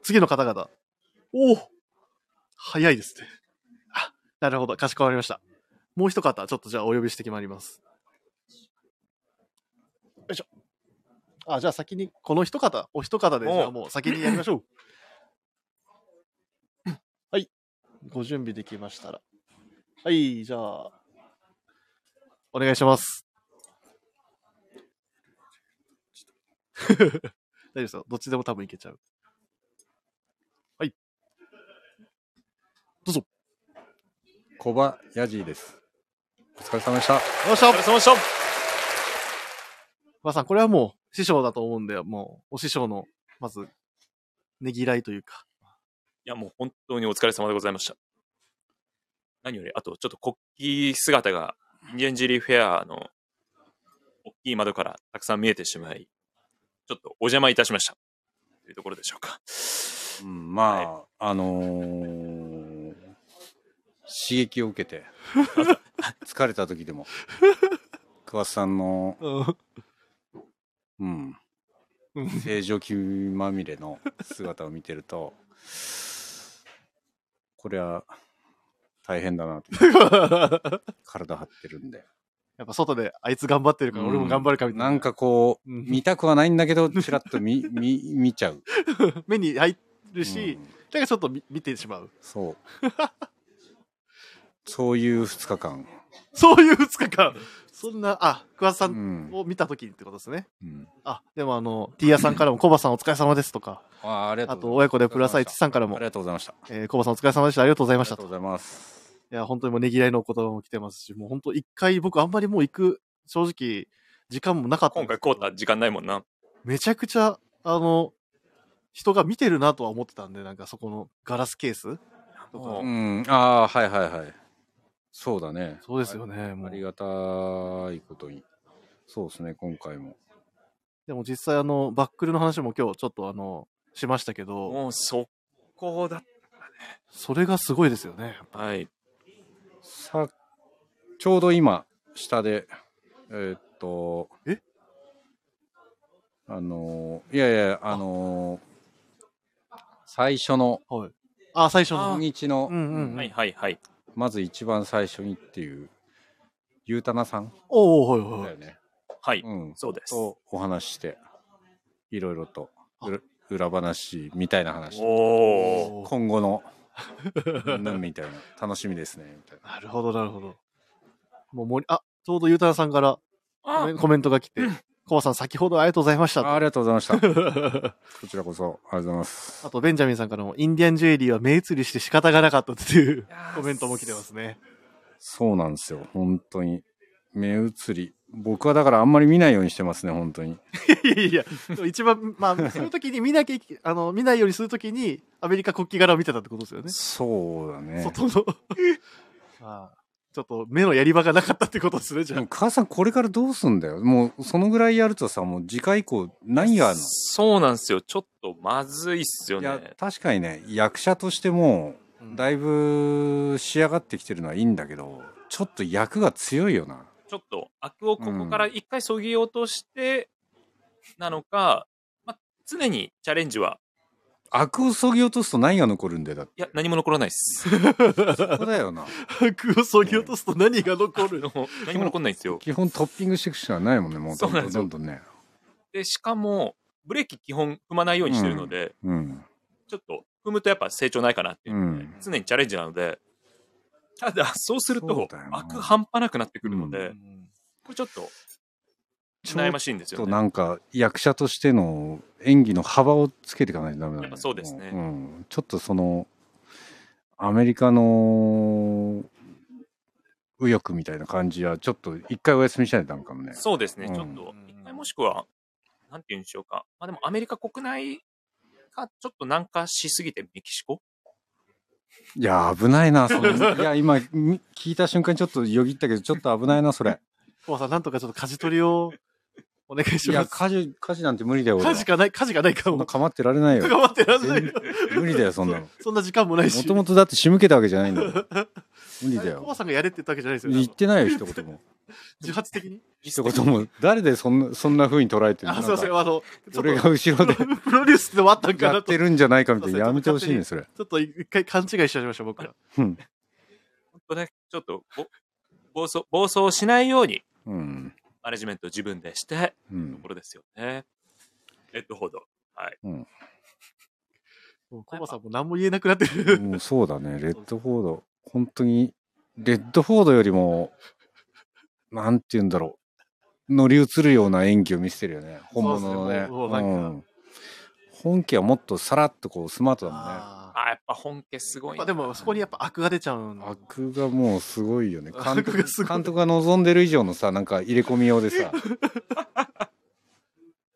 Speaker 1: 次の方々。おお早いですね。あ、なるほど。かしこまりました。もう一方、ちょっとじゃあお呼びしてきまいります。よいしょ。あ、じゃあ先に、この一方、お一方で、じゃあもう先にやりましょう。ご準備できましたら。はい、じゃあ、お願いします。 大丈夫ですよ。どっちでも多分いけちゃう。はい。どうぞ。
Speaker 9: コバヤジーです。お疲れ様でした。
Speaker 1: よっしゃ
Speaker 2: お疲れ様でした。
Speaker 1: まあさん、これはもう師匠だと思うんで、もうお師匠の、まず、ねぎらいというか。
Speaker 2: いや、もう本当にお疲れ様でございました。何より、あと、ちょっと国旗姿が、インディアンジェリーフェアの、大きい窓からたくさん見えてしまい、ちょっとお邪魔いたしました。というところでしょうか。
Speaker 9: うん、まあ、あのー刺激を受け て、疲れた時でも、桑田さんの、うん、正常気まみれの姿を見てると、これは大変だなと。 体張ってるんで。
Speaker 1: やっぱ外であいつ頑張ってるから俺も頑張るかみたいな。
Speaker 9: なんかこう、
Speaker 1: うん
Speaker 9: 見たくはないんだけど、ちらっと見、 見、見ちゃう。
Speaker 1: 目に入る
Speaker 9: う
Speaker 1: し、
Speaker 9: ん
Speaker 1: なんかちょっと見見てしまう。
Speaker 9: そう。 そういう2日間。
Speaker 1: そういう2日間。そんな、あ、桑田さ
Speaker 9: うんん。
Speaker 1: を見たときにってことですね。
Speaker 9: うん
Speaker 1: あ、でもあの、ティーヤさんからも、コバさんお疲れ様ですとか、
Speaker 9: あーありが
Speaker 1: あ
Speaker 9: とう
Speaker 1: と、
Speaker 9: ございま
Speaker 1: 親
Speaker 9: す
Speaker 1: 子でプラスイチさんから
Speaker 9: あ
Speaker 1: も
Speaker 9: り、がとうございました。
Speaker 1: えー、コバさんお疲れ様でした。ありがとうござい
Speaker 9: あ
Speaker 1: ま
Speaker 9: り
Speaker 1: した
Speaker 9: がと
Speaker 1: と。
Speaker 9: う
Speaker 1: い
Speaker 9: ございます。
Speaker 1: や、本当にもうねぎらいのお言葉も来てますし、もう本当一回僕あんまりもう行く、正直、時間もなかったん
Speaker 2: 今
Speaker 1: です
Speaker 2: 回、コ
Speaker 1: けど。
Speaker 2: ータ時間ないもんな。
Speaker 1: めちゃくちゃ、あの、人が見てるなとは思ってたんで、なんかそこのガラスケースとか。
Speaker 9: うん、ああ、はいはいはい。そうだね。
Speaker 1: そうですよね、も
Speaker 9: あ
Speaker 1: う
Speaker 9: り。がたいことに。そうですね、今回も。
Speaker 1: でも実際あの、バックルの話も今日ちょっとあの、しましたけど、
Speaker 2: もう、そこだ。
Speaker 1: それがすごいですよね。
Speaker 2: はい。
Speaker 9: さ、ちょうど今、下で、えーっと、
Speaker 1: え
Speaker 9: あのー、いやいや、あのー最初の、
Speaker 1: はい。あ、最初
Speaker 9: 初
Speaker 1: の。
Speaker 9: 日の、
Speaker 1: うんうんうん
Speaker 2: はいはいはい。
Speaker 9: まず一番最初にっていう、ゆうたなさん
Speaker 1: おおはい
Speaker 9: だ
Speaker 1: はいはい
Speaker 9: よ。ね。
Speaker 2: はい。
Speaker 9: うん。
Speaker 2: そうです。
Speaker 9: とお話しして、いろいろと
Speaker 1: あ
Speaker 9: 裏裏話みたいな話。
Speaker 2: おー。
Speaker 1: おー
Speaker 9: 今後の、うんみたいな。楽しみですね、みたいな。
Speaker 1: なるほど、なるほど。もう森、あ、ちょうどゆうたなさんからコ
Speaker 2: あ
Speaker 1: メンコメントが来て、コバさん先ほどありがとうございましたと。
Speaker 9: あありがとうございました。 こちらこそ、ありがとうございます
Speaker 1: あ。と、ベンジャミンさんからも、インディアンジュエリーは目移りして仕方がなかったっていうコメントも来てますね。
Speaker 9: そうなんですよ、本当に。目移り。僕はだからあんまり見ないようにしてますね、本当に。
Speaker 1: いやいやいや、一番、 まあ、その時に見なきゃいけ、あの、見ないようにするときに、アメリカ国旗柄を見てたってことですよね。
Speaker 9: そうだね。
Speaker 1: 外の。 まあ、ちょっと目のやり場がなかったってことですね、じ
Speaker 9: で
Speaker 1: ゃあ
Speaker 9: も。母さんこれからどうすんだよ。もうそのぐらいやるとさ、もう次回以降何やるの
Speaker 2: そうなんですよ。ちょっとまずいっすよ
Speaker 9: い
Speaker 2: ね。
Speaker 9: や確かにね役者としても
Speaker 1: うん
Speaker 9: だいぶ仕上がってきてるのはいいんだけどちょっと役が強いよな
Speaker 2: ちょっと悪をここから一回そぎ落としてなのか、まあ、常にチャレンジは、
Speaker 9: 悪をそぎ落とすと何が残るんだよだっ
Speaker 2: いや、何も残らないです。
Speaker 9: て そこだよな
Speaker 1: 白をそぎ落とすと何が残る
Speaker 2: あの何も残んないんですよ。
Speaker 9: 基本トッピングしていくしかないもんねもうどん
Speaker 2: そう
Speaker 9: ど
Speaker 2: なんで
Speaker 9: ん
Speaker 2: すよ
Speaker 9: どんどんね
Speaker 2: で、しかも、ブレーキ基本踏まないようにしてるので、
Speaker 9: うん
Speaker 2: ちょっと踏むとやっぱ成長ないかなっていうう、
Speaker 9: ん
Speaker 2: 常にチャレンジなので、た だ、そうする
Speaker 9: そう
Speaker 2: と
Speaker 9: だよ、な
Speaker 2: 悪半端なくなってくるので、これちょっと、
Speaker 9: ちょっ
Speaker 2: 悩ましいんですよ
Speaker 9: と
Speaker 2: ね。
Speaker 9: なんか役者としての演技の幅をつけていかないとダメだ
Speaker 2: や
Speaker 9: ね
Speaker 2: っぱそうですね
Speaker 9: うん、ちょっとそのアメリカの右翼みたいな感じはちょっと一回お休みしないとダメかもね
Speaker 2: そうですね、
Speaker 9: うん
Speaker 2: ちょっと、一回もしくは、なんて言うんでしょうか。まあでも、アメリカ国内がちょっと南下しすぎてメキシコ
Speaker 9: いや、危ないな、それ。い や、今、み聞いた瞬間にちょっとよぎったけど、ちょっと危ないな、 それ。
Speaker 1: コバさん、なんとかちょっと舵取りをお願いし
Speaker 9: いや、
Speaker 1: ます。
Speaker 9: 火事、火事なんて無理だよ、俺は。
Speaker 1: 家事がない、家事がないか
Speaker 9: そんな
Speaker 1: も。
Speaker 9: 構ってられないよ。
Speaker 1: 頑張ってらんないよ。
Speaker 9: 無理だよ、そんなの。も
Speaker 1: そんな時間もないし。
Speaker 9: ともとだって仕向けたわけじゃ ないんだよ。 無理だ
Speaker 1: コバ
Speaker 9: よ。
Speaker 1: さんがやれって言ったわけじゃないですよね。
Speaker 9: 言ってないよ、一言も。
Speaker 1: 自発的に。
Speaker 9: 一言も。誰でそんな、そんな風に捉えてるの
Speaker 1: あ、すいませ
Speaker 9: なん
Speaker 1: ん。あの、
Speaker 9: か俺が後ろで
Speaker 1: プロデュースって終わったんか
Speaker 9: や
Speaker 1: な
Speaker 9: って
Speaker 1: と。ち
Speaker 9: るんじゃないかみたいな。やめてほしいね、それ。
Speaker 1: ょっと一回勘違いしちゃいました、僕ら。
Speaker 9: うん。
Speaker 2: 本当ね、ちょっとぼ暴走、暴走しないように、
Speaker 9: うん。
Speaker 2: マネジメントを自分でして、
Speaker 9: う
Speaker 2: と
Speaker 9: ん
Speaker 2: こ。ろですよね。レッドほど。
Speaker 1: もうコバさんも何も言えなくなってる。
Speaker 9: もうそうだね、レッドフォード、本当に、レッドフォードよりも、なんて言うんだろう、乗り移るような演技を見せてるよね、本物のね。
Speaker 1: そうですねもうもうなんか
Speaker 9: うん本家はもっとさらっとこうスマートだもんね。
Speaker 1: あ
Speaker 2: あ、やっぱ本家すごい
Speaker 1: まあでもそこにやっぱ悪が出ちゃうん
Speaker 9: アクがもうすごいよね監
Speaker 1: 悪がす
Speaker 9: 督
Speaker 1: ごい
Speaker 9: 監督が望んでる以上のさなんか入れ込みようでさ、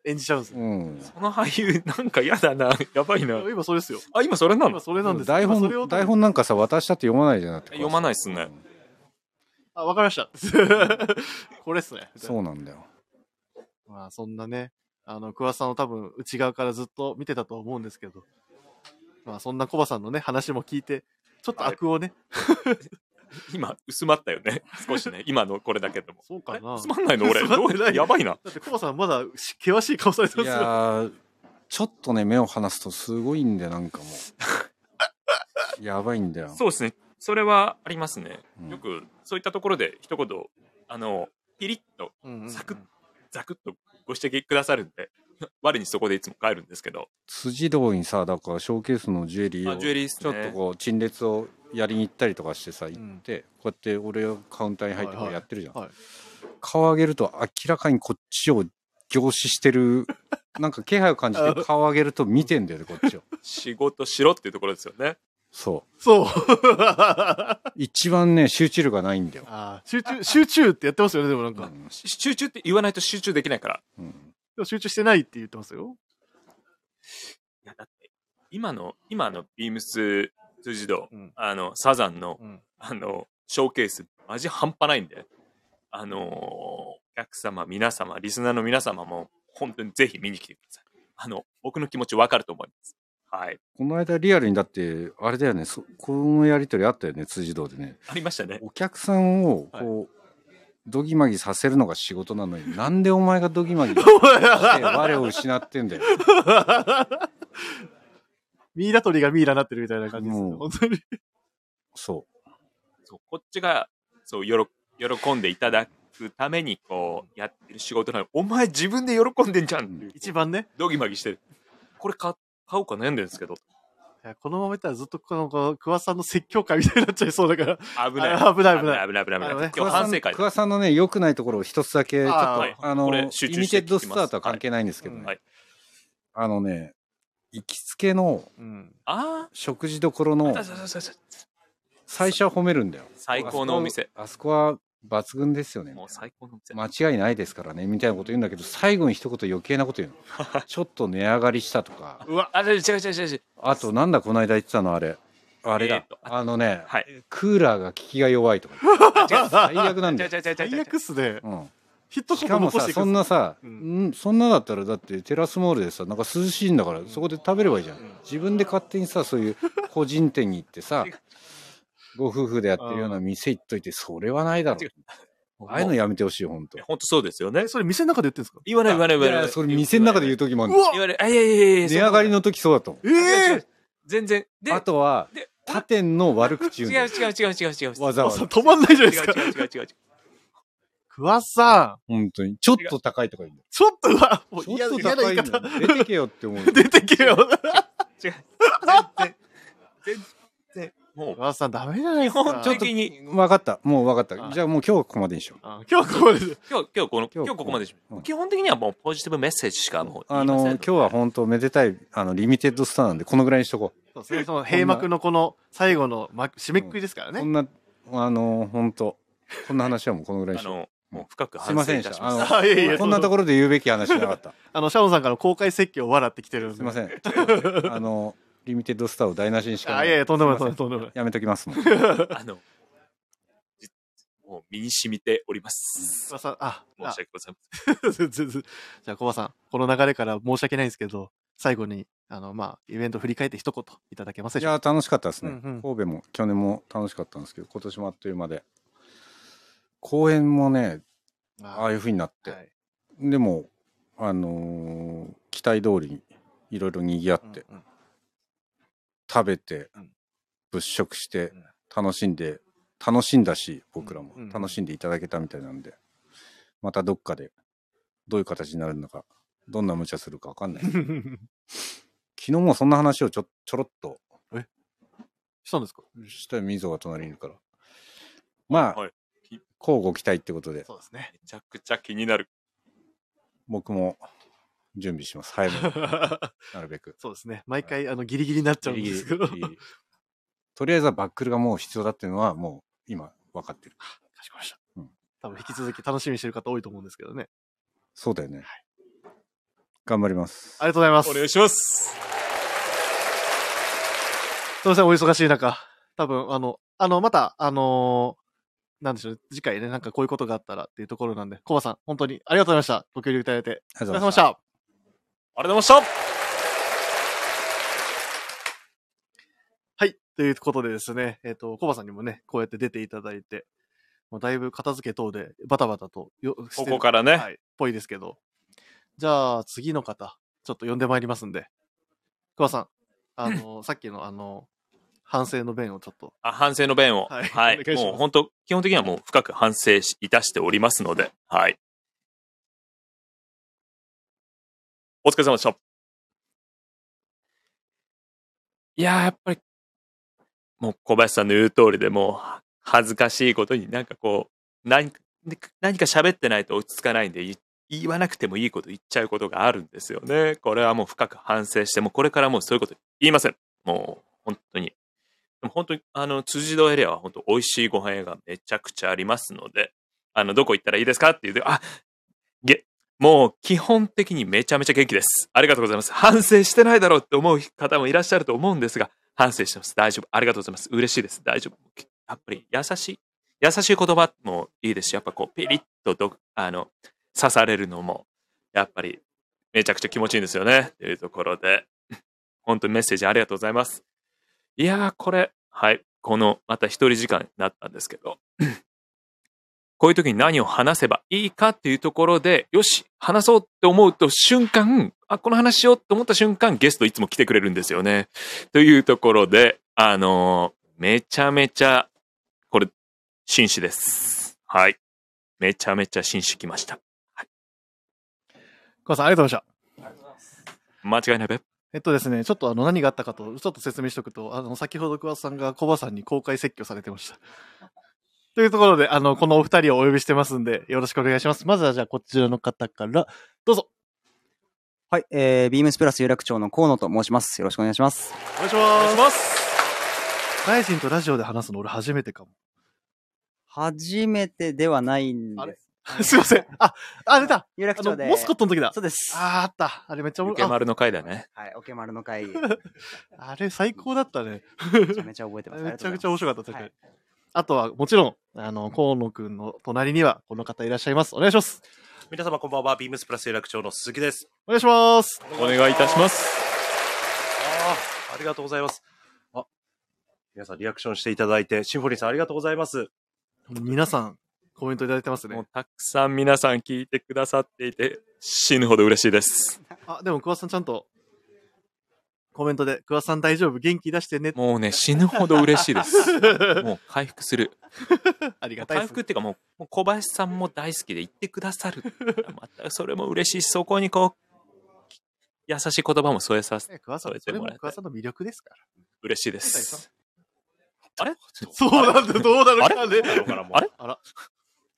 Speaker 1: 演じちゃうんですよ。
Speaker 9: うん、
Speaker 2: この俳優、なんか嫌だな。やばいな。
Speaker 1: 今それですよ。
Speaker 2: あ、今それなの
Speaker 1: 今それなんですよ
Speaker 9: 台
Speaker 1: 今それを
Speaker 9: 本台本なんかさ渡したって読まないじゃなくて
Speaker 2: 読まないっすね
Speaker 1: あ、わかりました。 これっすね。
Speaker 9: そうなんだよ
Speaker 1: まあそんなね、あの、桑田さんを多分内側からずっと見てたと思うんですけど、まあそんなコバさんのね、話も聞いて、ちょっと悪をね、
Speaker 2: 今、薄まったよね。少しね。今のこれだけでも。
Speaker 1: そうかな
Speaker 2: えつまんないの俺。
Speaker 1: つまんない
Speaker 2: どうやばいな。
Speaker 1: だってコバさんまだし険しい顔されてま
Speaker 9: い
Speaker 1: すよ。
Speaker 9: やーちょっとね目を離すとすごいんだよなん かもうやばいんだよ
Speaker 2: そうですね。それはありますね。
Speaker 9: うん
Speaker 2: よく、そういったところで一言、あの、ピリッと、
Speaker 1: うんうんうん
Speaker 2: サクッザクッとご指摘くださるんで、 我にそこでいつも帰るんですけ ど。
Speaker 9: 辻堂にさだからショーケースのジュエリー
Speaker 2: あ、ジュエ
Speaker 9: を
Speaker 2: リーっす
Speaker 9: ちょ
Speaker 2: ね。
Speaker 9: っとこう陳列をやりに行ったりとかしてさ行
Speaker 1: ん
Speaker 9: って、こうやって俺がカウンターに入って
Speaker 1: はい
Speaker 9: こ
Speaker 1: は
Speaker 9: う
Speaker 1: い
Speaker 9: やってるじゃん、
Speaker 1: はい
Speaker 9: 顔上げると明らかにこっちを凝視してるなんか気配を感じて顔上げると見てんだよねこっちを
Speaker 2: 仕事しろっていうところですよね。
Speaker 9: そ
Speaker 1: そう。
Speaker 9: う 一番ね集中力がないんだよ、
Speaker 1: あー集中、集中ってやってますよね、でもなん
Speaker 9: う
Speaker 1: か。
Speaker 9: ん
Speaker 2: し集中って言わないと集中できないから。
Speaker 9: うん
Speaker 1: でも集中してないって言ってま すよ。
Speaker 2: いやだって今の今のビームス辻堂、
Speaker 1: うん
Speaker 2: あのサザンの,、
Speaker 1: うん
Speaker 2: あのショーケースマジ半端ないんであのーお客様皆様リスナーの皆様も本当にぜひ見に来てくださいあの僕の気持ちわかると思いますはい
Speaker 9: この間リアルにだってあれだよねそこのやり取りあったよね辻堂でね
Speaker 2: ありましたね
Speaker 9: お客さんをこう、どぎまぎさせるのが仕事なの になんでお前がどぎまぎして我を失ってんだよ
Speaker 1: ミイラ取りがミイラになってるみたいな感じですね。
Speaker 9: うん
Speaker 1: 本当に。
Speaker 9: そ
Speaker 2: そうこっちがそうよろ喜んでいただくためにこうやってる仕事なのにお前自分で喜んでんじゃんっていう
Speaker 1: 一番ね、
Speaker 2: ドギマギしてるこれ買買おうか悩んでるんですけど
Speaker 1: いやこのままいったらずっとこの、この、桑田さんの説教会みたいになっちゃいそうだから。
Speaker 2: 危ない
Speaker 1: あ危ない危ない
Speaker 2: 危ない危ない危ない
Speaker 1: あのね
Speaker 9: う
Speaker 2: 今日反省会
Speaker 9: 桑さ
Speaker 2: だ
Speaker 9: ん桑さんのね良くないところを一つだけちょっと
Speaker 1: あー
Speaker 9: あ,、
Speaker 1: はい
Speaker 9: の
Speaker 2: こ
Speaker 9: イ
Speaker 2: れ
Speaker 9: ミ
Speaker 2: 集中して
Speaker 9: テッドスターとは
Speaker 2: 聞きます
Speaker 9: 関係ないんですけどね、
Speaker 1: は
Speaker 2: は
Speaker 1: い
Speaker 2: い
Speaker 9: あのね行きつけの
Speaker 1: うん。
Speaker 2: あ
Speaker 9: 食事どころの
Speaker 2: あ、そうそうそうそう
Speaker 9: 最初は褒めるんだよ
Speaker 2: 最高のお店。
Speaker 9: あそこは抜群ですよね
Speaker 2: もう最高のお店。
Speaker 9: 間違いないですからねみたいなこと言うんだけど最後に一言余計なこと言う のちょっと値上がりしたとか
Speaker 2: あ、違う違う違う違う。
Speaker 9: あとなんだこの間言ってたのあれあれだ、
Speaker 2: えーっと
Speaker 9: あのね、
Speaker 2: はい
Speaker 9: クーラーが効きが弱いとか 最悪なんだよ、
Speaker 2: 違う違う違う違
Speaker 1: 最
Speaker 2: う違う。
Speaker 1: 悪っすね。
Speaker 9: うん、
Speaker 1: ヒットコ
Speaker 9: し
Speaker 1: ンボ
Speaker 9: かも
Speaker 1: 残し
Speaker 9: さ
Speaker 1: ていく
Speaker 9: そんなさ、
Speaker 1: う
Speaker 9: うんん、そんなだったらだってテラスモールでさなんか涼しいんだからそこで食べればいいじゃん、自分で勝手にさそういう個人店に行って さご夫婦でやってるような店行っといてそれはないだろ
Speaker 2: 違う
Speaker 9: うああいうのやめてほしいよほんと
Speaker 2: 本当そうですよね
Speaker 1: え。それ店の中で言ってるんですか
Speaker 2: 言わない言わない
Speaker 9: い
Speaker 2: 言わな
Speaker 9: や
Speaker 2: い。
Speaker 9: それ店の中で言う
Speaker 2: う。
Speaker 9: 時もあるん
Speaker 1: う
Speaker 9: だ
Speaker 1: わ
Speaker 2: 言わない。あ、いやいやいやいや。
Speaker 9: 値上がり
Speaker 2: の。
Speaker 9: の時そうだと思
Speaker 1: え
Speaker 2: 違
Speaker 1: え
Speaker 2: う全然。で、
Speaker 9: うあとは
Speaker 2: で
Speaker 9: 他店の悪口言うんだ
Speaker 2: 違う違
Speaker 9: よ
Speaker 2: う違う違う違う。
Speaker 9: わざわ
Speaker 1: さ
Speaker 9: ざ
Speaker 1: 止まんないじゃ
Speaker 2: 違
Speaker 1: な
Speaker 2: う
Speaker 1: いですか。
Speaker 2: 違う違う違う違う。
Speaker 1: 桑田さん、
Speaker 9: 本当にちょっと高いとか言うんだよ
Speaker 1: ちょっとは、もう
Speaker 9: ちょ
Speaker 1: 嫌
Speaker 9: っ
Speaker 1: な
Speaker 9: と
Speaker 1: 嫌な
Speaker 9: 高
Speaker 1: 言
Speaker 9: い
Speaker 1: い方
Speaker 9: の。出てけよって思う。
Speaker 1: 出てけよ。
Speaker 2: もう、
Speaker 1: 桑田さん、ダメじゃない
Speaker 2: 基
Speaker 1: ですか。
Speaker 2: 本的に、
Speaker 9: 分かった。もう分かっ
Speaker 1: あ
Speaker 9: た。じゃあもう今日はここまでにしよう。
Speaker 1: あ今日はここまでで。
Speaker 2: 今日、今日こ
Speaker 9: 今
Speaker 2: の、今
Speaker 9: 日
Speaker 2: 日ここまでし
Speaker 9: うん
Speaker 2: 基本的にはもうポジティブメッセージしかもう言
Speaker 9: あ
Speaker 2: いませんの
Speaker 9: の、
Speaker 2: で。
Speaker 9: 今日は本当めでたい、あの、リミテッドスターなんで、このぐらいにしとこ
Speaker 1: そうですねその閉幕のこの最後のま締めくくりですから
Speaker 9: う。
Speaker 1: ね。
Speaker 9: こんな、あの、本当こんな話はもうこのぐらいに
Speaker 2: あ
Speaker 9: しよ
Speaker 2: の、もう深く
Speaker 9: う。すい
Speaker 2: 反
Speaker 9: ま
Speaker 2: 省
Speaker 9: せん
Speaker 2: い
Speaker 9: で
Speaker 2: た
Speaker 9: し。
Speaker 2: したました。
Speaker 1: あ、いえいえ。
Speaker 9: こんなと
Speaker 1: こ
Speaker 9: ころで言うべき話じゃなかった。
Speaker 1: あの、シャオンさんから公開説教をわらってきてるんで。
Speaker 9: すいません。 あの、リミテッドスターを台無しにしか
Speaker 1: あ、いえいえ、とんでもない、
Speaker 9: す
Speaker 1: とん
Speaker 9: ませ
Speaker 1: でもないとんでもない。
Speaker 9: やめときますも ん。
Speaker 2: あの、じもう身に染みております。
Speaker 1: 桑田さん、あ、
Speaker 2: 申し訳
Speaker 1: あ
Speaker 2: ございません。
Speaker 1: 全然じゃあ、コバさん、この流れから申し訳ないんですけど、最後に、あの、まあ、イベント振り返って一言いただけますで
Speaker 9: い
Speaker 1: しょうか。
Speaker 9: や楽しかったですね、
Speaker 1: うんうん
Speaker 9: 神戸も去年も楽しかったんですけど今年もあっという間で公演もねああいうふうになって、
Speaker 1: はい
Speaker 9: でもあのー期待通りにいろいろにぎわって、
Speaker 1: うんうん
Speaker 9: 食べて、
Speaker 1: うん
Speaker 9: 物色して
Speaker 1: うん
Speaker 9: 楽しんで楽しんだし僕らも
Speaker 1: うんうん
Speaker 9: 楽しんでいただけたみたいなんで、またどっかでどういう形になるのかどんな無茶するかわ かんない昨日もそんな話をちょちょろっと
Speaker 1: したんですか
Speaker 9: したら溝が隣にいるから。まあ、
Speaker 2: はい
Speaker 9: 交互期待ってことで、
Speaker 1: そうですね。
Speaker 2: めちゃくちゃ気になる。
Speaker 9: 僕も準備します。早めに。なるべく。
Speaker 1: そうですね。 毎回、あの、ギリギリになっちゃうんですけど。
Speaker 9: ギリギリギリギリとりあえずはバックルがもう必要だっていうのは、もう今分かってる。
Speaker 1: かしこ
Speaker 9: うん
Speaker 1: まりました。多分引き続き楽しみにしてる方多いと思うんですけどね。
Speaker 9: そうだよね。頑張ります。
Speaker 1: ありがとうございます。
Speaker 2: お願いします。
Speaker 1: すみません、お忙しい中。多分、あの、あの、また、あのーなんでしょうね、次回ね、なんかこういうことがあったらっていうところなんで、コバさん、本当にありがとうございました。ご協力いただいて。
Speaker 9: ありが
Speaker 1: お
Speaker 9: とうございま
Speaker 1: 疲れ様で
Speaker 9: し。
Speaker 1: したた。
Speaker 2: ありがとうございまし
Speaker 1: はい。ということでですね、えっ、と、コバさんにもね、こうやって出ていただいて、もうだいぶ片付け等でバタバタとよ、
Speaker 2: た。こ
Speaker 1: して
Speaker 2: こからね。
Speaker 1: はい、ぽいですけど。じゃあ、次の方、ちょっと呼んでまいりますんで。久保さん、あの、さっきの、あの、反省の弁をちょっと。
Speaker 2: あ反省の弁を。
Speaker 1: は
Speaker 2: はいい。
Speaker 1: お願いします
Speaker 2: もう本当、基本的にはもう深く反省しいたしておりますので、はい。お疲れ様でした。いやー、やっぱり、もう小林さんの言う通りでもう、恥ずかしいことになんかこう、何か何か喋ってないと落ち着かないんで、い言わなくてもいいこと言っちゃうことがあるんですよね。これはもう深く反省して、もうこれからもうそういうこと言いません。もう、本当に。でも本当に、あの、辻堂エリアは本当美味しいご飯屋がめちゃくちゃありますので、あの、どこ行ったらいいですかって言うて、あ、げ、もう基本的にめちゃめちゃ元気です。ありがとうございます。反省してないだろうって思う方もいらっしゃると思うんですが、反省してます。大丈夫。ありがとうございます。嬉しいです。大丈夫。やっぱり優しい、優しい言葉もいいですし、やっぱこう、ピリッとど、あの、刺されるのも、やっぱりめちゃくちゃ気持ちいいんですよね。というところで、本当にメッセージありがとうございます。いやー、これ、はい、この、また一人時間になったんですけど、こういう時に何を話せばいいかっていうところで、よし、話そうって思うと瞬間、あ、この話しようって思った瞬間、ゲストいつも来てくれるんですよね。というところで、あのーめちゃめちゃ、これ、紳士です。はい。めちゃめちゃ紳士来ました。
Speaker 1: 久保さん、ありがとうございました。
Speaker 2: 間違いないべ。
Speaker 1: えっとですね、ちょっとあの、何があったかと、ちょっと説明しておくと、あの、先ほど久保さんがコバさんに公開説教されてました。 というところで、あの、このお二人をお呼びしてますんで、よろしくお願いします。まずはじゃあ、こちらの方から、どうぞ。
Speaker 10: はい、えー、ビームスプラス有楽町の河野と申します。よろしくお願いします。
Speaker 1: お願いします。大臣とラジオで話すの俺初めて かも。
Speaker 10: 初めてではないん
Speaker 1: あれ
Speaker 10: です。
Speaker 1: すいません。あ、あれだ。
Speaker 10: 有
Speaker 1: あ
Speaker 10: 楽
Speaker 1: の
Speaker 10: 町、で。
Speaker 1: モスコットの時だ。
Speaker 10: そうです。
Speaker 1: あーあった。あれめっちゃおも
Speaker 2: 受
Speaker 1: ろ
Speaker 2: け
Speaker 1: あ
Speaker 2: 丸の回だね。
Speaker 10: はい、オケマルの会、め
Speaker 1: あれ最高だったね。
Speaker 10: ちゃめちゃ覚え てます。
Speaker 1: めちゃくちゃ面白かった、
Speaker 10: あ
Speaker 1: 確か
Speaker 10: り
Speaker 1: に。あとは、もちろん、あの、河野くんの隣には、この方いらっしゃいます。お願いします。
Speaker 11: 皆様こんばんは、ビームスプラス有楽町の鈴木です。
Speaker 1: お願いします。
Speaker 2: お願いいたします。
Speaker 11: あーありがとうございます。あ、皆さんリアクションしていただいて、シンフォニーさんありがとうございます。
Speaker 1: 皆さん、コメントいただいてます
Speaker 2: も
Speaker 1: ね
Speaker 2: う。たくさん皆さん聞いてくださっていて、死ぬほど嬉しいです。
Speaker 1: あ、でも、桑田さんちゃんと、コメントで、桑田さん大丈夫元気出してね。
Speaker 2: もうね、死ぬほど嬉しいです。 もう回復 する。
Speaker 1: ありがたい
Speaker 2: 回
Speaker 1: です
Speaker 2: 復。っていうかもうもう小林さんも大好きで言ってくださるまたそれも嬉しいしそこにこうき優しい言葉も添えさせて
Speaker 1: ね桑田さん、それも桑田さんの魅力ですか
Speaker 2: 嬉しいですあれ
Speaker 1: ら。そうなんだ、どうなのかね。
Speaker 11: だからもう
Speaker 2: あれ、
Speaker 1: あら。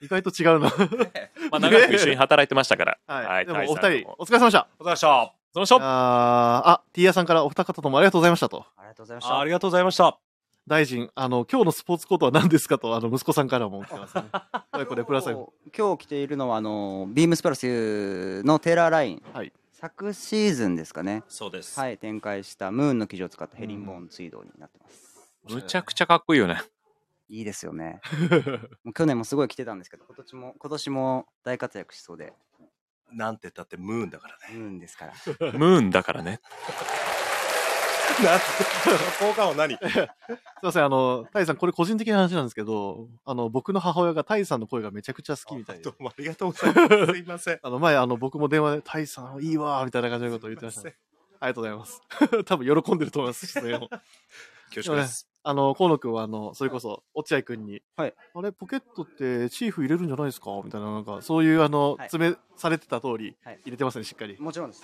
Speaker 1: 意外と違うな。
Speaker 2: まあ、長く一緒に働いてましたから
Speaker 1: はい。でも、お
Speaker 2: 大佐
Speaker 1: 二
Speaker 2: と
Speaker 1: 人
Speaker 2: も、
Speaker 1: お疲れ様でした。
Speaker 11: お疲れ様でした。
Speaker 2: その人
Speaker 1: あーあ、ティーヤさんからお二方ともありがとうございましたと。
Speaker 10: がとうございまし
Speaker 11: あ
Speaker 10: た。
Speaker 11: ありがとうございました。
Speaker 1: 大臣、あの、今日のスポーツコートは何ですかと、あの、息子さんからも来てま すね。はい、これ、ください。
Speaker 10: 今日着ているのは、あの、ビームスプラスのテーラーライン。
Speaker 1: はい
Speaker 10: 昨シーズンですかね。
Speaker 11: そうです。
Speaker 10: はい、展開したムーンの生地を使ったヘリンボーンツイードになってます。
Speaker 2: むちゃくちゃかっこいいよね
Speaker 10: いいですよね。 もう去年もすごい着てたんですけど、今年も、今年も大活躍しそうで、
Speaker 11: なんて言ったってムーンだからね。
Speaker 10: ムーンですから。
Speaker 2: ムーンだからね
Speaker 11: なんて、効果は何
Speaker 1: すいません、あの、タイさん、これ個人的な話なんですけど、あの、僕の母親がタイさんの声がめちゃくちゃ好きみたいで
Speaker 11: ど。うもありがとうございます。すいません。
Speaker 1: あの、前、あの、僕も電話で、タイさん、いいわー、みたいな感じのことを言ってましたね、ありがとうございます。 多分、喜んでると思います、出演を。
Speaker 11: 恐縮です。
Speaker 1: あの、河野くんは、あの、それこそ、落合くんに、
Speaker 10: はい
Speaker 1: あれ、ポケットって、チーフ入れるんじゃないですかみたいな、なんか、そういう、あの、
Speaker 10: はい
Speaker 1: 詰めされてた通り、
Speaker 10: はい
Speaker 1: 入れてますね、しっかり。
Speaker 10: もちろんです。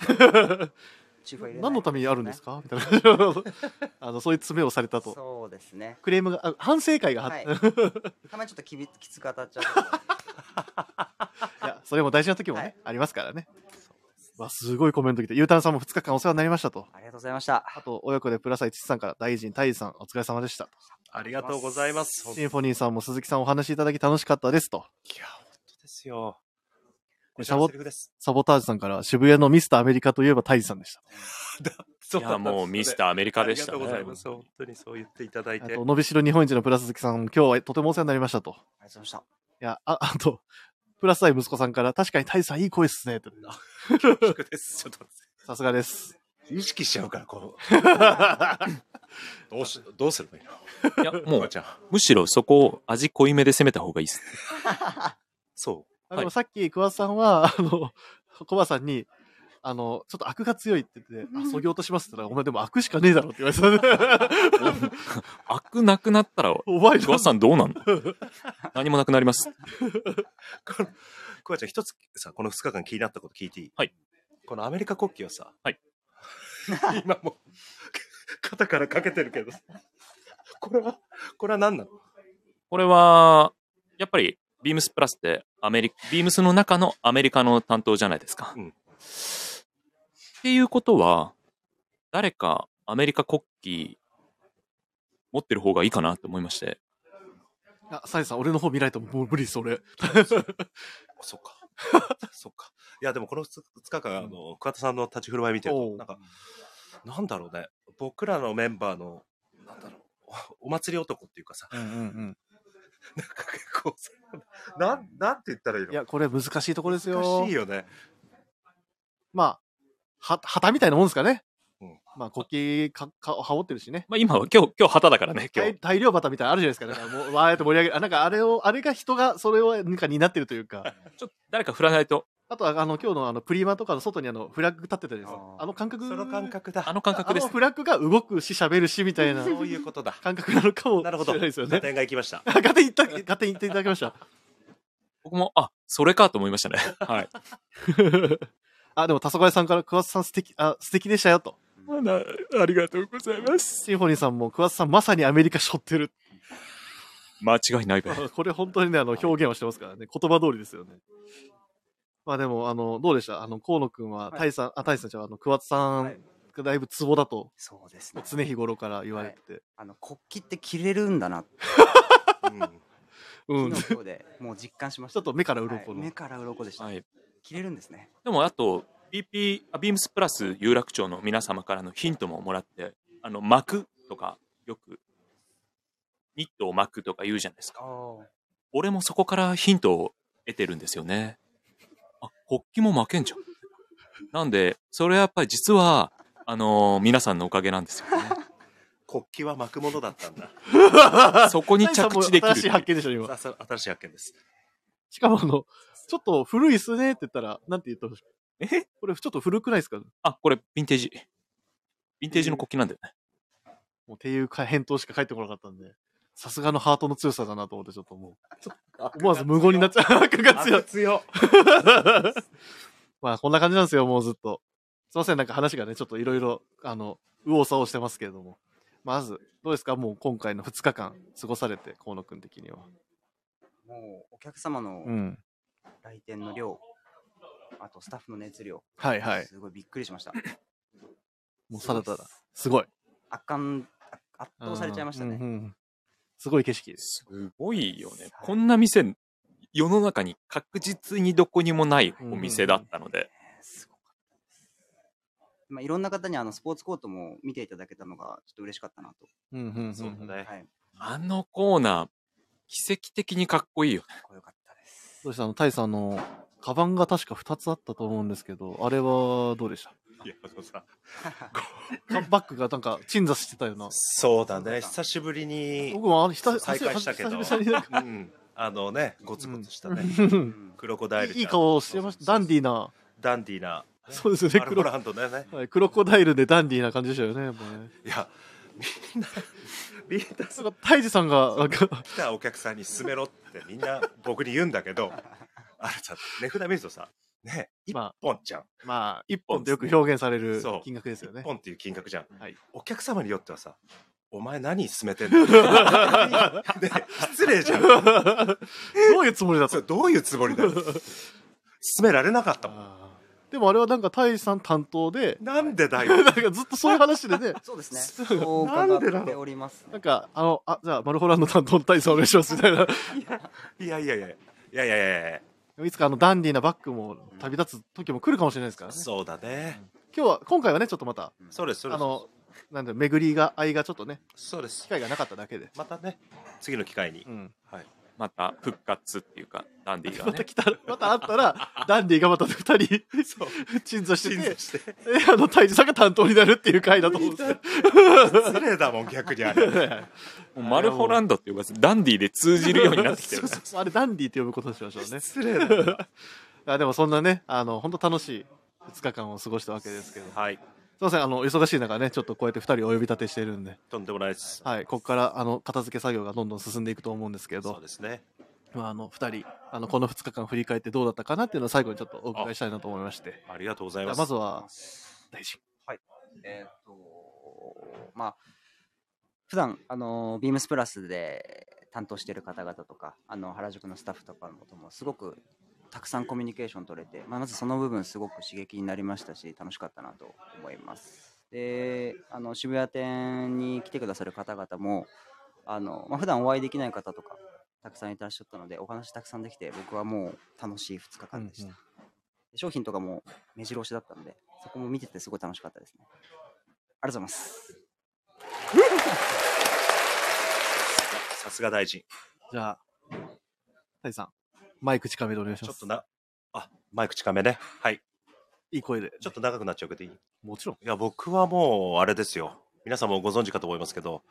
Speaker 10: チーフは入れない
Speaker 1: 何のためにあるんですかみたいな感 じのあのそういう詰めをされたと
Speaker 10: そうですね。
Speaker 1: クレームがあ反省会があっ
Speaker 10: はい
Speaker 1: い、
Speaker 10: たまにちょっときびきつく当たっちゃうことがあるんですけど。
Speaker 1: やそれも大事な時もね、
Speaker 10: はい
Speaker 1: ありますからねわ、すごいコメント来て、ゆうたんさんも2日間お世話になりましたと。
Speaker 10: ありがとうございました。
Speaker 1: あと、親子でプラサイチさんから大臣、大臣さん、お疲れ様でした。
Speaker 11: ありがとうございます。本当
Speaker 1: シンフォニーさんも鈴木さんお話しいただき楽しかったですと。
Speaker 11: ですよ。こち
Speaker 1: サ
Speaker 11: らの
Speaker 1: ボ
Speaker 11: セリフです。
Speaker 1: サボタージュさんから渋谷のミスターアメリカといえば大臣さんでした。
Speaker 11: そう
Speaker 2: いやもうミスターアメリカでした
Speaker 11: あ
Speaker 2: ね
Speaker 11: りがとうございます。本当にそう言っていただい
Speaker 1: あ
Speaker 11: て。
Speaker 1: と、のびしろ日本一のプラス鈴木さんも今日はとてもお世話になりましたと。
Speaker 10: ありがとうございました。
Speaker 1: いや、あ、 あと、プラスアイ息子さんから確かに大志さんいい声っすねと。
Speaker 11: 恐縮です。ちょっと待
Speaker 1: さすがです。
Speaker 11: って意識しちゃうから、こ う。どうし、どうすればいい
Speaker 2: いや、
Speaker 11: の
Speaker 2: も
Speaker 11: まあ
Speaker 2: う
Speaker 11: ち、ゃん。
Speaker 2: むしろそこを味濃いめで攻めた方がいいです。
Speaker 11: そ
Speaker 1: あ
Speaker 2: はい
Speaker 1: の、さっき、桑田さんは、あの、コバさんに、あの、ちょっと悪が強いって言ってて、あ、そぎ落としますって言ったら、お前でも悪しかねえだろって言われてた、ね。
Speaker 2: 悪なくなったら、
Speaker 1: お前
Speaker 2: 桑田さんどうなんの何もなくな ります。
Speaker 11: う。クワちゃん、一つさ、この2日間気になったこと聞いていい
Speaker 2: はい。
Speaker 11: このアメリカ国旗をさ、
Speaker 2: はい。
Speaker 11: 今もう、肩からかけてるけどさこれは、これは 何なの
Speaker 2: これは、やっぱり、ビームスプラスって、アメリビームスの中のアメリカの担当じゃないですか。
Speaker 11: うん
Speaker 2: っていうことは、誰かアメリカ国旗持ってる方がいいかなと思いまして、
Speaker 1: あ、サイさん、俺の方見られてももう無理で す、俺。
Speaker 11: そっか。そっか。いや、でもこの2日間、あの、桑田さんの立ち振る舞い見てる
Speaker 1: お
Speaker 11: と
Speaker 1: う、
Speaker 11: なんか、なんだろうね、僕らのメンバーの、なんだろう、おお祭り男っていうかさ、
Speaker 1: うんうん
Speaker 11: なんか結構さ、なん、なんて言ったらいい
Speaker 1: うん。
Speaker 11: の
Speaker 1: いや、これ難しいとこですよ。
Speaker 11: 難しいよね。
Speaker 1: まあ、は、旗みたいなもんですかね。
Speaker 11: うん
Speaker 1: まあ、国旗か、か、羽織ってるしね。
Speaker 2: まあ、今は今日、今日旗だからね、今日
Speaker 1: 大。大量旗みたいなのあるじゃないですか。だからもう、わーって盛り上げる。あ、なんかあれを、あれが人が、それを、なんか担ってるというか。
Speaker 2: ちょっと誰か振らないと、
Speaker 1: あとは、あの、今日のあの、プリマとかの外にあの、フラッグ立ってたじゃないですか。
Speaker 10: あー
Speaker 1: あの感覚。
Speaker 11: その感覚だ。
Speaker 2: あの感覚で
Speaker 1: あ
Speaker 2: す
Speaker 1: の。フラッグが動くし、喋るし、みたいな
Speaker 11: そういうことだ。
Speaker 1: 感覚なのかもし
Speaker 11: なるほど。
Speaker 1: れないですよ ね
Speaker 11: 打。点が行きました。
Speaker 1: 勝手に言った、勝手に言っていただきました。
Speaker 2: 僕も、あ、それかと思いましたね。はい。
Speaker 1: あ、でも、黄昏さんから、桑田さん素敵、あ、素敵でしたよ、と。
Speaker 2: ありがとうございます。
Speaker 1: シンフォニーさんも、桑田さんまさにアメリカ背負ってる。
Speaker 2: 間違いないべ。
Speaker 1: これ本当にね、あの、表現をしてますからね。言葉通りですよね。まあでも、あの、どうでしたあの、河野くんは、大さん、あ、大さんじゃないあの、桑田さ
Speaker 10: は
Speaker 1: ん
Speaker 10: い
Speaker 1: がだいぶツボだと、
Speaker 10: そうですね。
Speaker 1: 常日頃から言われてて。
Speaker 10: あの国旗って切れるんだなって、
Speaker 11: うん
Speaker 1: うん。ち
Speaker 10: 昨日今日でもう実感しました。
Speaker 1: ょっと目から
Speaker 10: はい
Speaker 1: 鱗の。
Speaker 10: 目から鱗でした。
Speaker 2: はい。
Speaker 10: 切れるんですね。
Speaker 2: でもあと BP あビームスプラス有楽町の皆様からのヒントももらってあの巻くとかよくニットを巻くとか言うじゃないですか俺もそこからヒントを得てるんですよねあ国旗も巻けんじゃんなんでそれはやっぱり実はあのー皆さんのおかげなんですよね
Speaker 11: 国旗は巻くものだったんだ。
Speaker 2: そこに
Speaker 1: 大さん
Speaker 2: 着
Speaker 1: も
Speaker 2: 地できる
Speaker 1: 新しい発見でしょ、今
Speaker 11: さ。あさあ新しい発見です。
Speaker 1: しかもあの、ちょっと古いっすねって言ったら、なんて言ったんでしょう。えこれちょっと古くないですかも
Speaker 2: あこれヴィンテージヴィンテージの国旗なんだよね
Speaker 1: うっていうか返答しか返ってこなかったんで、さすがのハートの強さだなと思ってちょっともう、思わず無言になっちゃう。悪が強い。
Speaker 11: 強
Speaker 1: まあこんな感じなんですよ、もうずっと。すいません、なんか話がね、ちょっといろいろ、あの、右往左往してますけれども。まず、どうですかもう今回の2日間過ごされて、河野くん的には。
Speaker 10: もうお客様の
Speaker 1: ん。
Speaker 10: 来店の量、あとスタッフの熱量、
Speaker 1: はいはい。
Speaker 10: すごいびっくりしました。
Speaker 1: もうさだ
Speaker 10: す
Speaker 1: た
Speaker 10: ごい
Speaker 1: だ
Speaker 10: っす。
Speaker 1: すごい。
Speaker 10: 圧巻、圧倒されちゃいました
Speaker 1: うんう
Speaker 10: ね。
Speaker 1: んうんすごい景色です。
Speaker 2: すごいよね。こんな店、世の中に確実にどこにもないお店だったので、
Speaker 10: すごかったですまあ、いろんな方にあのスポーツコートも見ていただけたのがちょっと嬉しかったなと。
Speaker 1: うんうんうんうん
Speaker 11: そうだね。
Speaker 10: はい。
Speaker 2: あのコーナー、奇跡的にかっこいいよね。
Speaker 10: かっこよかったです。
Speaker 1: どうでしたあの、タイさんあの、カバンが確か2つあったと思うんですけど、あれはどうでした
Speaker 11: いや、あの さ、
Speaker 1: かバッグがなんか鎮座してたような。
Speaker 11: そうだね。久しぶりに、
Speaker 1: 僕もあの、ひた
Speaker 11: 再会したけど、
Speaker 1: 久々になんか
Speaker 11: うん。あのね、ゴツゴツしたね。
Speaker 10: うん
Speaker 11: クロコダイルちゃん。
Speaker 1: いい顔してました。ダンディーな。
Speaker 11: ダンディーな。
Speaker 1: そうですよね
Speaker 11: アル
Speaker 1: ク
Speaker 11: コ
Speaker 1: ロ
Speaker 11: ランドだよね。
Speaker 1: はい、クロコダイルでダンディーな感じでしたよね。もうね
Speaker 11: いや、みんな、みんな、
Speaker 1: なんか、タイジさんが、なんか、
Speaker 11: 来たお客さんに勧めろってみんな僕に言うんだけ ど、あれさ、値札見るとさ、ね、一
Speaker 1: ま
Speaker 11: 本じゃん。
Speaker 1: まあ、一本ってよく表現される
Speaker 11: そう
Speaker 1: 金額ですよ
Speaker 11: 一
Speaker 1: ね。
Speaker 11: 本っていう金額じゃん。
Speaker 1: はい
Speaker 11: お客様によってはさ、お前何勧めてん だね失礼じゃん。
Speaker 1: どういうつもりだっ
Speaker 11: そ
Speaker 1: た
Speaker 11: れどういうつもりだよ勧められなかったもん。
Speaker 1: あーでもあれはなんか大志さん担当で
Speaker 11: なんでだ
Speaker 1: なんかずっとそういう話でね
Speaker 10: そうですね
Speaker 1: う
Speaker 10: そう伺っておりますね
Speaker 1: なんかあのあじゃあマルホランの担当の大志さんお願いしますみたいな
Speaker 11: いやいやいやいやいやいやいや
Speaker 1: いつかあのダンディーなバッグも旅立つ時も来るかもしれないですからね
Speaker 11: そうだね、
Speaker 1: 今日は今回はねちょっとまた
Speaker 11: そうですそうです
Speaker 1: あのなんだろう巡りが愛がちょっとね
Speaker 11: そうです機
Speaker 1: 会がなかっただけで
Speaker 11: またね次の機会に、はい
Speaker 2: また復活っていうかダンディが
Speaker 1: ま
Speaker 2: ね
Speaker 1: た来たら また会ったらダンディがまた2人鎮座しててであの泰治さんが担当になるっていう回だと思うんですよ
Speaker 11: 失礼だもん逆にあ れ
Speaker 2: もうマルホランドっていうかダンディで通じるようになってきてるね
Speaker 1: そうそうそうあれダンディって呼ぶことにしましょうね
Speaker 11: 失礼だ
Speaker 1: あでもそんなねあの本当楽しい2日間を過ごしたわけですけどす
Speaker 11: はい
Speaker 1: いませんあの忙しい中ねちょっとこうやって2人お呼び立てしてるんで
Speaker 11: とんでもないです
Speaker 1: はいここからあの片付け作業がどんどん進んでいくと思うんですけ
Speaker 11: そう
Speaker 1: ど
Speaker 11: ですね
Speaker 1: まああの2人あのこの2日間振り返ってどうだったかなっていうのを最後にちょっとお伺いしたいなと思いまして
Speaker 11: ありがとうござい
Speaker 1: じゃ
Speaker 11: ま
Speaker 1: あ
Speaker 11: す
Speaker 1: まずは大臣
Speaker 10: はい。えーっと、まあ、普段あのビームスプラスで担当してる方々とか、あの原宿のスタッフとかのこともすごくたくさんコミュニケーション取れて、まあ、まずその部分すごく刺激になりましたし、楽しかったなと思います。で、あの渋谷店に来てくださる方々も、あのまあ、普段お会いできない方とか、たくさんいらっしゃったので、お話たくさんできて、僕はもう楽しい2日間でした。で商品とかも目白押しだったので、そこも見ててすごい楽しかったですね。ありがとうございます。
Speaker 11: さすが大臣
Speaker 1: じゃあ大治さんマイク近めでお願いし
Speaker 11: ち
Speaker 1: ま
Speaker 11: ょっ
Speaker 1: す
Speaker 11: となあマイク近めねはい
Speaker 1: いい声で
Speaker 11: ちょっと長くなっちゃうけどいい
Speaker 1: もちろん
Speaker 11: いや僕はもうあれですよ皆さんもご存知かと思いますけど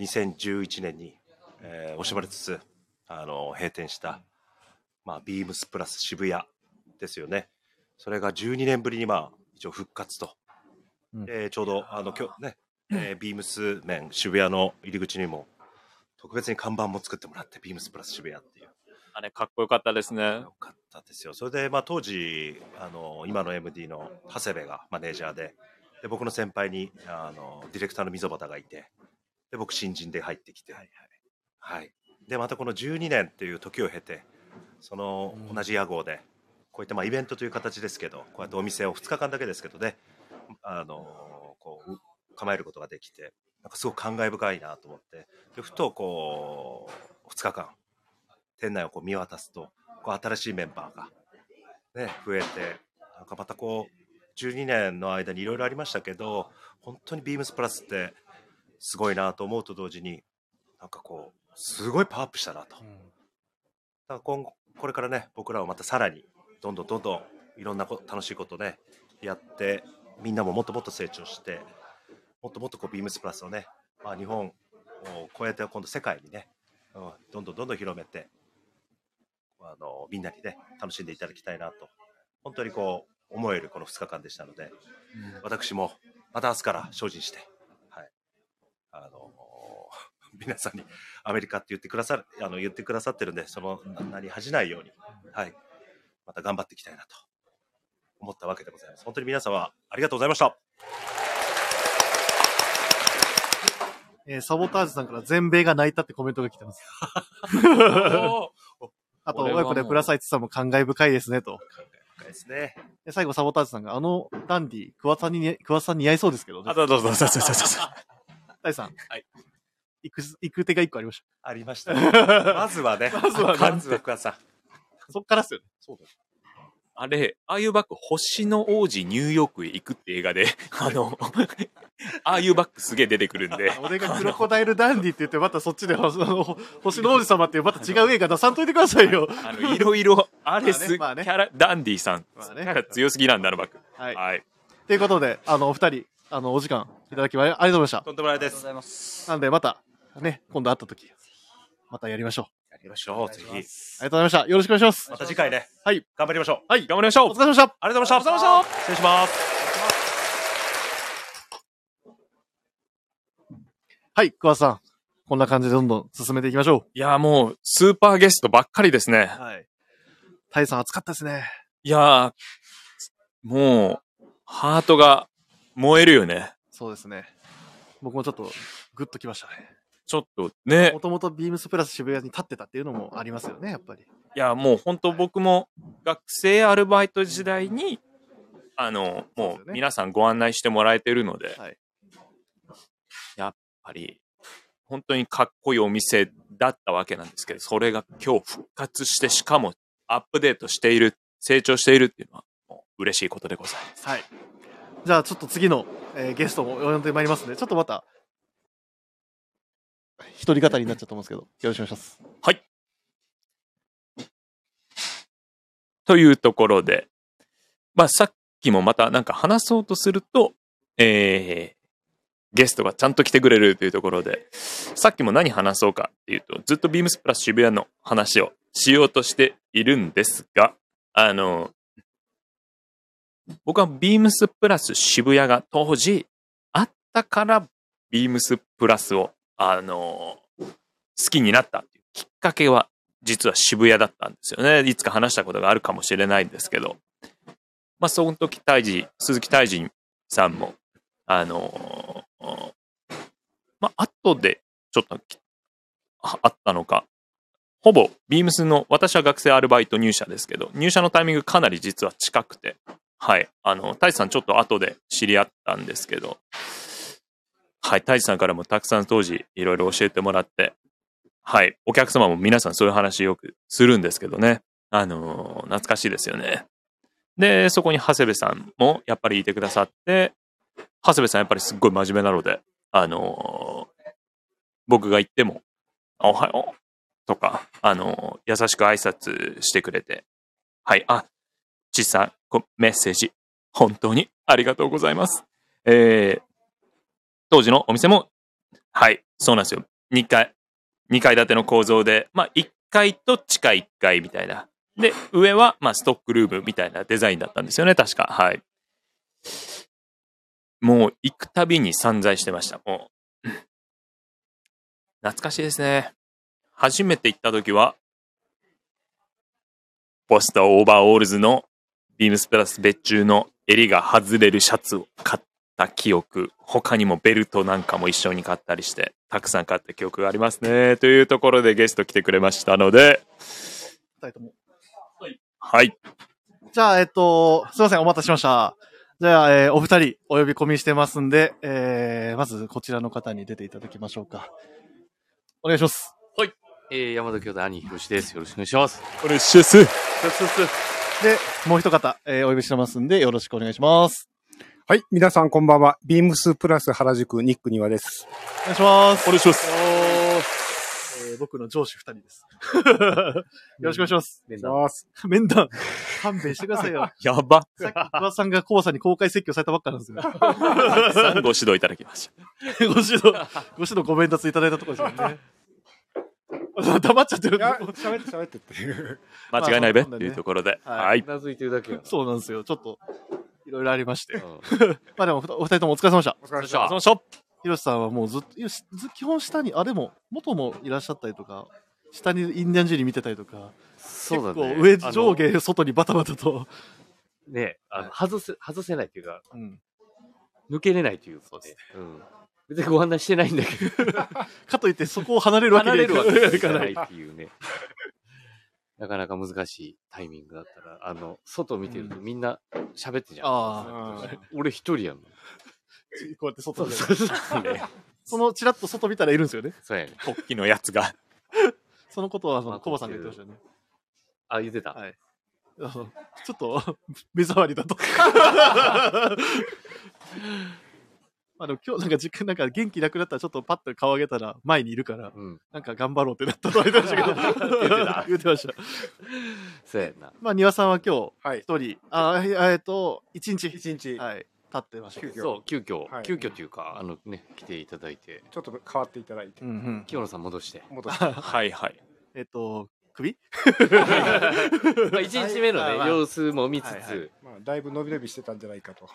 Speaker 11: 2011年に、えー惜しまれつつあの閉店した、まあ、ビームスプラス渋谷ですよねそれが12年ぶりにまあ一応復活と、
Speaker 1: うん
Speaker 11: でちょうどあの今日ね、えービームス面渋谷の入り口にも特別に看板も作ってもらってビームスプラス渋谷っていう
Speaker 2: あれかっこよかったですね
Speaker 11: よかったですよ。それ で、まあ、当時あの今の MD の長谷部がマネージャーでで僕の先輩にあのディレクターの溝端がいてで僕新人で入ってきて、はいでまたこの12年っていう時を経てその同じ屋号でこういったまあイベントという形ですけどこうやってお店を2日間だけですけどねあのこう構えることができてなんかすごく感慨深いなと思ってでふとこう2日間店内をこう見渡すとこう新しいメンバーが、ね、増えてなんかまたこう12年の間にいろいろありましたけど本当にビームスプラスってすごいなと思うと同時になんかこうすごいパワーアップしたなと、だから今後これからね僕らはまたさらにどんどんどんどんいろんなこ楽しいことねやってみんなももっともっと成長してもっともっとこうビームスプラスをね、まあ、日本を超えて今度世界にね、うんどんどんどんどん広めてあのみんなにね楽しんでいただきたいなと本当にこう思えるこの2日間でしたので、私もまた明日から精進して、はい、あの 皆さんにアメリカって言ってくださるあの言ってくださってるんでそのな名に恥じないように、はい、また頑張っていきたいなと思ったわけでございます本当に皆様ありがとうございました
Speaker 1: えーサボタージュさんから全米が泣いたってコメントが来 てます。あと、
Speaker 2: これは
Speaker 1: 親子で
Speaker 2: もう
Speaker 1: プラサイツさんも感慨深いですねと。
Speaker 11: 深いですね
Speaker 1: で最後、サボタージュさんが、あのダンディ、桑田さんにね、桑田さん似合いそうですけどね。
Speaker 2: あどうぞどう ぞどうぞどうぞ
Speaker 1: 大地さん。
Speaker 2: はい。
Speaker 1: 行く、行く手が一個ありまし
Speaker 11: ありました ねまずはね
Speaker 1: まずはね
Speaker 11: まずは桑田さん
Speaker 1: た。そっからっすよね。
Speaker 11: そうだ
Speaker 2: あれ、ああいうバッグ、星の王子ニューヨークへ行くって映画 で、あの、ああいうバッグすげえ出てくるんで、
Speaker 1: 俺がクロコダイルダンディって言って、またそっちで、あの、星の王子様っていう、また違う映画出さんといてくださいよ。
Speaker 2: あの、いろいろ、あれ
Speaker 1: まあね
Speaker 2: す、
Speaker 1: まあね
Speaker 2: キャラ、ダンディさん、
Speaker 1: まあ
Speaker 2: キ
Speaker 1: ね
Speaker 2: ャラ強すぎなんだ、あのバッグ。
Speaker 1: はい。
Speaker 2: はい。
Speaker 1: ということで、あの、お二人、あの、お時間いただきありがとうございま
Speaker 11: とんでもないで
Speaker 10: ありが
Speaker 11: す
Speaker 10: とうございます。
Speaker 1: した。なんで、また、ね、今度会った時、またやりましょう。
Speaker 11: やりましょうぜひ
Speaker 1: ありがとうございました。よろしくお願いします。
Speaker 11: また次回ね
Speaker 1: はい
Speaker 11: 頑張りましょう
Speaker 1: はい。
Speaker 2: 頑張りましょう
Speaker 1: お疲れ様でした。
Speaker 11: ありがとうございました
Speaker 2: お疲れ様で
Speaker 11: 失礼します
Speaker 1: はい、桑田さん。こんな感じでどんどん進めていきましょ
Speaker 2: いや、もう、スーパーゲストばっかりですね
Speaker 1: う。。はい。タイさん暑かったですね。
Speaker 2: いやー、もう、ハートが燃えるよね。
Speaker 1: そうですね。僕もちょっとグッときましたね。
Speaker 2: ちょっとね
Speaker 1: も、ともとビームスプラス渋谷に立ってたっていうのもありますよね、やっぱり。
Speaker 2: いや、もう本当僕も学生アルバイト時代に、あの、もう皆さんご案内してもらえてるので、やっぱり、本当にかっこいいお店だったわけなんですけど、それが今日復活して、しかもアップデートしている、成長しているっていうのは、もう嬉しいことでございます。
Speaker 1: はい。じゃあ、ちょっと次の、えーゲストも呼んでまいりますので、ちょっとまた、一人語りになっちゃったと思うんですけど、よろしくお願いします。
Speaker 2: はい。というところで、まあ、さっきもまたなんか話そうとすると、えーゲストがちゃんと来てくれるというところで、さっきも何話そうかっていうと、ずっとビームスプラス渋谷の話をしようとしているんですが、あの、僕はビームスプラス渋谷が当時あったから、ビームスプラスを、あの、好きになったっていうきっかけは、実は渋谷だったんですよね。いつか話したことがあるかもしれないんですけど、まあ、その時、大治、鈴木大治さんも、あのーまあ、後で、ちょっときあ、あったのか、ほぼ、ビームスの、私は学生アルバイト入社ですけど、入社のタイミングかなり実は近くて、はい、あの、大治さんちょっと後で知り合ったんですけど、はい、大治さんからもたくさん当時、いろいろ教えてもらって、はい、お客様も皆さんそういう話よくするんですけどね、あのー懐かしいですよね。で、そこに長谷部さんもやっぱりいてくださって、長谷部さんやっぱりすっごい真面目なので、あのー僕が行っても、あおはようとか、あのー優しく挨拶してくれて、はい、あ、ちっさん、こメッセージ、本当にありがとうございます。えー当時のお店も、はい、そうなんですよ。2階、2階建ての構造で、まあ、1階と地下1階みたいな。で、上は、まあ、ストックルームみたいなデザインだったんですよね、確か。はい。もう、行くたびに散財してました、もう。懐かしいですね。初めて行った時は、ポスターオーバーオールズのビームスプラス別注の襟が外れるシャツを買った記憶、他にもベルトなんかも一緒に買ったりして、たくさん買った記憶がありますね。というところでゲスト来てくれましたので、
Speaker 1: 二人とも。
Speaker 2: はい。
Speaker 1: じゃあ、えっと、すいません、お待たせしました。じゃあ、えーお二人、お呼び込みしてますんで、えーまず、こちらの方に出ていただきましょうか。お願いします。
Speaker 12: はい。えー、山田兄弟、兄、ひろしです。よろしくお願いします。
Speaker 2: お願いします。
Speaker 1: で、もう一方、えーお呼びしてますんで、よろしくお願いします。
Speaker 13: はい、皆さんこんばんは。ビームスプラス原宿ニック庭 です。
Speaker 1: お願いします。
Speaker 2: お願いします。
Speaker 1: えー僕の上司二 人です。よろしくお願いします。
Speaker 13: 面談。
Speaker 1: 面談。勘弁してくださいよ。
Speaker 2: やば。
Speaker 1: さっき、桑さんがコウさんに公開説教されたばっかなんです よ。
Speaker 2: たくさんご指導いただきました。
Speaker 1: ご指導、ご指導ご鞭達いただいたところです よね。黙っちゃってる。
Speaker 13: 喋って喋ってって。
Speaker 2: 間違いないべっていうところで。
Speaker 1: まあ
Speaker 2: はい。
Speaker 1: うなずいてるだけそうなんですよ。ちょっと、いろいろありまして。まあでも、ふたお二人ともお疲れ様でした。お疲れ様で
Speaker 2: したお疲れ様で
Speaker 1: ひろしさんはもうずっと、いやず基本下に、あ、でも、元もいらっしゃったりとか、下にインディアンジェリー見てたりとか、
Speaker 12: そうだね
Speaker 1: 結構上、上下、外にバタバタと。
Speaker 12: ね、あの外せ、外せないというか、
Speaker 1: うん
Speaker 12: 抜けれないというかね。うん。別にご案内してないんだけ ど。
Speaker 1: かといってそこを離れるわけにはいかない
Speaker 12: 離れるわけにいかないっていうね。なかなか難しいタイミングだったら、あの、外見てるとみんな喋ってんじゃん。
Speaker 1: ああ
Speaker 12: 俺一人やもん。
Speaker 1: こうやって外で。
Speaker 12: そうそうそうね
Speaker 1: その、ちらっと外見たらいるんですよね。
Speaker 12: そうやね。
Speaker 2: 国旗のやつが。
Speaker 1: そのことは、その、コバさんが言ってましたよね。
Speaker 12: あ、言ってた。
Speaker 1: はい。あのちょっと 目障りだと。まあでも今日なんか実家なんか元気なくなったらちょっとパッと顔上げたら前にいるから、
Speaker 12: うん
Speaker 1: なんか頑張ろうってなったとは言ってましたけど
Speaker 12: 言ってた
Speaker 1: 言ってました。
Speaker 12: そうやんな。
Speaker 1: まあ庭さんは今
Speaker 13: は
Speaker 1: 日
Speaker 13: い
Speaker 1: 一人、あえーえっと一日
Speaker 13: 一日、
Speaker 1: はい立ってましたけど。
Speaker 12: そう、急遽、
Speaker 13: はい
Speaker 12: 急遽というか、あのね、来ていただいて、
Speaker 13: ちょっと変わっていただいて
Speaker 1: う。んうん。
Speaker 12: 清野さん戻して。
Speaker 13: 戻って。
Speaker 2: はいはい。
Speaker 1: えっと首？
Speaker 12: まあ、1日目の
Speaker 1: はい
Speaker 12: ね、
Speaker 1: まあ
Speaker 12: 様子も見つ
Speaker 1: はいは
Speaker 12: つ、
Speaker 13: まあ、だいぶ伸び伸びしてたんじゃないかと。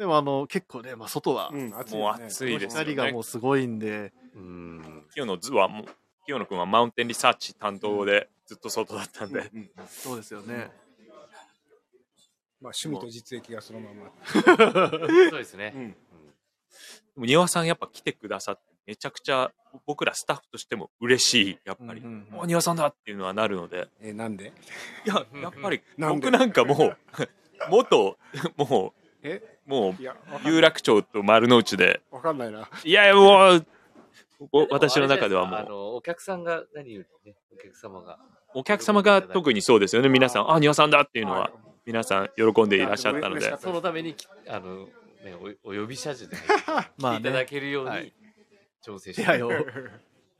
Speaker 1: でもあの結構ねまあ外は
Speaker 13: うん、暑い、ね。
Speaker 2: もう暑いですよ
Speaker 1: 光が
Speaker 2: ね
Speaker 1: も。うすごいんで、
Speaker 12: うん、
Speaker 2: 清野図はもう、清野くんはマウンテンリサーチ担当でずっと外だったんで。
Speaker 1: そうですよね。
Speaker 13: まあ、趣味と実益がそのまま。
Speaker 12: そうですね。
Speaker 13: うん
Speaker 2: でも庭さんやっぱ来てくださって、めちゃくちゃ僕らスタッフとしても嬉しい、やっぱり。
Speaker 1: うんうんうん
Speaker 2: お庭さんだっていうのはなるので。
Speaker 13: えーなんで
Speaker 2: いや、やっぱり
Speaker 13: なんで
Speaker 2: 僕なんかもう、 元、もう、もう、有楽町と丸の内で、
Speaker 13: わかんないな。
Speaker 2: いやいや、もう、お 私の中ではも
Speaker 12: あ
Speaker 2: う、
Speaker 12: の、お客さんが何よりね、お客様が。
Speaker 2: お客様が特にそうですよね、皆さん、あ、庭さんだっていうのは、皆さん喜んでいらっしゃったので、
Speaker 12: そのために、きあの、ね、おお呼び者じゃ ない
Speaker 2: まあね
Speaker 12: 来ていただけるように調整して。
Speaker 2: 出会いを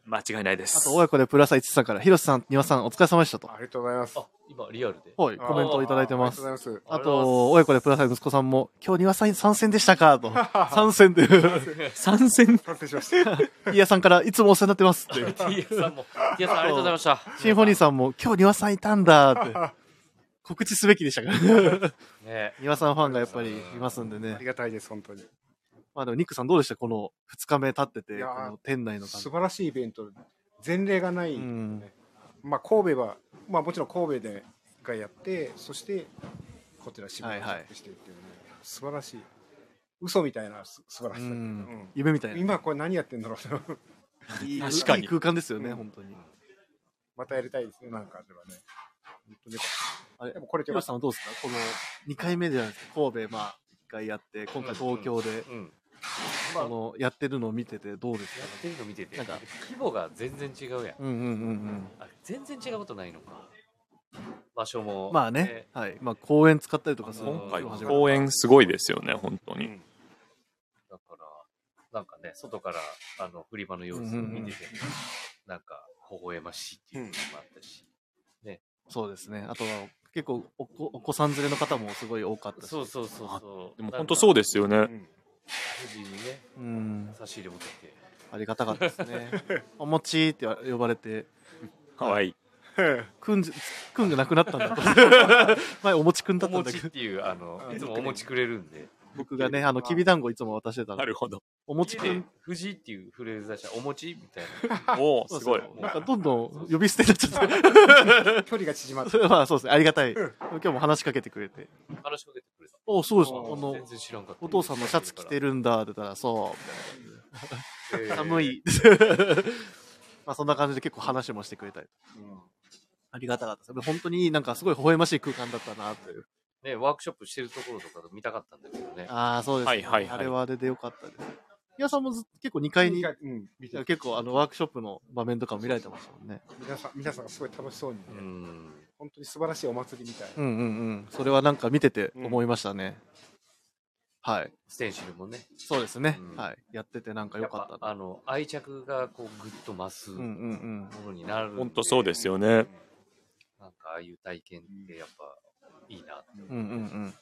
Speaker 2: 間違いないです。
Speaker 1: あと、親子でプラス1さんから、ヒロシさん、庭さん、お疲れ様でしたと。
Speaker 13: ありがとうございます。
Speaker 12: 今、リアルで。
Speaker 1: はい、コメントをいただいてます。
Speaker 13: ありがとうございます
Speaker 1: あと、親子でプラス息子さんも、今日庭さん参戦でした かと。参戦で。参 戦。
Speaker 13: 参戦しました。
Speaker 1: イヤさんから、いつもお世話になってますって。
Speaker 12: TS さんも、TS さんありがとうございました。
Speaker 1: シンフォニーさんも、今日庭さんいたんだ って。告知すべきでしたから。
Speaker 12: ね
Speaker 1: 庭さんファンがやっぱりいますんでね。あり
Speaker 13: がたいです、本当に。
Speaker 1: まあでも、ニックさんどうでしたこの2日目経ってて、この店内の感じ
Speaker 13: 素。晴らしいイベント前例がない、まあ神戸は、まあ、もちろん神戸でがやってそしてこちら渋谷で
Speaker 1: はいはい
Speaker 13: してっていうね、素晴らしい嘘みたいなす素晴らしさ、
Speaker 1: うん
Speaker 13: うん
Speaker 1: 夢みたいな
Speaker 13: 今これ何やってんだろういい
Speaker 1: 確かにいい空間ですよね本当に
Speaker 13: またやりたいですねなんかではね本当に
Speaker 1: あれ、
Speaker 13: でもこれ
Speaker 1: ヒロシさんはどうですかこの2回目じゃないですか。神戸、まあ、1回やって、今回東京で、あの、やってるのを見ててどうですかや
Speaker 12: ってるの見てて
Speaker 1: なんか、
Speaker 12: 規模が全然違うやん。
Speaker 1: うんうんうんうん。
Speaker 12: あ全然違うことないのか。場所も。
Speaker 1: まあね、はい。まあ、公園使ったりとかする
Speaker 12: 今回は
Speaker 2: 公演すごいですよね、本当に。
Speaker 12: だから、なんかね、外からあの振り場の様子を見てて、なんか、微笑ましいっていうのもあったし、ね。
Speaker 1: そうですね。あとは、結構お子、お子さん連れの方もすごい多かったし。
Speaker 12: そうそうそうそう。
Speaker 2: でも本当そうですよね。
Speaker 12: 無事にね、
Speaker 1: うん
Speaker 12: 差し入れ持ってきて。
Speaker 1: ありがたかったですね。 おもちって呼ばれて。
Speaker 2: かわいい。
Speaker 1: くんじ、くんがなくなったんだと。 前おもちくんだったんだけど。
Speaker 12: っていう、あの、いつもお餅くれるんで。
Speaker 1: 僕がね、あの、きびだんごいつも渡してたの。
Speaker 12: なるほど。
Speaker 1: お餅く
Speaker 12: 家
Speaker 1: ん
Speaker 12: で。藤井っていうフレーズ出したら、お餅みたいな。
Speaker 2: お
Speaker 1: そう
Speaker 12: ー
Speaker 1: そうなんかどんどん呼び捨てになっちゃって。
Speaker 13: 距離が縮まって
Speaker 1: そ れはそうですね。ありがたい。今日も話しかけてくれて。
Speaker 12: 話しかけてくれた。
Speaker 1: おそうですか。あ
Speaker 12: ー
Speaker 1: の
Speaker 12: 全然知らんかっ、た
Speaker 1: お父さんのシャツ着てるんだって言ったら、そうみたいな。
Speaker 12: へー
Speaker 1: 寒い。 まあそんな感じで結構話もしてくれたり。ありがたかったです。でも本当になんかすごい微笑ましい空間だったなっていう。
Speaker 12: ね、ワークショップしてるところとか見たかったんだけどね。
Speaker 1: ああ、そうです、ねあれはあれでよかったです。皆さんもずっと結構2階に、結構あのワークショップの場面とかも見られてましたもんね。
Speaker 13: 皆さん皆さんがすごい楽しそうに、ね本当に素晴らしいお祭りみたいな、
Speaker 1: うんうんうん。それはなんか見てて思いましたね。はい。
Speaker 12: ステンシルもね。
Speaker 1: そうですね。はい。やっててなんか良かった
Speaker 12: った。あの、愛着がこう、ぐっと増す
Speaker 1: うん
Speaker 12: も
Speaker 1: うんうん
Speaker 12: のになるんで。
Speaker 2: 本当そうですよね。
Speaker 12: なんか、ああいう体験ってやっぱ、いいなって
Speaker 1: うんうんうん。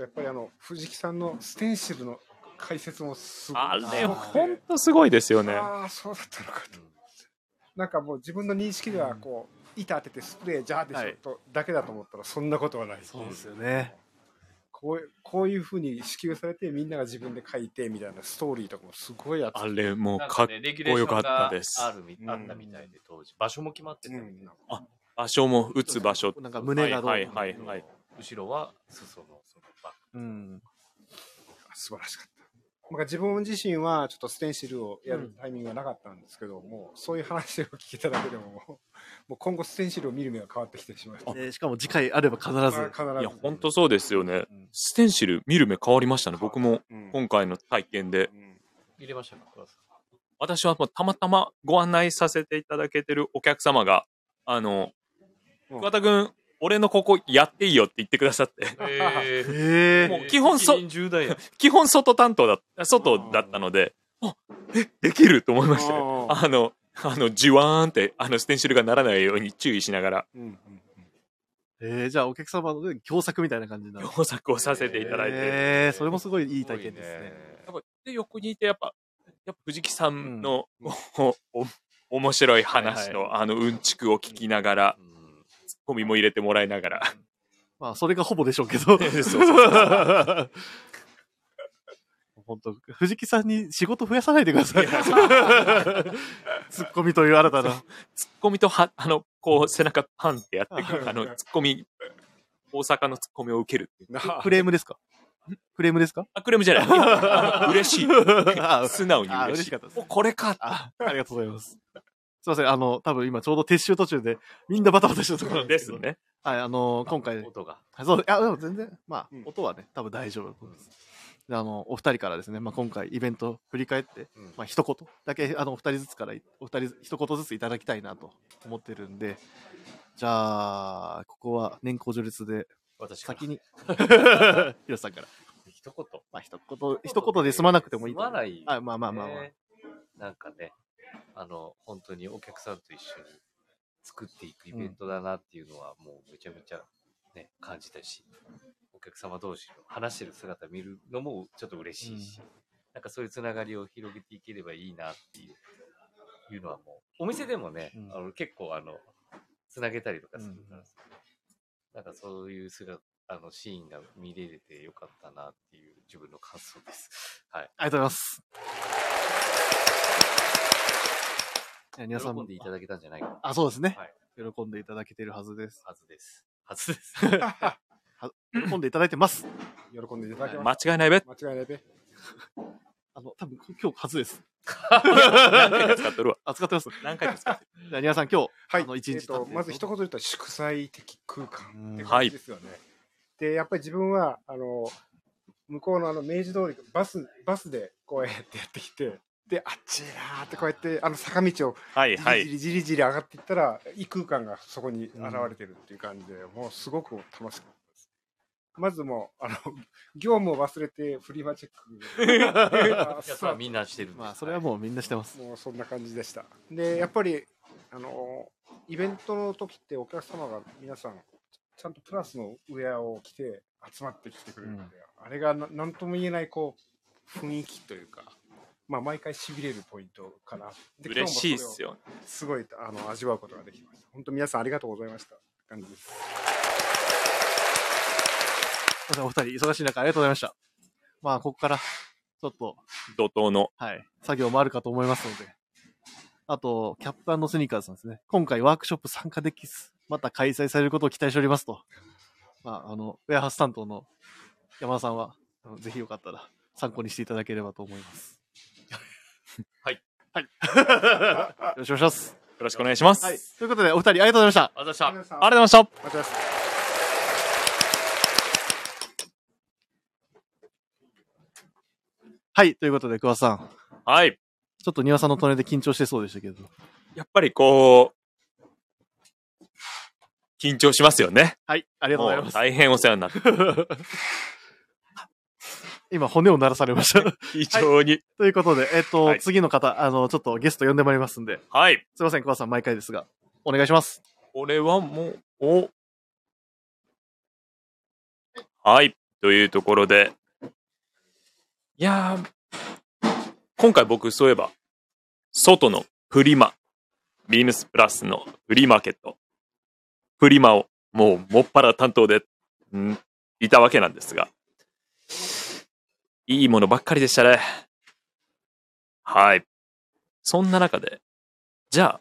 Speaker 13: やっぱりあの藤木さんのステンシルの解説もすごい
Speaker 2: あれ、
Speaker 13: ごくて
Speaker 2: 本当すごいですよね。
Speaker 13: ああそうだったのかと、なんかもう自分の認識ではこう板当ててスプレージャーでしょと、だけだと思ったらそんなことはないそうです
Speaker 1: よね
Speaker 13: こういうこういうふうに支給されてみんなが自分で書いてみたいなストーリーとかもすごいあって
Speaker 2: あれ、もうかっこよかったです。
Speaker 12: あるみあったみたいで、当時。場所も決まってたみたいな。
Speaker 2: 場所も打つ場所。
Speaker 1: なんか胸がどう
Speaker 2: はいはいはいはい。
Speaker 12: 後ろは、裾の、そのバック。
Speaker 1: うん
Speaker 13: 素晴らしかったなんか自分自身はちょっとステンシルをやるタイミングがなかったんですけど、もうそういう話を聞けただけでももう今後ステンシルを見る目が変わってきてしまう
Speaker 1: でしかも次回あれば必ず。
Speaker 2: いや、本当そうですよね。ステンシル見る目変わりましたね。僕も今回の体験で。
Speaker 12: 入れましたか、黒田さん
Speaker 2: 私はもうたまたまご案内させていただけてるお客様が、あの、桑田君、俺のここやっていいよって言ってくださ って。
Speaker 1: え
Speaker 2: もう基本そ、基本外担当だった、外だったので、あ、え、できると思いましたよ。あの、あの、じわーんって、あの、ステンシルがならないように注意しながら、
Speaker 1: えー、じゃあお客様の共作みたいな感じになる。
Speaker 2: 工作をさせていただいて。
Speaker 1: えー、それもすごいいい体験ですね。
Speaker 2: で、横にいて、やっぱ、やっぱ藤木さんの、こう お面白い話の、あの、うんちくを聞きながら、ツッコミも入れてもらいながら。
Speaker 1: まあ、それがほぼでしょうけど。
Speaker 2: そうそうそう
Speaker 1: 本当藤木さんに仕事増やさないでください。
Speaker 2: いや
Speaker 1: ツッコミという新た
Speaker 2: そ
Speaker 1: な
Speaker 2: う。 ツッコミとは、あの、こう、背中パンってやってくる、あの、ツッコミ、大阪のツッコミを受けるっていう。
Speaker 1: フレームですかフレームですか
Speaker 2: あ、クレームじゃない あの。嬉しい。素直に
Speaker 1: あ
Speaker 2: 嬉
Speaker 1: 嬉
Speaker 2: し
Speaker 1: し
Speaker 2: い
Speaker 1: かった。です。
Speaker 2: おこれか
Speaker 1: あありがとうございます。すいません、あの、多分今ちょうど撤収途中で、みんなバタバタしてるところなんですけど
Speaker 2: ですね。
Speaker 1: はい、あの、今回、音
Speaker 12: が。
Speaker 1: そう、いや、でも全然、まあ、音はね、多分大丈夫だと思います。であの、お二人からですね、まあ、今回イベント振り返って、まあ、一言だけ、あの、お二人ずつからい、お二人ず、一言ずついただきたいなと思ってるんで、じゃあ、ここは年功序列で、
Speaker 12: 私
Speaker 1: 先 に、ヒロさんから。
Speaker 12: 一言。
Speaker 1: まあ、一言、一言で済まなくてもいい
Speaker 12: 済まない。
Speaker 1: あ、まあまあまあまあ。
Speaker 12: ねなんかね、あの、本当にお客さんと一緒に作っていくイベントだなっていうのは、もうめちゃめちゃね、感じたし、お客様同士の話してる姿見るのもちょっと嬉しいし、なんかそういうつながりを広げていければいいなっていう、いうのはもう、お店でもね、あの結構あの、つなげたりとかするから、なんかそういう姿、あの、シーンが見れてよかったなっていう自分の感想です。はい。
Speaker 1: ありがとうございます。いや皆さん
Speaker 12: 喜んでいただけたんじゃないかな
Speaker 1: あ、そうですね、
Speaker 12: はい
Speaker 1: 喜んでいただけてるはずです。
Speaker 12: はずです。はずです。
Speaker 1: は喜んでいただいてます。
Speaker 13: 喜んでいただけ
Speaker 2: 間違いないべ。
Speaker 13: 間違いないべ。
Speaker 1: あの、多分今日初です。
Speaker 2: 何回か使ってるわ。
Speaker 1: あ、使ってます。
Speaker 2: 何回か使って
Speaker 1: る。皆さん今日、あの、一
Speaker 13: えっ
Speaker 1: 日経っ
Speaker 13: と
Speaker 1: て、
Speaker 13: まず一言で言ったら祝祭的空間って
Speaker 1: は
Speaker 13: 感
Speaker 1: い
Speaker 13: じですよね。で、やっぱり自分は、あの、向こうのあの明治通り、バス、バスでこうやってやってきて、で、あっちーってこうやって、あの坂道を
Speaker 2: はい
Speaker 13: じりじりじりじり上がっていったら、異空間がそこに現れてるっていう感じで、もうすごく楽しかったです。まずもう、あの、業務を忘れてフリマチェッ ク。
Speaker 12: やつはみんなしてるんで
Speaker 1: まあ、それはもうみんなしてます。
Speaker 13: もうそんな感じでした。で、やっぱり、あのイベントの時ってお客様が皆さん、ちゃんとプラスのウェアを着て集まってきてくれるので、あれがななんとも言えない、こう、雰囲気というか、まあ、毎回しびれるポイントかな。で
Speaker 2: 嬉しいっすよ。
Speaker 13: 今日もそれをすごい、あの、味わうことができました。本当皆さんありがとうございました。感じです。
Speaker 1: すいませんお二人、忙しい中、ありがとうございました。まあ、ここから、ちょっと、
Speaker 2: 怒涛の。
Speaker 1: はい、作業もあるかと思いますので。あと、キャプターのスニーカーズさんですね。今回ワークショップ参加できず、また開催されることを期待しておりますと。まあ、あの、ウェアハウス担当の山田さんは、あのぜひよかったら参考にしていただければと思います。
Speaker 12: はい。
Speaker 1: はい。 よろしくお願いします。よ
Speaker 2: ろしくお願いします。
Speaker 1: はい。ということで、お二人ありがとうございました。
Speaker 12: ありがとうございました
Speaker 1: ありがとうございました。
Speaker 13: ありがとうございました。
Speaker 1: はい。ということで、桑田さん。
Speaker 2: はい。
Speaker 1: ちょっと庭さんの隣で緊張してそうでしたけど。
Speaker 2: やっぱりこう、緊張しますよね。
Speaker 1: はい。ありがとうございます
Speaker 2: も大変お世話にな って。
Speaker 1: 今、骨を鳴らされました。
Speaker 2: 非常に、
Speaker 1: ということで、えっ、と、次の方、あの、ちょっとゲスト呼んでまいりますんで。
Speaker 2: はい。
Speaker 1: すいません、桑田さん、毎回ですが。お願いします。
Speaker 2: これはもう、おはい。というところで、いやー、今回僕、そういえば、外のフリマ、ビームスプラスのフリーマーケット、フリマをもうもっぱら担当で、んいたわけなんですが、いいものばっかりでしたね。はい。そんな中で、じゃ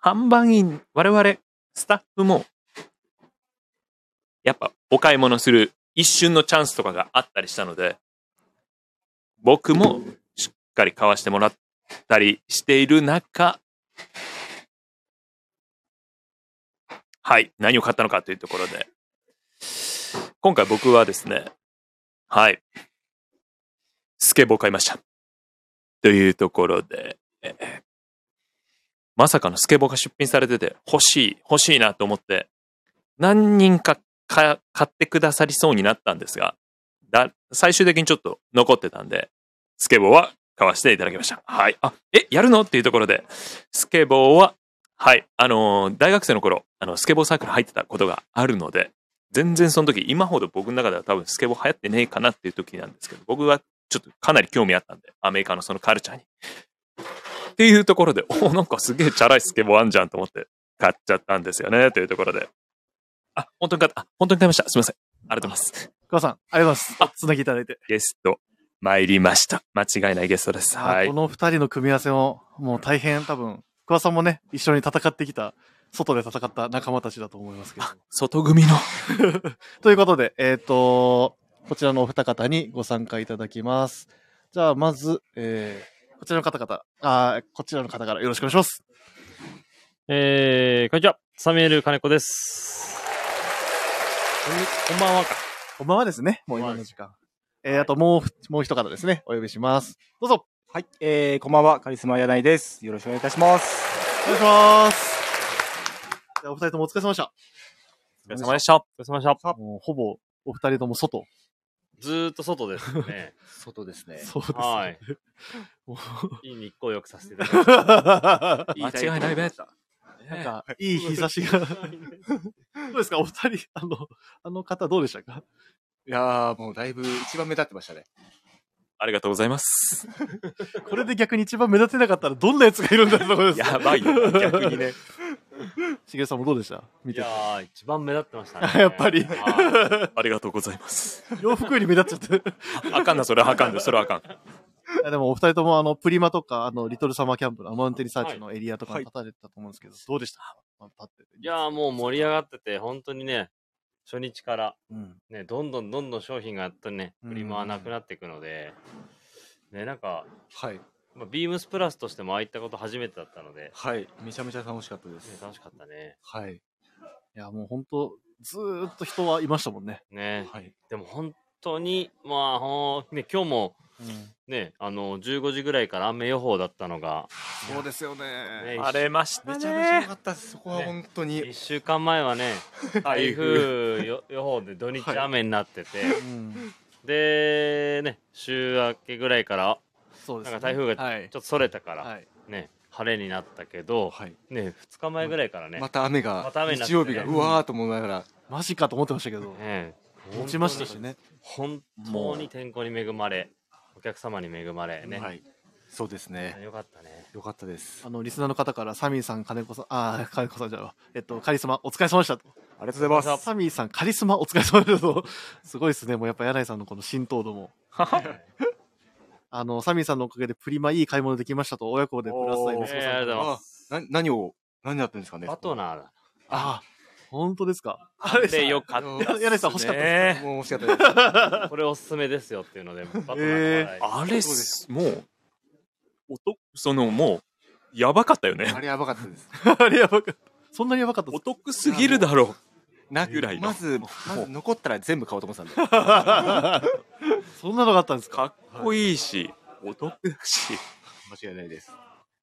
Speaker 2: あ、販売員、我々、スタッフも、やっぱお買い物する一瞬のチャンスとかがあったりしたので、僕もしっかり買わしてもらったりしている中、はい、何を買ったのかというところで、今回僕はですね、はい、スケボーを買いました。というところで、えーまさかのスケボーが出品されてて、欲しい、欲しいなと思って、何人かか買ってくださりそうになったんですが、だ最終的にちょっと残ってたんで、スケボーは買わせていただきました。はい。あ、え、やるのっていうところで、スケボーは、はい、あのー大学生の頃、あの、スケボーサークル入ってたことがあるので、全然その時、今ほど僕の中では多分スケボー流行ってねえかなっていう時なんですけど、僕はちょっとかなり興味あったんで、アメリカのそのカルチャーに。っていうところで、 おお、なんかすげえチャラいスケボーあんじゃんと思って買っちゃったんですよね、というところで。あ、本当に買った。あ、本当に買いました。すみません。ありがとうございます。
Speaker 1: 桑田さん、ありがとうございます。つなぎいただいて。
Speaker 2: ゲスト、参りました。間違いないゲストです。は
Speaker 1: こ
Speaker 2: い。
Speaker 1: の二人の組み合わせも、もう大変多分、桑田さんもね、一緒に戦ってきた、外で戦った仲間たちだと思いますけど。
Speaker 2: 外組の。
Speaker 1: ということで、えっ、と、こちらのお二方にご参加いただきます。じゃあ、まず、えーこちらの方々、あーこちらの方からよろしくお願いします。
Speaker 14: えー、こんにちは。サミュエル金子です。こんにこんばんはか。
Speaker 1: こんばんはですね。もう今の時間。えー、あともう、もう一方ですね。お呼びします。どうぞ。
Speaker 15: はい、えー、こんばんは、カリスマ柳井です。よろしくお願いいたします。
Speaker 1: お願いします。じゃあお二人ともお疲れ様でした。。
Speaker 14: お疲れ様でした。お疲れ様でした
Speaker 1: もうほぼ、お二人とも外。
Speaker 14: ずーっと外です ね。
Speaker 15: 外ですね
Speaker 1: そうですね
Speaker 14: はい。いい日光浴させていただきました
Speaker 1: 間違いないべ。なんか、いい日差し が。どうですか、お二人、あの、あの方どうでしたか
Speaker 15: いやー、もうだいぶ一番目立ってましたね。
Speaker 2: ありがとうございます。
Speaker 1: これで逆に一番目立てなかったらどんなやつがいるんだってところです。
Speaker 2: やばいよ逆にね。
Speaker 1: しげるさ んもどうでした見て
Speaker 14: いや
Speaker 1: て。
Speaker 14: ー、一番目立ってましたね。
Speaker 1: やっぱり
Speaker 14: はい。
Speaker 2: ありがとうございます。
Speaker 1: 洋服より目立っちゃって。
Speaker 2: あかんな、それはあかんな、それはあかん。
Speaker 1: いやでもお二人ともあのプリマとかあのリトルサマーキャンプのマウンテンリサーチのエリアとかに立たれてたと思うんですけど、どうでした
Speaker 14: いやーもう盛り上がってて、本当にね、初日から、
Speaker 1: うん
Speaker 14: ね、どんどんどんどん商品がやっとね、
Speaker 1: うん
Speaker 14: 売り回なくなっていくので、ね、なんか、
Speaker 15: はい。
Speaker 14: まあ、ビームスプラスとしてもああいったこと初めてだったので、
Speaker 15: はい、めちゃめちゃ楽しかったです。
Speaker 14: ね楽しかったね。
Speaker 15: はい。い
Speaker 1: や、もう本当、ずーっと人はいましたもんね。
Speaker 14: ね、でも本当に、まあ、ほんね、今日も、ね、あの、15時ぐらいから雨予報だったのが、
Speaker 1: そうですよね
Speaker 14: ね荒れましたね
Speaker 15: めちゃめちゃ良かったです、そこは本当に。
Speaker 14: 1週間前は ね台風よ予報で土日
Speaker 15: はい
Speaker 14: 雨になってて、
Speaker 15: ん
Speaker 14: でね週明けぐらいから
Speaker 1: そうですね
Speaker 14: なんか台風
Speaker 1: は
Speaker 14: がちょ
Speaker 1: い
Speaker 14: っとそれたから、
Speaker 1: はい
Speaker 14: ね晴れになったけど、ね2日前ぐらいからね
Speaker 15: また雨が、
Speaker 14: また雨になって
Speaker 15: 日曜
Speaker 14: ね
Speaker 15: 日が、うわーと思いながら。
Speaker 1: マジかと思ってましたけど。落ちましたしね。
Speaker 14: 本当に天候に恵まれお客様に恵まれね、
Speaker 15: はいそうですね。
Speaker 14: よかったね。
Speaker 15: よかったです。
Speaker 1: あの、リスナーの方から、サミーさん、金子さん、あー、金子さんじゃないわ。えっと、カリスマ、お疲れ様でしたと。。
Speaker 15: ありがとうございます
Speaker 1: サミーさん、カリスマ、お疲れ様でしたと。すごいですね。もうやっぱ、柳井さんのこの浸透度も。あの、サミーさんのおかげで、プリマいい買い物できましたと、親子でプラスアイ息子さんから。
Speaker 15: す。な何を、何やってるんですかね。バ
Speaker 14: トナーだ。
Speaker 1: ああ、本当ですか。
Speaker 14: あれよかったっすね。
Speaker 1: 柳井さん欲しかったですか
Speaker 15: もう欲しかった
Speaker 14: これおすすめですよっていうので、バトナー
Speaker 2: え
Speaker 14: の話題
Speaker 2: あれっす、もう、音、その、もう、やばかったよね。
Speaker 15: あれやばかった です。
Speaker 1: あれやばかった。そんなにやばかった
Speaker 2: お得すぎるだろ
Speaker 15: う。な
Speaker 2: ぐらいの。
Speaker 15: まず、まず残ったら全部買おうと思ってたんで。
Speaker 1: そんなのがあったんですか
Speaker 2: かっこいいし、お得だし。
Speaker 15: 間違いないです。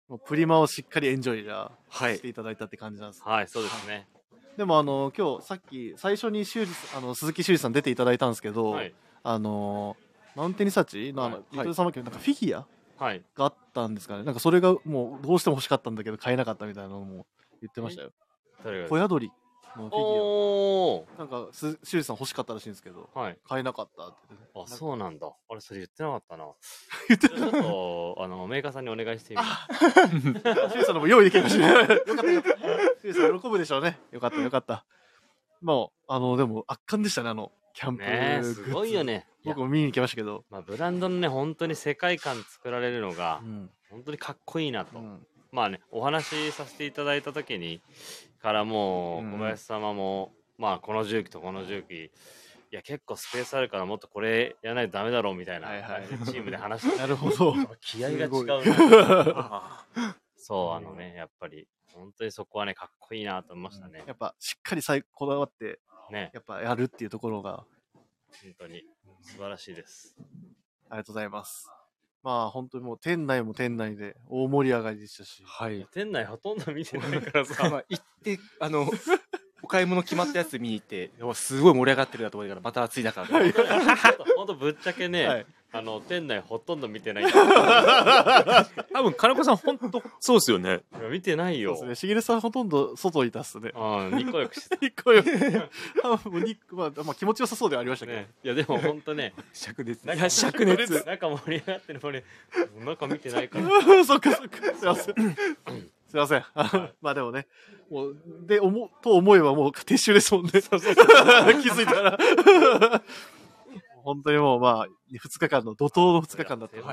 Speaker 1: もうプリマをしっかりエンジョイじゃあしていただいたって感じなんですね、
Speaker 14: はい、そうですね。
Speaker 1: でもあの今日さっき最初に修理あの鈴木修理さん出ていただいたんですけど、
Speaker 14: はい
Speaker 1: あのマウンテンリサーチのあの、リトルサマーキャンプなんかフィギュア
Speaker 14: はい。
Speaker 1: があったんですかねなんかそれがもうどうしても欲しかったんだけど買えなかったみたいなのも言ってましたよ
Speaker 14: 誰が
Speaker 1: 小宿りのフィギュア
Speaker 14: お
Speaker 1: なんかす修理さん欲しかったらしいんですけど、買えなかったって言って
Speaker 14: あ、そうなんだ。あれ、それ言ってなかったな。言ってちょっと、あの、メーカーさんにお願いしてみます。
Speaker 1: シュウさんのも用意できるかもしれない。よかったよかった。シュウさん喜ぶでしょうね。よかったよかった。もう、あの、でも圧巻でしたね、あの、キャンプグ
Speaker 14: ねえ
Speaker 1: ッズ。
Speaker 14: すごいよね
Speaker 1: 僕も見に行きましたけど。
Speaker 14: まあ、ブランドのね、本当に世界観作られるのが、本当にかっこいいなと。まあね、お話しさせていただいた時に、からもう、小林様も、まあ、この重機とこの重機、いや、結構スペースあるから、もっとこれやらないとダメだろうみたいな、チームで話し て
Speaker 1: なるほど
Speaker 14: 気合が違う な
Speaker 1: すごい
Speaker 14: そう、あのね、やっぱり、本当にそこはね、かっこいいなと思いましたね。
Speaker 1: やっぱ、しっかりさいこだわって、
Speaker 14: ね
Speaker 1: やっぱやるっていうところが、
Speaker 14: 本当に素晴らしいです。
Speaker 1: ありがとうございます。まあ、本当にもう、店内も店内で大盛り上がりでしたし。
Speaker 15: はい。
Speaker 14: 店内ほとんど見てないか らさ。
Speaker 15: まあ行って、あの、お買い物決まったやつ見に行って、うわすごい盛り上がってるなと思いながら、また暑い中。
Speaker 14: 本当ぶっちゃけね、
Speaker 15: はい
Speaker 14: あの店内ほとんど見てない。
Speaker 2: 多分金子さん、本当そうっすよね。
Speaker 14: 見てないよ。
Speaker 1: そうですね。しげるさんほとんど外いたっすね。。
Speaker 14: ああ、日光浴して
Speaker 1: 日光浴。あもう日まあ、まあ、気持ちよさそうではありましたけど。
Speaker 14: いや、でも本当ね、
Speaker 15: 灼熱
Speaker 14: なん
Speaker 1: い
Speaker 14: か
Speaker 1: や灼熱。
Speaker 14: 中盛り上がってるのに、中見てないから
Speaker 1: そっかそっか。すいません。すいません。あのまあでもね、もう、で、おも、と思えばもう撤収ですもんね。 気づいたら。本当にもうまあ、2日間の怒涛の2日間だったので、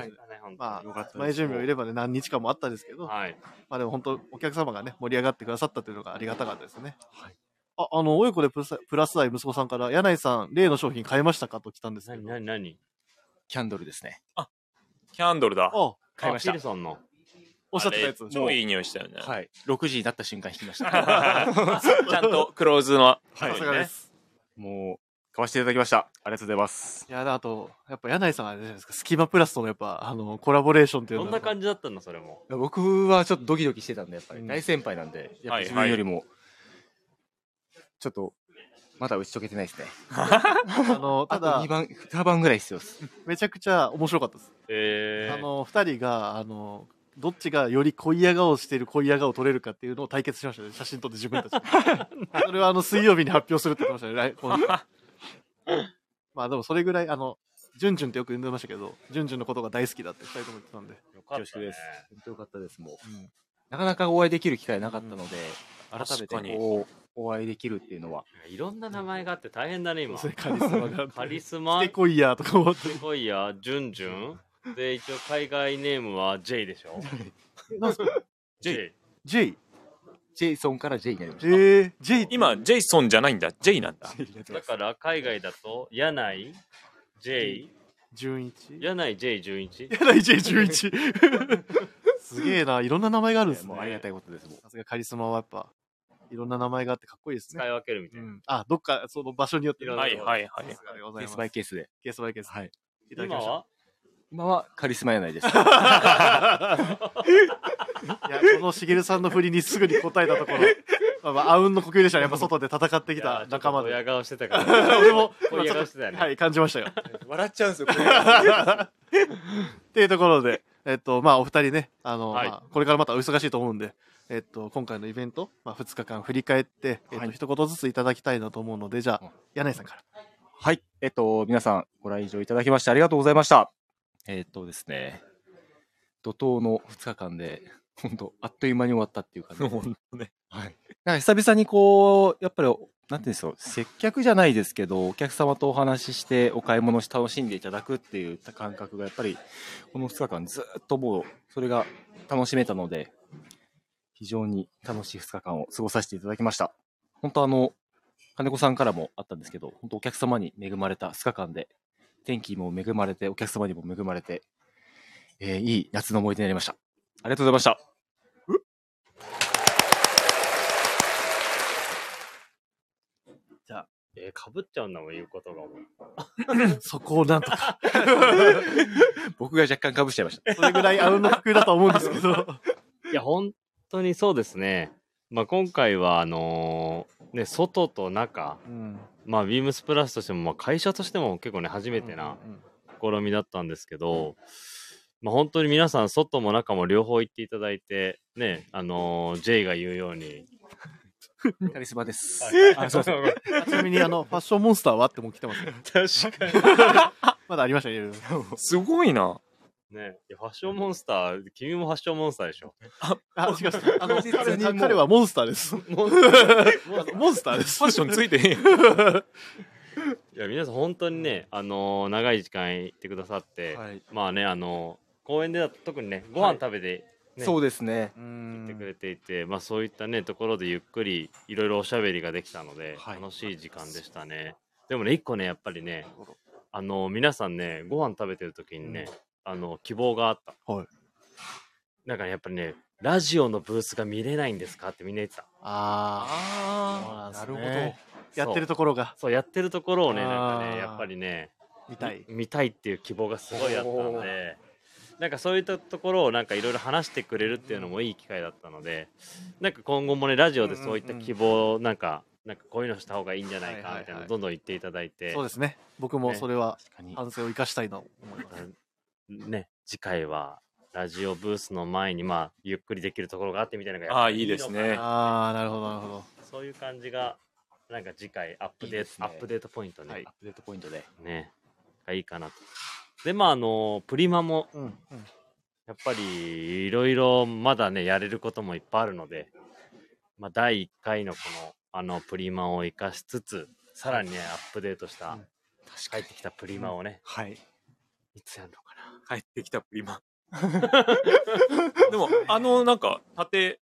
Speaker 1: まあ、前準備をいればね、何日間もあったですけど、まあでも本当、お客様がね、盛り上がってくださったというのがありがたかったですね。あ、あの、親子でプラスプラス愛息子さんから、柳井さん、例の商品買いましたかと来たんですけど。
Speaker 14: 何、何
Speaker 15: キャンドルですね。
Speaker 2: キャンドルだ。
Speaker 14: 買いましたあピルソンの。
Speaker 15: おっしゃってたやつ。
Speaker 2: あれ超いい匂いしたよね
Speaker 15: はい。6時になった瞬間引きました。
Speaker 2: ちゃんとクローズの
Speaker 15: は
Speaker 2: はい
Speaker 15: い。。
Speaker 2: さすがです
Speaker 15: もう、買わせていただきました。ありがとうございます。
Speaker 1: いや、あと、やっぱ柳井さんはあれじゃないですか、スキマプラスとのやっぱ、あの、コラボレーションっていう
Speaker 14: ど
Speaker 1: の
Speaker 14: ん
Speaker 1: は
Speaker 14: な感じだったのそれも。
Speaker 15: 僕はちょっとドキドキしてたんで、やっぱ
Speaker 1: うん
Speaker 15: り大先輩なんで、やっぱ
Speaker 14: はい
Speaker 15: 自分よりも、ちょっと、まだ打ち解けてないですね。
Speaker 1: あの、ただ、
Speaker 15: 2番、2番ぐらい必要です。
Speaker 1: めちゃくちゃ面白かったです。
Speaker 14: え
Speaker 1: あの、二人が、あの、どっちがより濃いや顔をしている濃いや顔を取れるかっていうのを対決しましたね。写真撮って自分 たちで。それはあの、水曜日に発表するって言ってましたね来今度。まあでもそれぐらい、あの、ジュンジュンってよく呼んでましたけど、ジュンジュンのことが大好きだって二人とも言ってたんで。
Speaker 15: 恐縮です。本当よかったです、もう。なかなかお会いできる機会なかったので、改め
Speaker 14: 確かに
Speaker 15: てこう、お会いできるっていうのは。
Speaker 14: いろんな名前があって大変だね、今。
Speaker 1: カリスマがあって
Speaker 14: カリスマ。
Speaker 1: 来てこいやとか思って
Speaker 14: 来てこいや、ジュンジュン。で、一応海外ネームは J でしょ。J。
Speaker 1: J。
Speaker 15: ジェイソンから J になりま
Speaker 1: した。えー、J。
Speaker 2: 今、ジェイソンじゃないんだ。J なんだ。
Speaker 14: だから海外だと、柳井 J。
Speaker 1: 純一。
Speaker 14: 柳井 J 純一。
Speaker 1: 柳井 J11。すげえな、いろんな名前があるんですね。
Speaker 15: ありがたいことです。
Speaker 1: さすがカリスマはやっぱ、いろんな名前があってかっこいいですね。
Speaker 14: 使い分けるみた
Speaker 1: いな。あ、どっか、その場所によって。
Speaker 2: はいはいはい
Speaker 1: さすがでござい
Speaker 15: ケー
Speaker 1: ます
Speaker 15: スバイケースで。
Speaker 1: ケースバイケース。
Speaker 15: はい。
Speaker 1: いただきました。
Speaker 15: 今はカリスマや ないです。
Speaker 1: いや、このしげるさんの振りにすぐに答えたところ、まあまあ、あうんの呼吸でしたね。やっぱ外で戦ってきた仲間で。
Speaker 14: 親顔してた
Speaker 15: から
Speaker 1: 俺も、
Speaker 15: 親顔してたよね
Speaker 1: はい、感じましたよ。
Speaker 15: 笑っちゃうんですよ、
Speaker 1: っていうところで、えっと、まあ、お二人ね、あの、
Speaker 14: はい
Speaker 1: まあこれからまたお忙しいと思うんで、えっと、今回のイベント、まあ、2日間振り返って、えっと、一言ずついただきたいなと思うので、じゃあ、柳井さんから。
Speaker 11: はい。えっと、皆さん、ご来場いただきましてありがとうございました。えっとですね、怒涛の2日間で、本当あっという間に終わったっていう感じ。 本当ね。はい。なんか久々にこう、やっぱり、なんて言うんでしょう、接客じゃないですけど、お客様とお話しして、お買い物し楽しんでいただくっていう感覚が、やっぱり、この2日間ずっともう、それが楽しめたので、非常に楽しい2日間を過ごさせていただきました。本当あの、金子さんからもあったんですけど、本当お客様に恵まれた2日間で、天気も恵まれて、お客様にも恵まれて、えーいい夏の思い出になりました。ありがとうございました。
Speaker 1: じゃあ、
Speaker 14: えー、かぶっちゃうんだもん、言うことがも う。
Speaker 1: そこをなんとか。
Speaker 11: 僕が若干かぶしちゃいました。
Speaker 1: それぐらいあうんの呼吸だと思うんですけど。
Speaker 14: いや、本当にそうですね。まあ、今回は、あのーね、外と中、
Speaker 1: うん。
Speaker 14: まあ、ビームスプラスとしても、まあ、会社としても結構ね、初めてな試みだったんですけど、まあ、本当に皆さん、外も中も両方行っていただいて、ね、あのー、J が言うよう に、
Speaker 15: カリスマです。
Speaker 1: あそうそうちなみに、あの、ファッションモンスターはっても来てますね。
Speaker 14: 確かに。
Speaker 1: まだありましたね、いろいろ。す
Speaker 2: ごいな。
Speaker 14: ね、いやファッションモンスター、君もファッションモンスターでしょ。
Speaker 1: あ、違う違う。あの、
Speaker 14: 確実
Speaker 1: 彼
Speaker 14: にもう
Speaker 1: 彼はモンスターです。
Speaker 14: モン
Speaker 1: モンスターです。
Speaker 14: ファッションついてへんやんいや皆さん本当にね、あのー長い時間行ってくださって、まあねあのー公園でだと特にねご飯食べて、ね
Speaker 11: そうですね。
Speaker 14: 行ってくれていて、まあそういったねところでゆっくりいろいろおしゃべりができたので、楽しい時間でしたね。でもね一個ねやっぱりねあのー皆さんねご飯食べてる時にね、あの希望があった。
Speaker 1: はい。
Speaker 14: なんかねやっぱりねラジオのブースが見れないんですかってみんな言ってた。
Speaker 1: あ
Speaker 14: あ、な
Speaker 1: るほどやってるところが。
Speaker 14: そうやってるところをねなんか
Speaker 1: あー
Speaker 14: ねやっぱりね
Speaker 1: 見たい
Speaker 14: 見たいっていう希望がすごいあったのでなんかそういったところをなんかいろいろ話してくれるっていうのもいい機会だったのでなんか今後もねラジオでそういった希望をなんかなんかこういうのした方がいいんじゃないかみたいなのどんどん言っていただいて
Speaker 1: そうですね。僕もそれは、反省を生かしたいな。
Speaker 14: ね次回はラジオブースの前にまあゆっくりできるところがあってみたいなのが
Speaker 2: あーいいですね
Speaker 1: ああ、なるほど、なるほど。
Speaker 14: そういう感じがなんか次回アップデートアップデートポイントね、アッ
Speaker 11: プデートポイントで
Speaker 14: ねがいいかなとでまああのプリマも、
Speaker 1: うん
Speaker 14: やっぱりいろいろまだねやれることもいっぱいあるので、まあ、第1回のこのあのプリマを生かしつつさらにねアップデートした、帰ってきたプリマをね、
Speaker 11: はい
Speaker 14: いつやるのか
Speaker 2: 帰ってきたプリ マ。でも、あの、なんか、縦、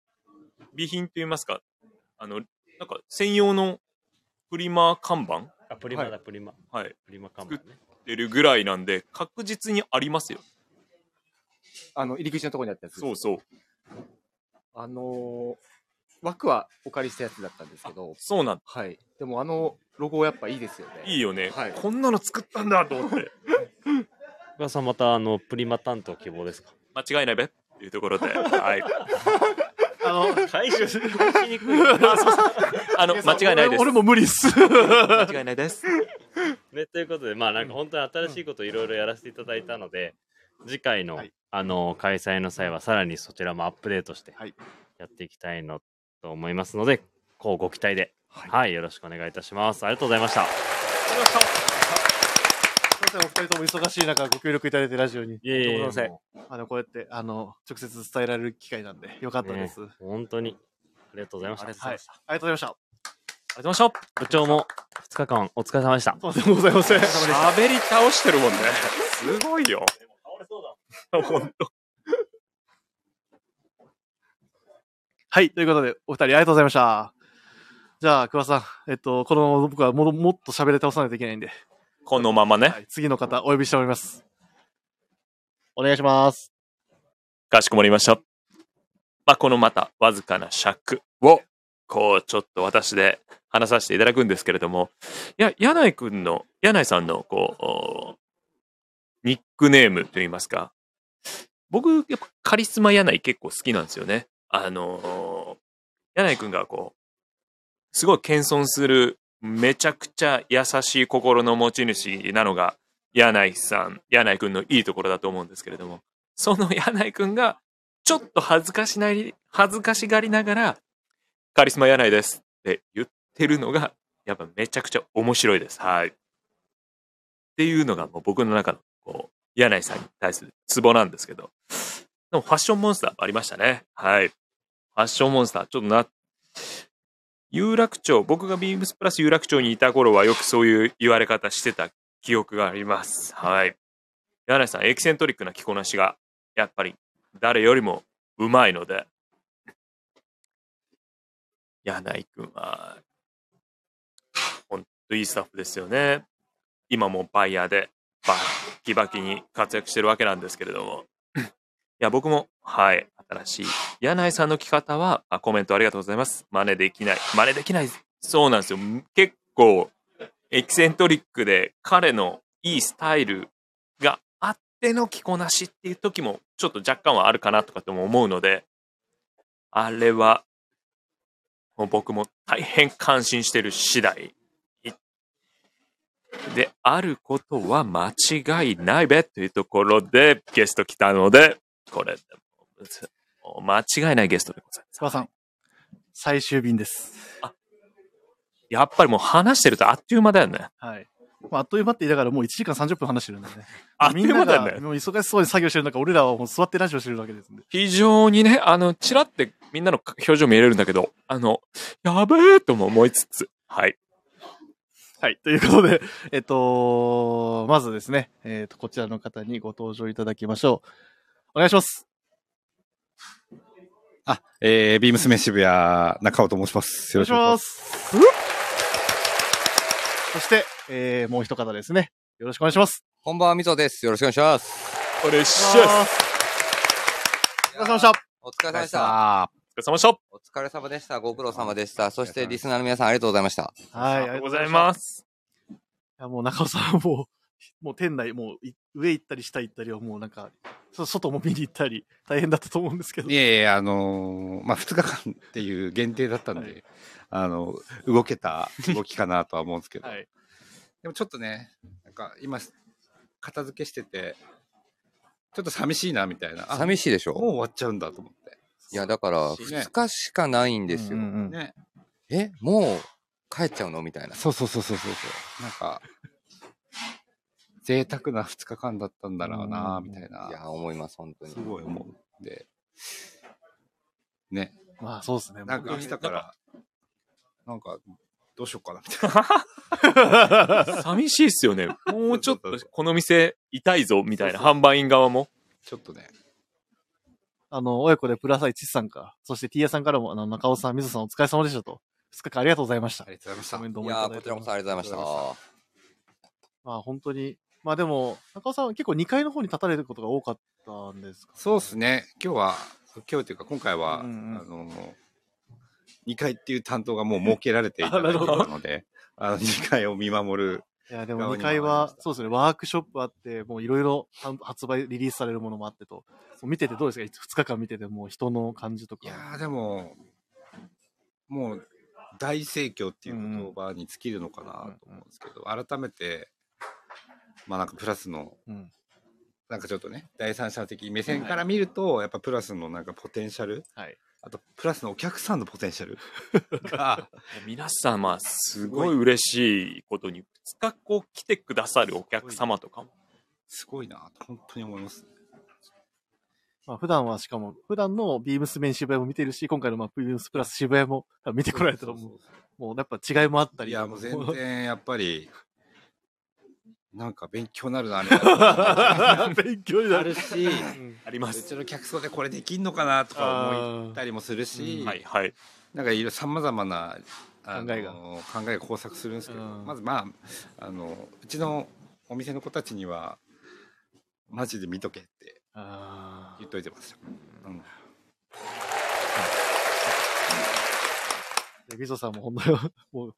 Speaker 2: 備品と言いますか、あの、なんか、専用のプリマ看板
Speaker 14: あプリマだ、
Speaker 2: はい
Speaker 14: プリマ
Speaker 2: はい。
Speaker 14: プリマ看
Speaker 2: 板、作ってるぐらいなんで、確実にありますよ。
Speaker 11: あの、入り口のところにあったやつ。
Speaker 2: そうそう。
Speaker 15: あのー枠はお借りしたやつだったんですけど、
Speaker 2: そうなん
Speaker 15: はい。でもあのロゴやっぱいいですよね。
Speaker 2: いいよね、
Speaker 15: はい。
Speaker 2: こんなの作ったんだと思 って。
Speaker 14: 小川さんまたあのプリマ担当希望ですか
Speaker 2: 間違いないべっていうところで、 はい。
Speaker 14: あの解除しにくい
Speaker 2: あそうそうあの間違いないです。
Speaker 14: 俺も無理 っす
Speaker 2: 間違いないです。
Speaker 14: ね、ということで、まあなんか本当に新しいことをいろいろやらせていただいたので、次回の、あの、開催の際はさらにそちらもアップデートして、やっていきたいのと思いますので、こうご期待で、はい、よろしくお願いいたします。ありがとうございました。
Speaker 1: すいません、お二人とも忙しい中、ご協力いただいて、ラジオに。
Speaker 14: いえいえ
Speaker 1: とんでもございま
Speaker 14: も
Speaker 1: せんあの、こうやって、あの、直接伝えられる機会なんで、よかったです。
Speaker 14: ね本当に、ありがとうございました。
Speaker 1: はい。ありがとうございました。
Speaker 14: ありがとうございました。部長も2日間お疲れ様でした。
Speaker 1: とんでもございません。
Speaker 2: 喋り倒してるもんね。すごいよ。本当。
Speaker 1: はい、ということで、お二人ありがとうございました。じゃあ、桑さん、えっと、このまま僕はももっと喋れ倒さないといけないんで、
Speaker 2: このままね。
Speaker 1: 次の方、お呼びしております。お願いします。
Speaker 2: かしこまりました。箱のまたわずかな尺を、こう、ちょっと私で話させていただくんですけれども、いや、柳井くんの、柳井さんの、こう、ニックネームといいますか、僕、やっぱカリスマ柳井結構好きなんですよね。あのー柳井くんがこう、すごい謙遜する、めちゃくちゃ優しい心の持ち主なのが、柳井さん、柳井くんのいいところだと思うんですけれども、その柳井くんが、ちょっと恥ずかしない、恥ずかしがりながら、カリスマ柳井ですって言ってるのが、やっぱめちゃくちゃ面白いです。はい。っていうのがもう僕の中の、こう、柳井さんに対するツボなんですけど、でもファッションモンスターもありましたね。はい。ファッションモンスター、ちょっとな、有楽町、僕がビームスプラス有楽町にいた頃はよくそういう言われ方してた記憶があります。はい。柳井さん、エキセントリックな着こなしが、やっぱり誰よりもうまいので、柳井君は、ほんといいスタッフですよね。今もバイヤーで、バッキバキに活躍してるわけなんですけれども。いや、僕も、はい、新しい。柳井さんの着方は、あコメントありがとうございます。真似できない。真似できない。そうなんですよ。結構、エキセントリックで、彼のいいスタイルがあっての着こなしっていう時も、ちょっと若干はあるかなとかとも思うので、あれは、もう僕も大変感心してる次第であることは間違いないべというところでゲスト来たので、これでも間違いないゲストでございます。
Speaker 1: 桑さん、最終便です。
Speaker 2: やっぱりもう話してるとあっという間だよね。
Speaker 1: はい。まあ、あっという間って言いながらもう1時間30分話してるんでね。
Speaker 2: あっという間だよね
Speaker 1: みんながもう忙しそうに作業してる中、俺らはもう座ってラジオしてるだけですんで。
Speaker 2: 非常にね、あの、ちらってみんなの表情見えるんだけど、あの、やべえとも思いつつ、はい。
Speaker 1: はい。ということで、 えっと、まずですね、えっと、こちらの方にご登場いただきましょう。お願いします。
Speaker 16: えー、ビームスメ渋谷、中尾と申します。
Speaker 1: お
Speaker 16: よ
Speaker 1: 願
Speaker 16: ろ
Speaker 1: い
Speaker 16: し
Speaker 1: し
Speaker 16: くお願いしま
Speaker 1: ます。そして、えー、もう一方ですね。よろしくお願いします。
Speaker 17: こんばんは、みぞです。よろしくお願いします。
Speaker 2: お願い
Speaker 17: します。
Speaker 1: お疲れ様でし
Speaker 17: お
Speaker 1: た。
Speaker 17: 疲れ様でし
Speaker 1: お
Speaker 17: た。
Speaker 2: お疲れ様でした。
Speaker 17: お疲れ様でした。ご苦労様でした。そして、リスナーの皆さん、ありがとうございました。
Speaker 1: はい。ありがとうございます。いや、もう中尾さんはもう、もう店内、もうい上行ったり下行ったりはもうなんか、そ外も見に行ったり、大変だったと思うんですけど。
Speaker 16: いえいえ、あのーまあ、2日間っていう限定だったんで、あの、動けた動きかなとは思うんですけど、でもちょっとね、なんか今、片付けしてて、ちょっと寂しいなみたいな。あ
Speaker 17: 寂しいでしょ
Speaker 16: もう終わっちゃうんだと思って。
Speaker 17: いや、だから、2日しかないんですよ。
Speaker 16: ね。
Speaker 17: え、もう、帰っちゃうのみたいな。
Speaker 16: そうそうそうそうそうそう。なんか、贅沢な2日間だったんだろうな、みたいな。い
Speaker 17: や、思います、本当に。
Speaker 16: すごい思うんで。ね。
Speaker 1: まあ、そうですね。
Speaker 16: なんか
Speaker 1: 本
Speaker 16: 明
Speaker 1: 当
Speaker 16: 日
Speaker 1: に
Speaker 16: から、なんか、どうしようかな、みたいな。
Speaker 2: 寂しいっすよね。もうちょっとこの店痛いぞみたいな販売員側も。
Speaker 16: ちょっとね。
Speaker 1: あの、親子でプラサイチスさんから、そして T ヤさんからも、あの、中尾さん、みぞさんお疲れ様でしたと。2日間ありがとうございました。あり
Speaker 16: がとうございました。
Speaker 1: コメント
Speaker 17: い
Speaker 1: もい
Speaker 17: や
Speaker 1: た
Speaker 17: ー、
Speaker 1: だ
Speaker 17: こ
Speaker 1: い
Speaker 17: ち
Speaker 1: て
Speaker 17: らこそありがとうございまし
Speaker 1: まあ本当に、まあでも、中尾さんは結構2階の方に立たれることが多かったんですか
Speaker 16: そうですね。今日は、今日というか今回は、あの2回っていう担当がもう設けられていただいていたのであの2回を見守る
Speaker 1: いや、でも2階は、そうですね、ワークショップあって、もういろいろ発売、リリースされるものもあってと、そう見ててどうですか ?2 日間見てて、もう人の感じとか。い
Speaker 16: やでも、もう大盛況っていう言葉に尽きるのかなと思うんですけど、改めてまあなんかプラスの、
Speaker 1: うん
Speaker 16: なんかちょっとね第三者的目線から見ると、やっぱプラスのなんかポテンシャル、あとプラスのお客さんのポテンシャル が
Speaker 2: 皆様、すごい嬉しいことに、2日こう来てくださるお客様とかも。
Speaker 16: すごいな、本当に思います。
Speaker 1: まあ、普段はしかも、普段のビームスメン渋谷も見てるし、今回のまあビームスプラス渋谷も多分見てこられたと思う。もうやっぱ違いもあったり。
Speaker 16: いやもう全然やっぱりなんか勉強になるなみたいな
Speaker 1: 勉強にな
Speaker 16: るし、
Speaker 2: あります
Speaker 16: うちの客層でこれできんのかなとか思ったりもするし、
Speaker 2: はいはい
Speaker 16: なんかいろいろさまざまなあの考えが交錯するんですけど、まずまああのうちのお店の子たちにはマジで見とけって言っといてました。うん
Speaker 1: でみぞさんも本当に、 もう、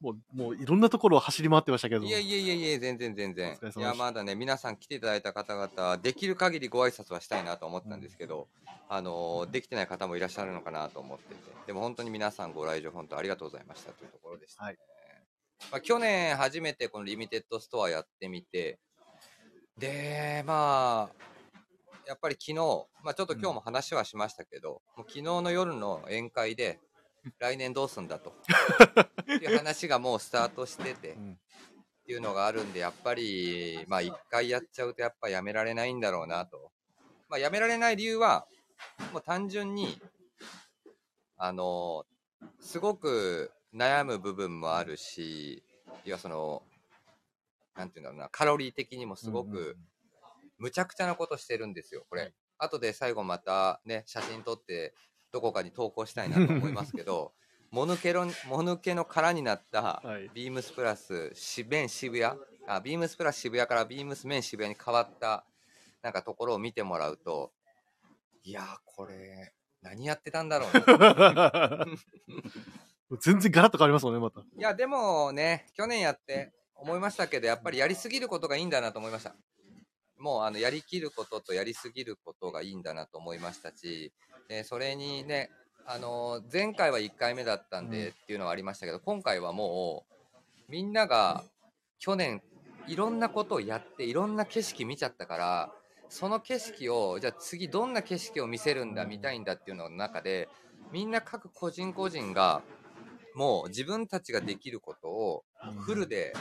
Speaker 1: もう、もういろんなところを走り回ってましたけど。
Speaker 17: いやいやいやいや、全然全然
Speaker 1: お疲れ様で。し
Speaker 17: い
Speaker 1: た
Speaker 17: や、まだね、皆さん来ていただいた方々、できる限りご挨拶はしたいなと思ったんですけど、あのー、できてない方もいらっしゃるのかなと思っていて、でも本当に皆さんご来場、本当ありがとうございましたというところでしたね。まあ、去年初めてこのリミテッドストアやってみて、で、まあ、やっぱり昨日、まあ、ちょっと今日も話はしましたけど、もう昨日の夜の宴会で、来年どうすんだ という話がもうスタートしてて、っていうのがあるんで、やっぱり、まあ、一回やっちゃうと、やっぱやめられないんだろうなと。まあ、やめられない理由は、もう単純に、あの、すごく悩む部分もあるし、いや、その、なんていうんだろうな、カロリー的にもすごく、むちゃくちゃなことしてるんですよ、これ。後で最後またね、写真撮って、どこかに投稿したいなと思いますけど、もぬけろんもぬけの殻になった、ビームスプラス、しメン渋谷あ、ビームスプラス渋谷からビームスメン渋谷に変わった、なんかところを見てもらうと、いやー、これ、何やってたんだろうな。
Speaker 1: 全然ガラッと変わりますもんね、また。
Speaker 17: いや、でもね、去年やって思いましたけど、やっぱりやりすぎることがいいんだなと思いました。もうあのやりきることとやりすぎることがいいんだなと思いましたし、でそれにね、あの前回は1回目だったんでっていうのはありましたけど、今回はもう、みんなが去年、いろんなことをやって、いろんな景色見ちゃったから、その景色を、じゃあ次どんな景色を見せるんだ、見たいんだっていうのの中で、みんな各個人個人が、もう自分たちができることをフルで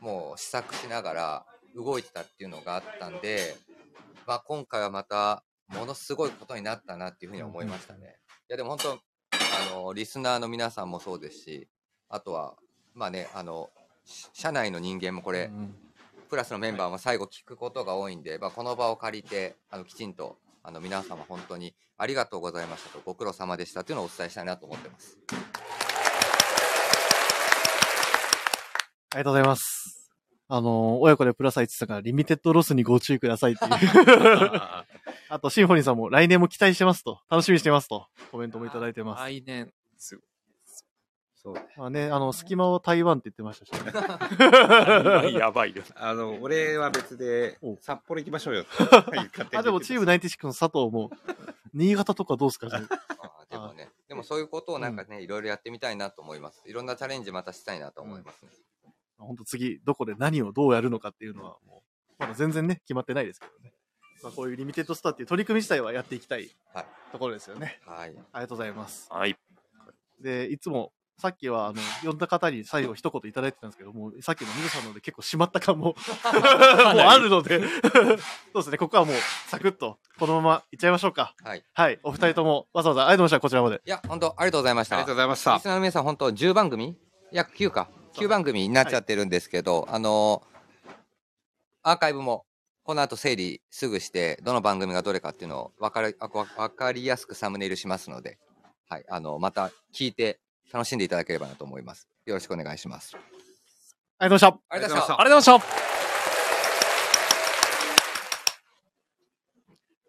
Speaker 17: もう試作しながら動いてたっていうのがあったんで、まあ、今回はまたものすごいことになったなっていうふうに思いましたね。いやでも本当あのリスナーの皆さんもそうですしあとはまあねあのし社内の人間もこれ、プラスのメンバーも最後聞くことが多いんで、まあ、この場を借りてあのきちんとあの皆様本当にありがとうございましたとご苦労様でしたというのをお伝えしたいなと思ってます。
Speaker 1: ありがとうございます。あの、親子でプラサイチさんからリミテッドロスにご注意ください っていう。あと、シンフォニーさんも来年も期待してますと、楽しみにしてますと、コメントもいただいてます。
Speaker 2: 来年、す
Speaker 16: そう
Speaker 1: まあね、あの、隙間は台湾って言ってましたし、ね。
Speaker 2: やばいよ。
Speaker 16: あの、俺は別で、札幌行きましょう よ。
Speaker 1: あ、でもチーム96の佐藤も、新潟とかどうですかね
Speaker 17: でもね、でもそういうことをなんかね、いろいろやってみたいなと思います。いろんなチャレンジまたしたいなと思いますね。
Speaker 1: 本当次、どこで何をどうやるのかっていうのは、もう、まだ全然ね、決まってないですけどね。まあ、こういうリミテッドスターっていう取り組み自体はやっていきたいところですよね。
Speaker 17: はい。あり
Speaker 1: がとうございます。
Speaker 2: はい。
Speaker 1: で、いつも、さっきは、 あの、呼んだ方に最後一言いただいてたんですけど、もう、さっきの水さんので結構締まった 感も、もうあるので、 そうですね、ここはもう、サクッと、このままいっちゃいましょうか。
Speaker 17: はい。
Speaker 1: はい、お二人とも、わざわざ、ありがとうございました、こちらまで。
Speaker 17: いや、本当ありがとうございました。
Speaker 1: ありがとうございました
Speaker 17: リスナーの皆さん、本当10番組約9か。9番組になっちゃってるんですけど、あのアーカイブも、この後整理すぐして、どの番組がどれかっていうのを分かり、わわかりやすくサムネイルしますので、はい、あの、また聞いて楽しんでいただければなと思います。よろしくお願いします。
Speaker 1: ありがとうご
Speaker 17: あ
Speaker 1: ざいました。
Speaker 17: りがとうございました
Speaker 2: ありがとうございました。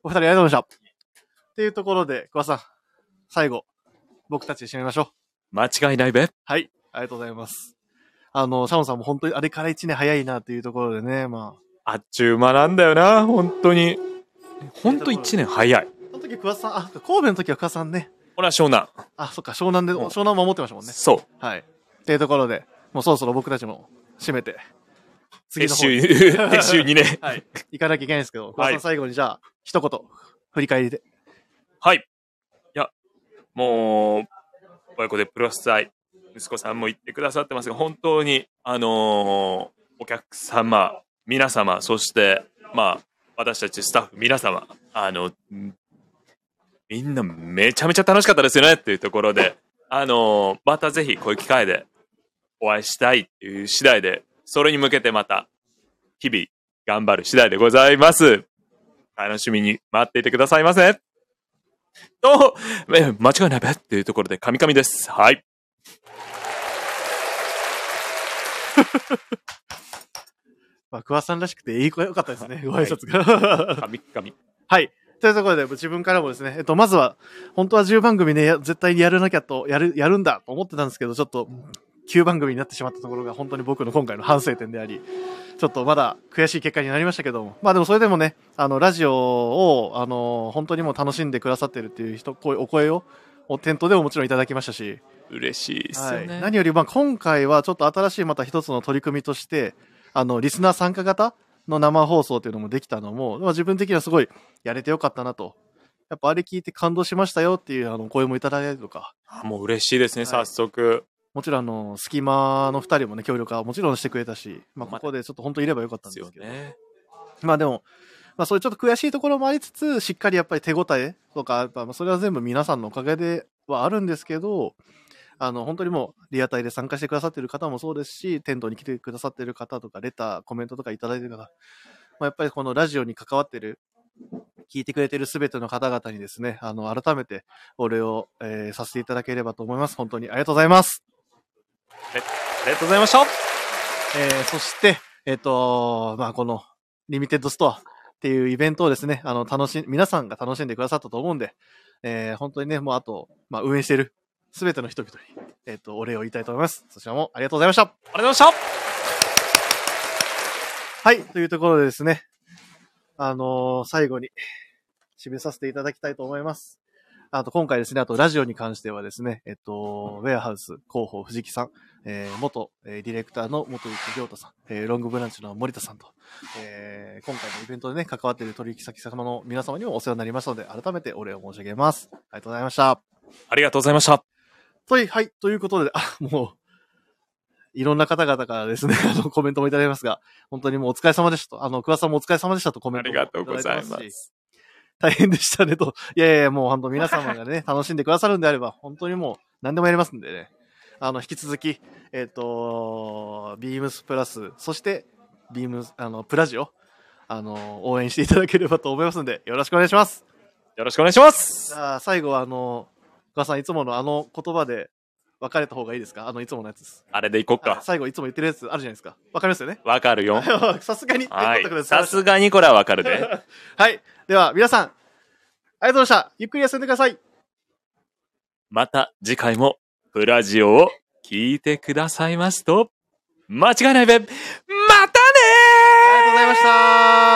Speaker 1: お二人ありがとうございました。っていうところで、桑さん、最後、僕たちで締めましょう。
Speaker 2: 間違いないべ。
Speaker 1: はい、ありがとうございます。あの、シャモさんも本当にあれから1年早いなっていうところでね、まあ。
Speaker 2: あっちゅう間なんだよな、本当に。本当一年早い。
Speaker 1: その時桑さん、あ、神戸の時は桑さんね。
Speaker 2: 俺は湘南。
Speaker 1: あ、そっか、湘南で、湘南守ってましたもんね。
Speaker 2: そう。
Speaker 1: はい。っていうところで、もうそろそろ僕たちも締めて、方に
Speaker 2: 撤収 撤収にね
Speaker 1: はい。行かなきゃいけないんですけど、桑さん最後にじゃあ、一言、振り返りで。
Speaker 2: はい。いや、もう、親子でプロス愛、息子さんも言ってくださってますが、本当に、あのーお客様、皆様、そして、まあ、私たちスタッフ、皆様、あの、んみんなめちゃめちゃ楽しかったですよねっていうところで、あのーまたぜひこういう機会でお会いしたいっていう次第で、それに向けてまた、日々頑張る次第でございます。楽しみに待っていてくださいませ。と、え間違いないべっていうところで、カミカミです。はい。
Speaker 1: まあ、桑さんらしくていい声良かったですね。ご挨拶
Speaker 2: はい
Speaker 1: が。
Speaker 2: 神々
Speaker 1: はい。というところで、自分からもですね、えっと、まずは、本当は10番組ね、や絶対にやらなきゃと、やる、やるんだと思ってたんですけど、ちょっと、9番組になってしまったところが、本当に僕の今回の反省点であり、ちょっとまだ悔しい結果になりましたけども、まあでもそれでもね、あの、ラジオを、あの、本当にもう楽しんでくださってるっていう人、声、お声を、お店頭でももちろんいただきましたし、
Speaker 2: 嬉しいですよね。
Speaker 1: はい、何より、まあ、今回はちょっと新しいまた一つの取り組みとしてあのリスナー参加型の生放送というのもできたのも、まあ、自分的にはすごいやれてよかったなとやっぱあれ聞いて感動しましたよっていうあの声もいただいたりとか
Speaker 2: あもう嬉しいですね、早速。
Speaker 1: もちろんあの隙間の2人もね協力はもちろんしてくれたし、まあ、ここでちょっと本当いればよかったんですけど、まあでも、まあ、そういうちょっと悔しいところもありつつしっかりやっぱり手応えとかやっぱまあそれは全部皆さんのおかげではあるんですけどあの本当にもうリアタイで参加してくださってる方もそうですしテントに来てくださってる方とかレターコメントとかいただいてる方、まあ、やっぱりこのラジオに関わってる聞いてくれてるすべての方々にですねあの改めてお礼を、えーさせていただければと思います本当にありがとうございます
Speaker 2: ありがとうございました。
Speaker 1: えーそして、えっ、とまあ、この、リミテッドストアっていうイベントをですね、あの、楽し、皆さんが楽しんでくださったと思うんで、えー本当にね、もうあと、まあ、運営している、すべての人々に、えっ、と、お礼を言いたいと思います。そちらもありがとうございました。あ
Speaker 2: りがとうございました
Speaker 1: はい、というところでですね、あのー最後に、締めさせていただきたいと思います。あと、今回ですね、あと、ラジオに関してはですね、えっと、ウェアハウス広報藤木さん、えー元、えーディレクターの元池亮太さん、えーロングブランチの森田さんと、えー今回のイベントでね、関わっている取引先様の皆様にもお世話になりましたので、改めてお礼を申し上げます。ありがとうございました。
Speaker 2: ありがとうございました。
Speaker 1: とい、はい、ということで、あ、もう、いろんな方々からですね、 あの、コメントもいただきますが、本当にもうお疲れ様でしたと、あの、桑さんもお疲れ様でしたとコメントもいただいてますし。
Speaker 2: ありがとうございま
Speaker 1: 大変でした ねと。いやいや、もう本当皆様がね、楽しんでくださるんであれば、本当にもう何でもやりますんでね。あの、引き続き、えっ、と、ビームスプラス、そして、ビームス、あの、プラジオ、あの、応援していただければと思いますんで、よろしくお願いします。
Speaker 2: よろしくお願いします。
Speaker 1: じゃあ、最後は、あの、お母さん、いつものあの言葉で別れた方がいいですかあの、いつものやつです。
Speaker 2: あれでいこっか。
Speaker 1: 最後、いつも言ってるやつあるじゃないですか。わかりますよね
Speaker 2: わかるよ。
Speaker 1: さすがにって
Speaker 2: は
Speaker 1: ことで
Speaker 2: い。さすがにこれはわかるで。
Speaker 1: はい。では、皆さん、ありがとうございました。ゆっくり休んでください。
Speaker 2: また次回もプラジオを聞いてくださいますと、間違いないべ。またねーありがとうございました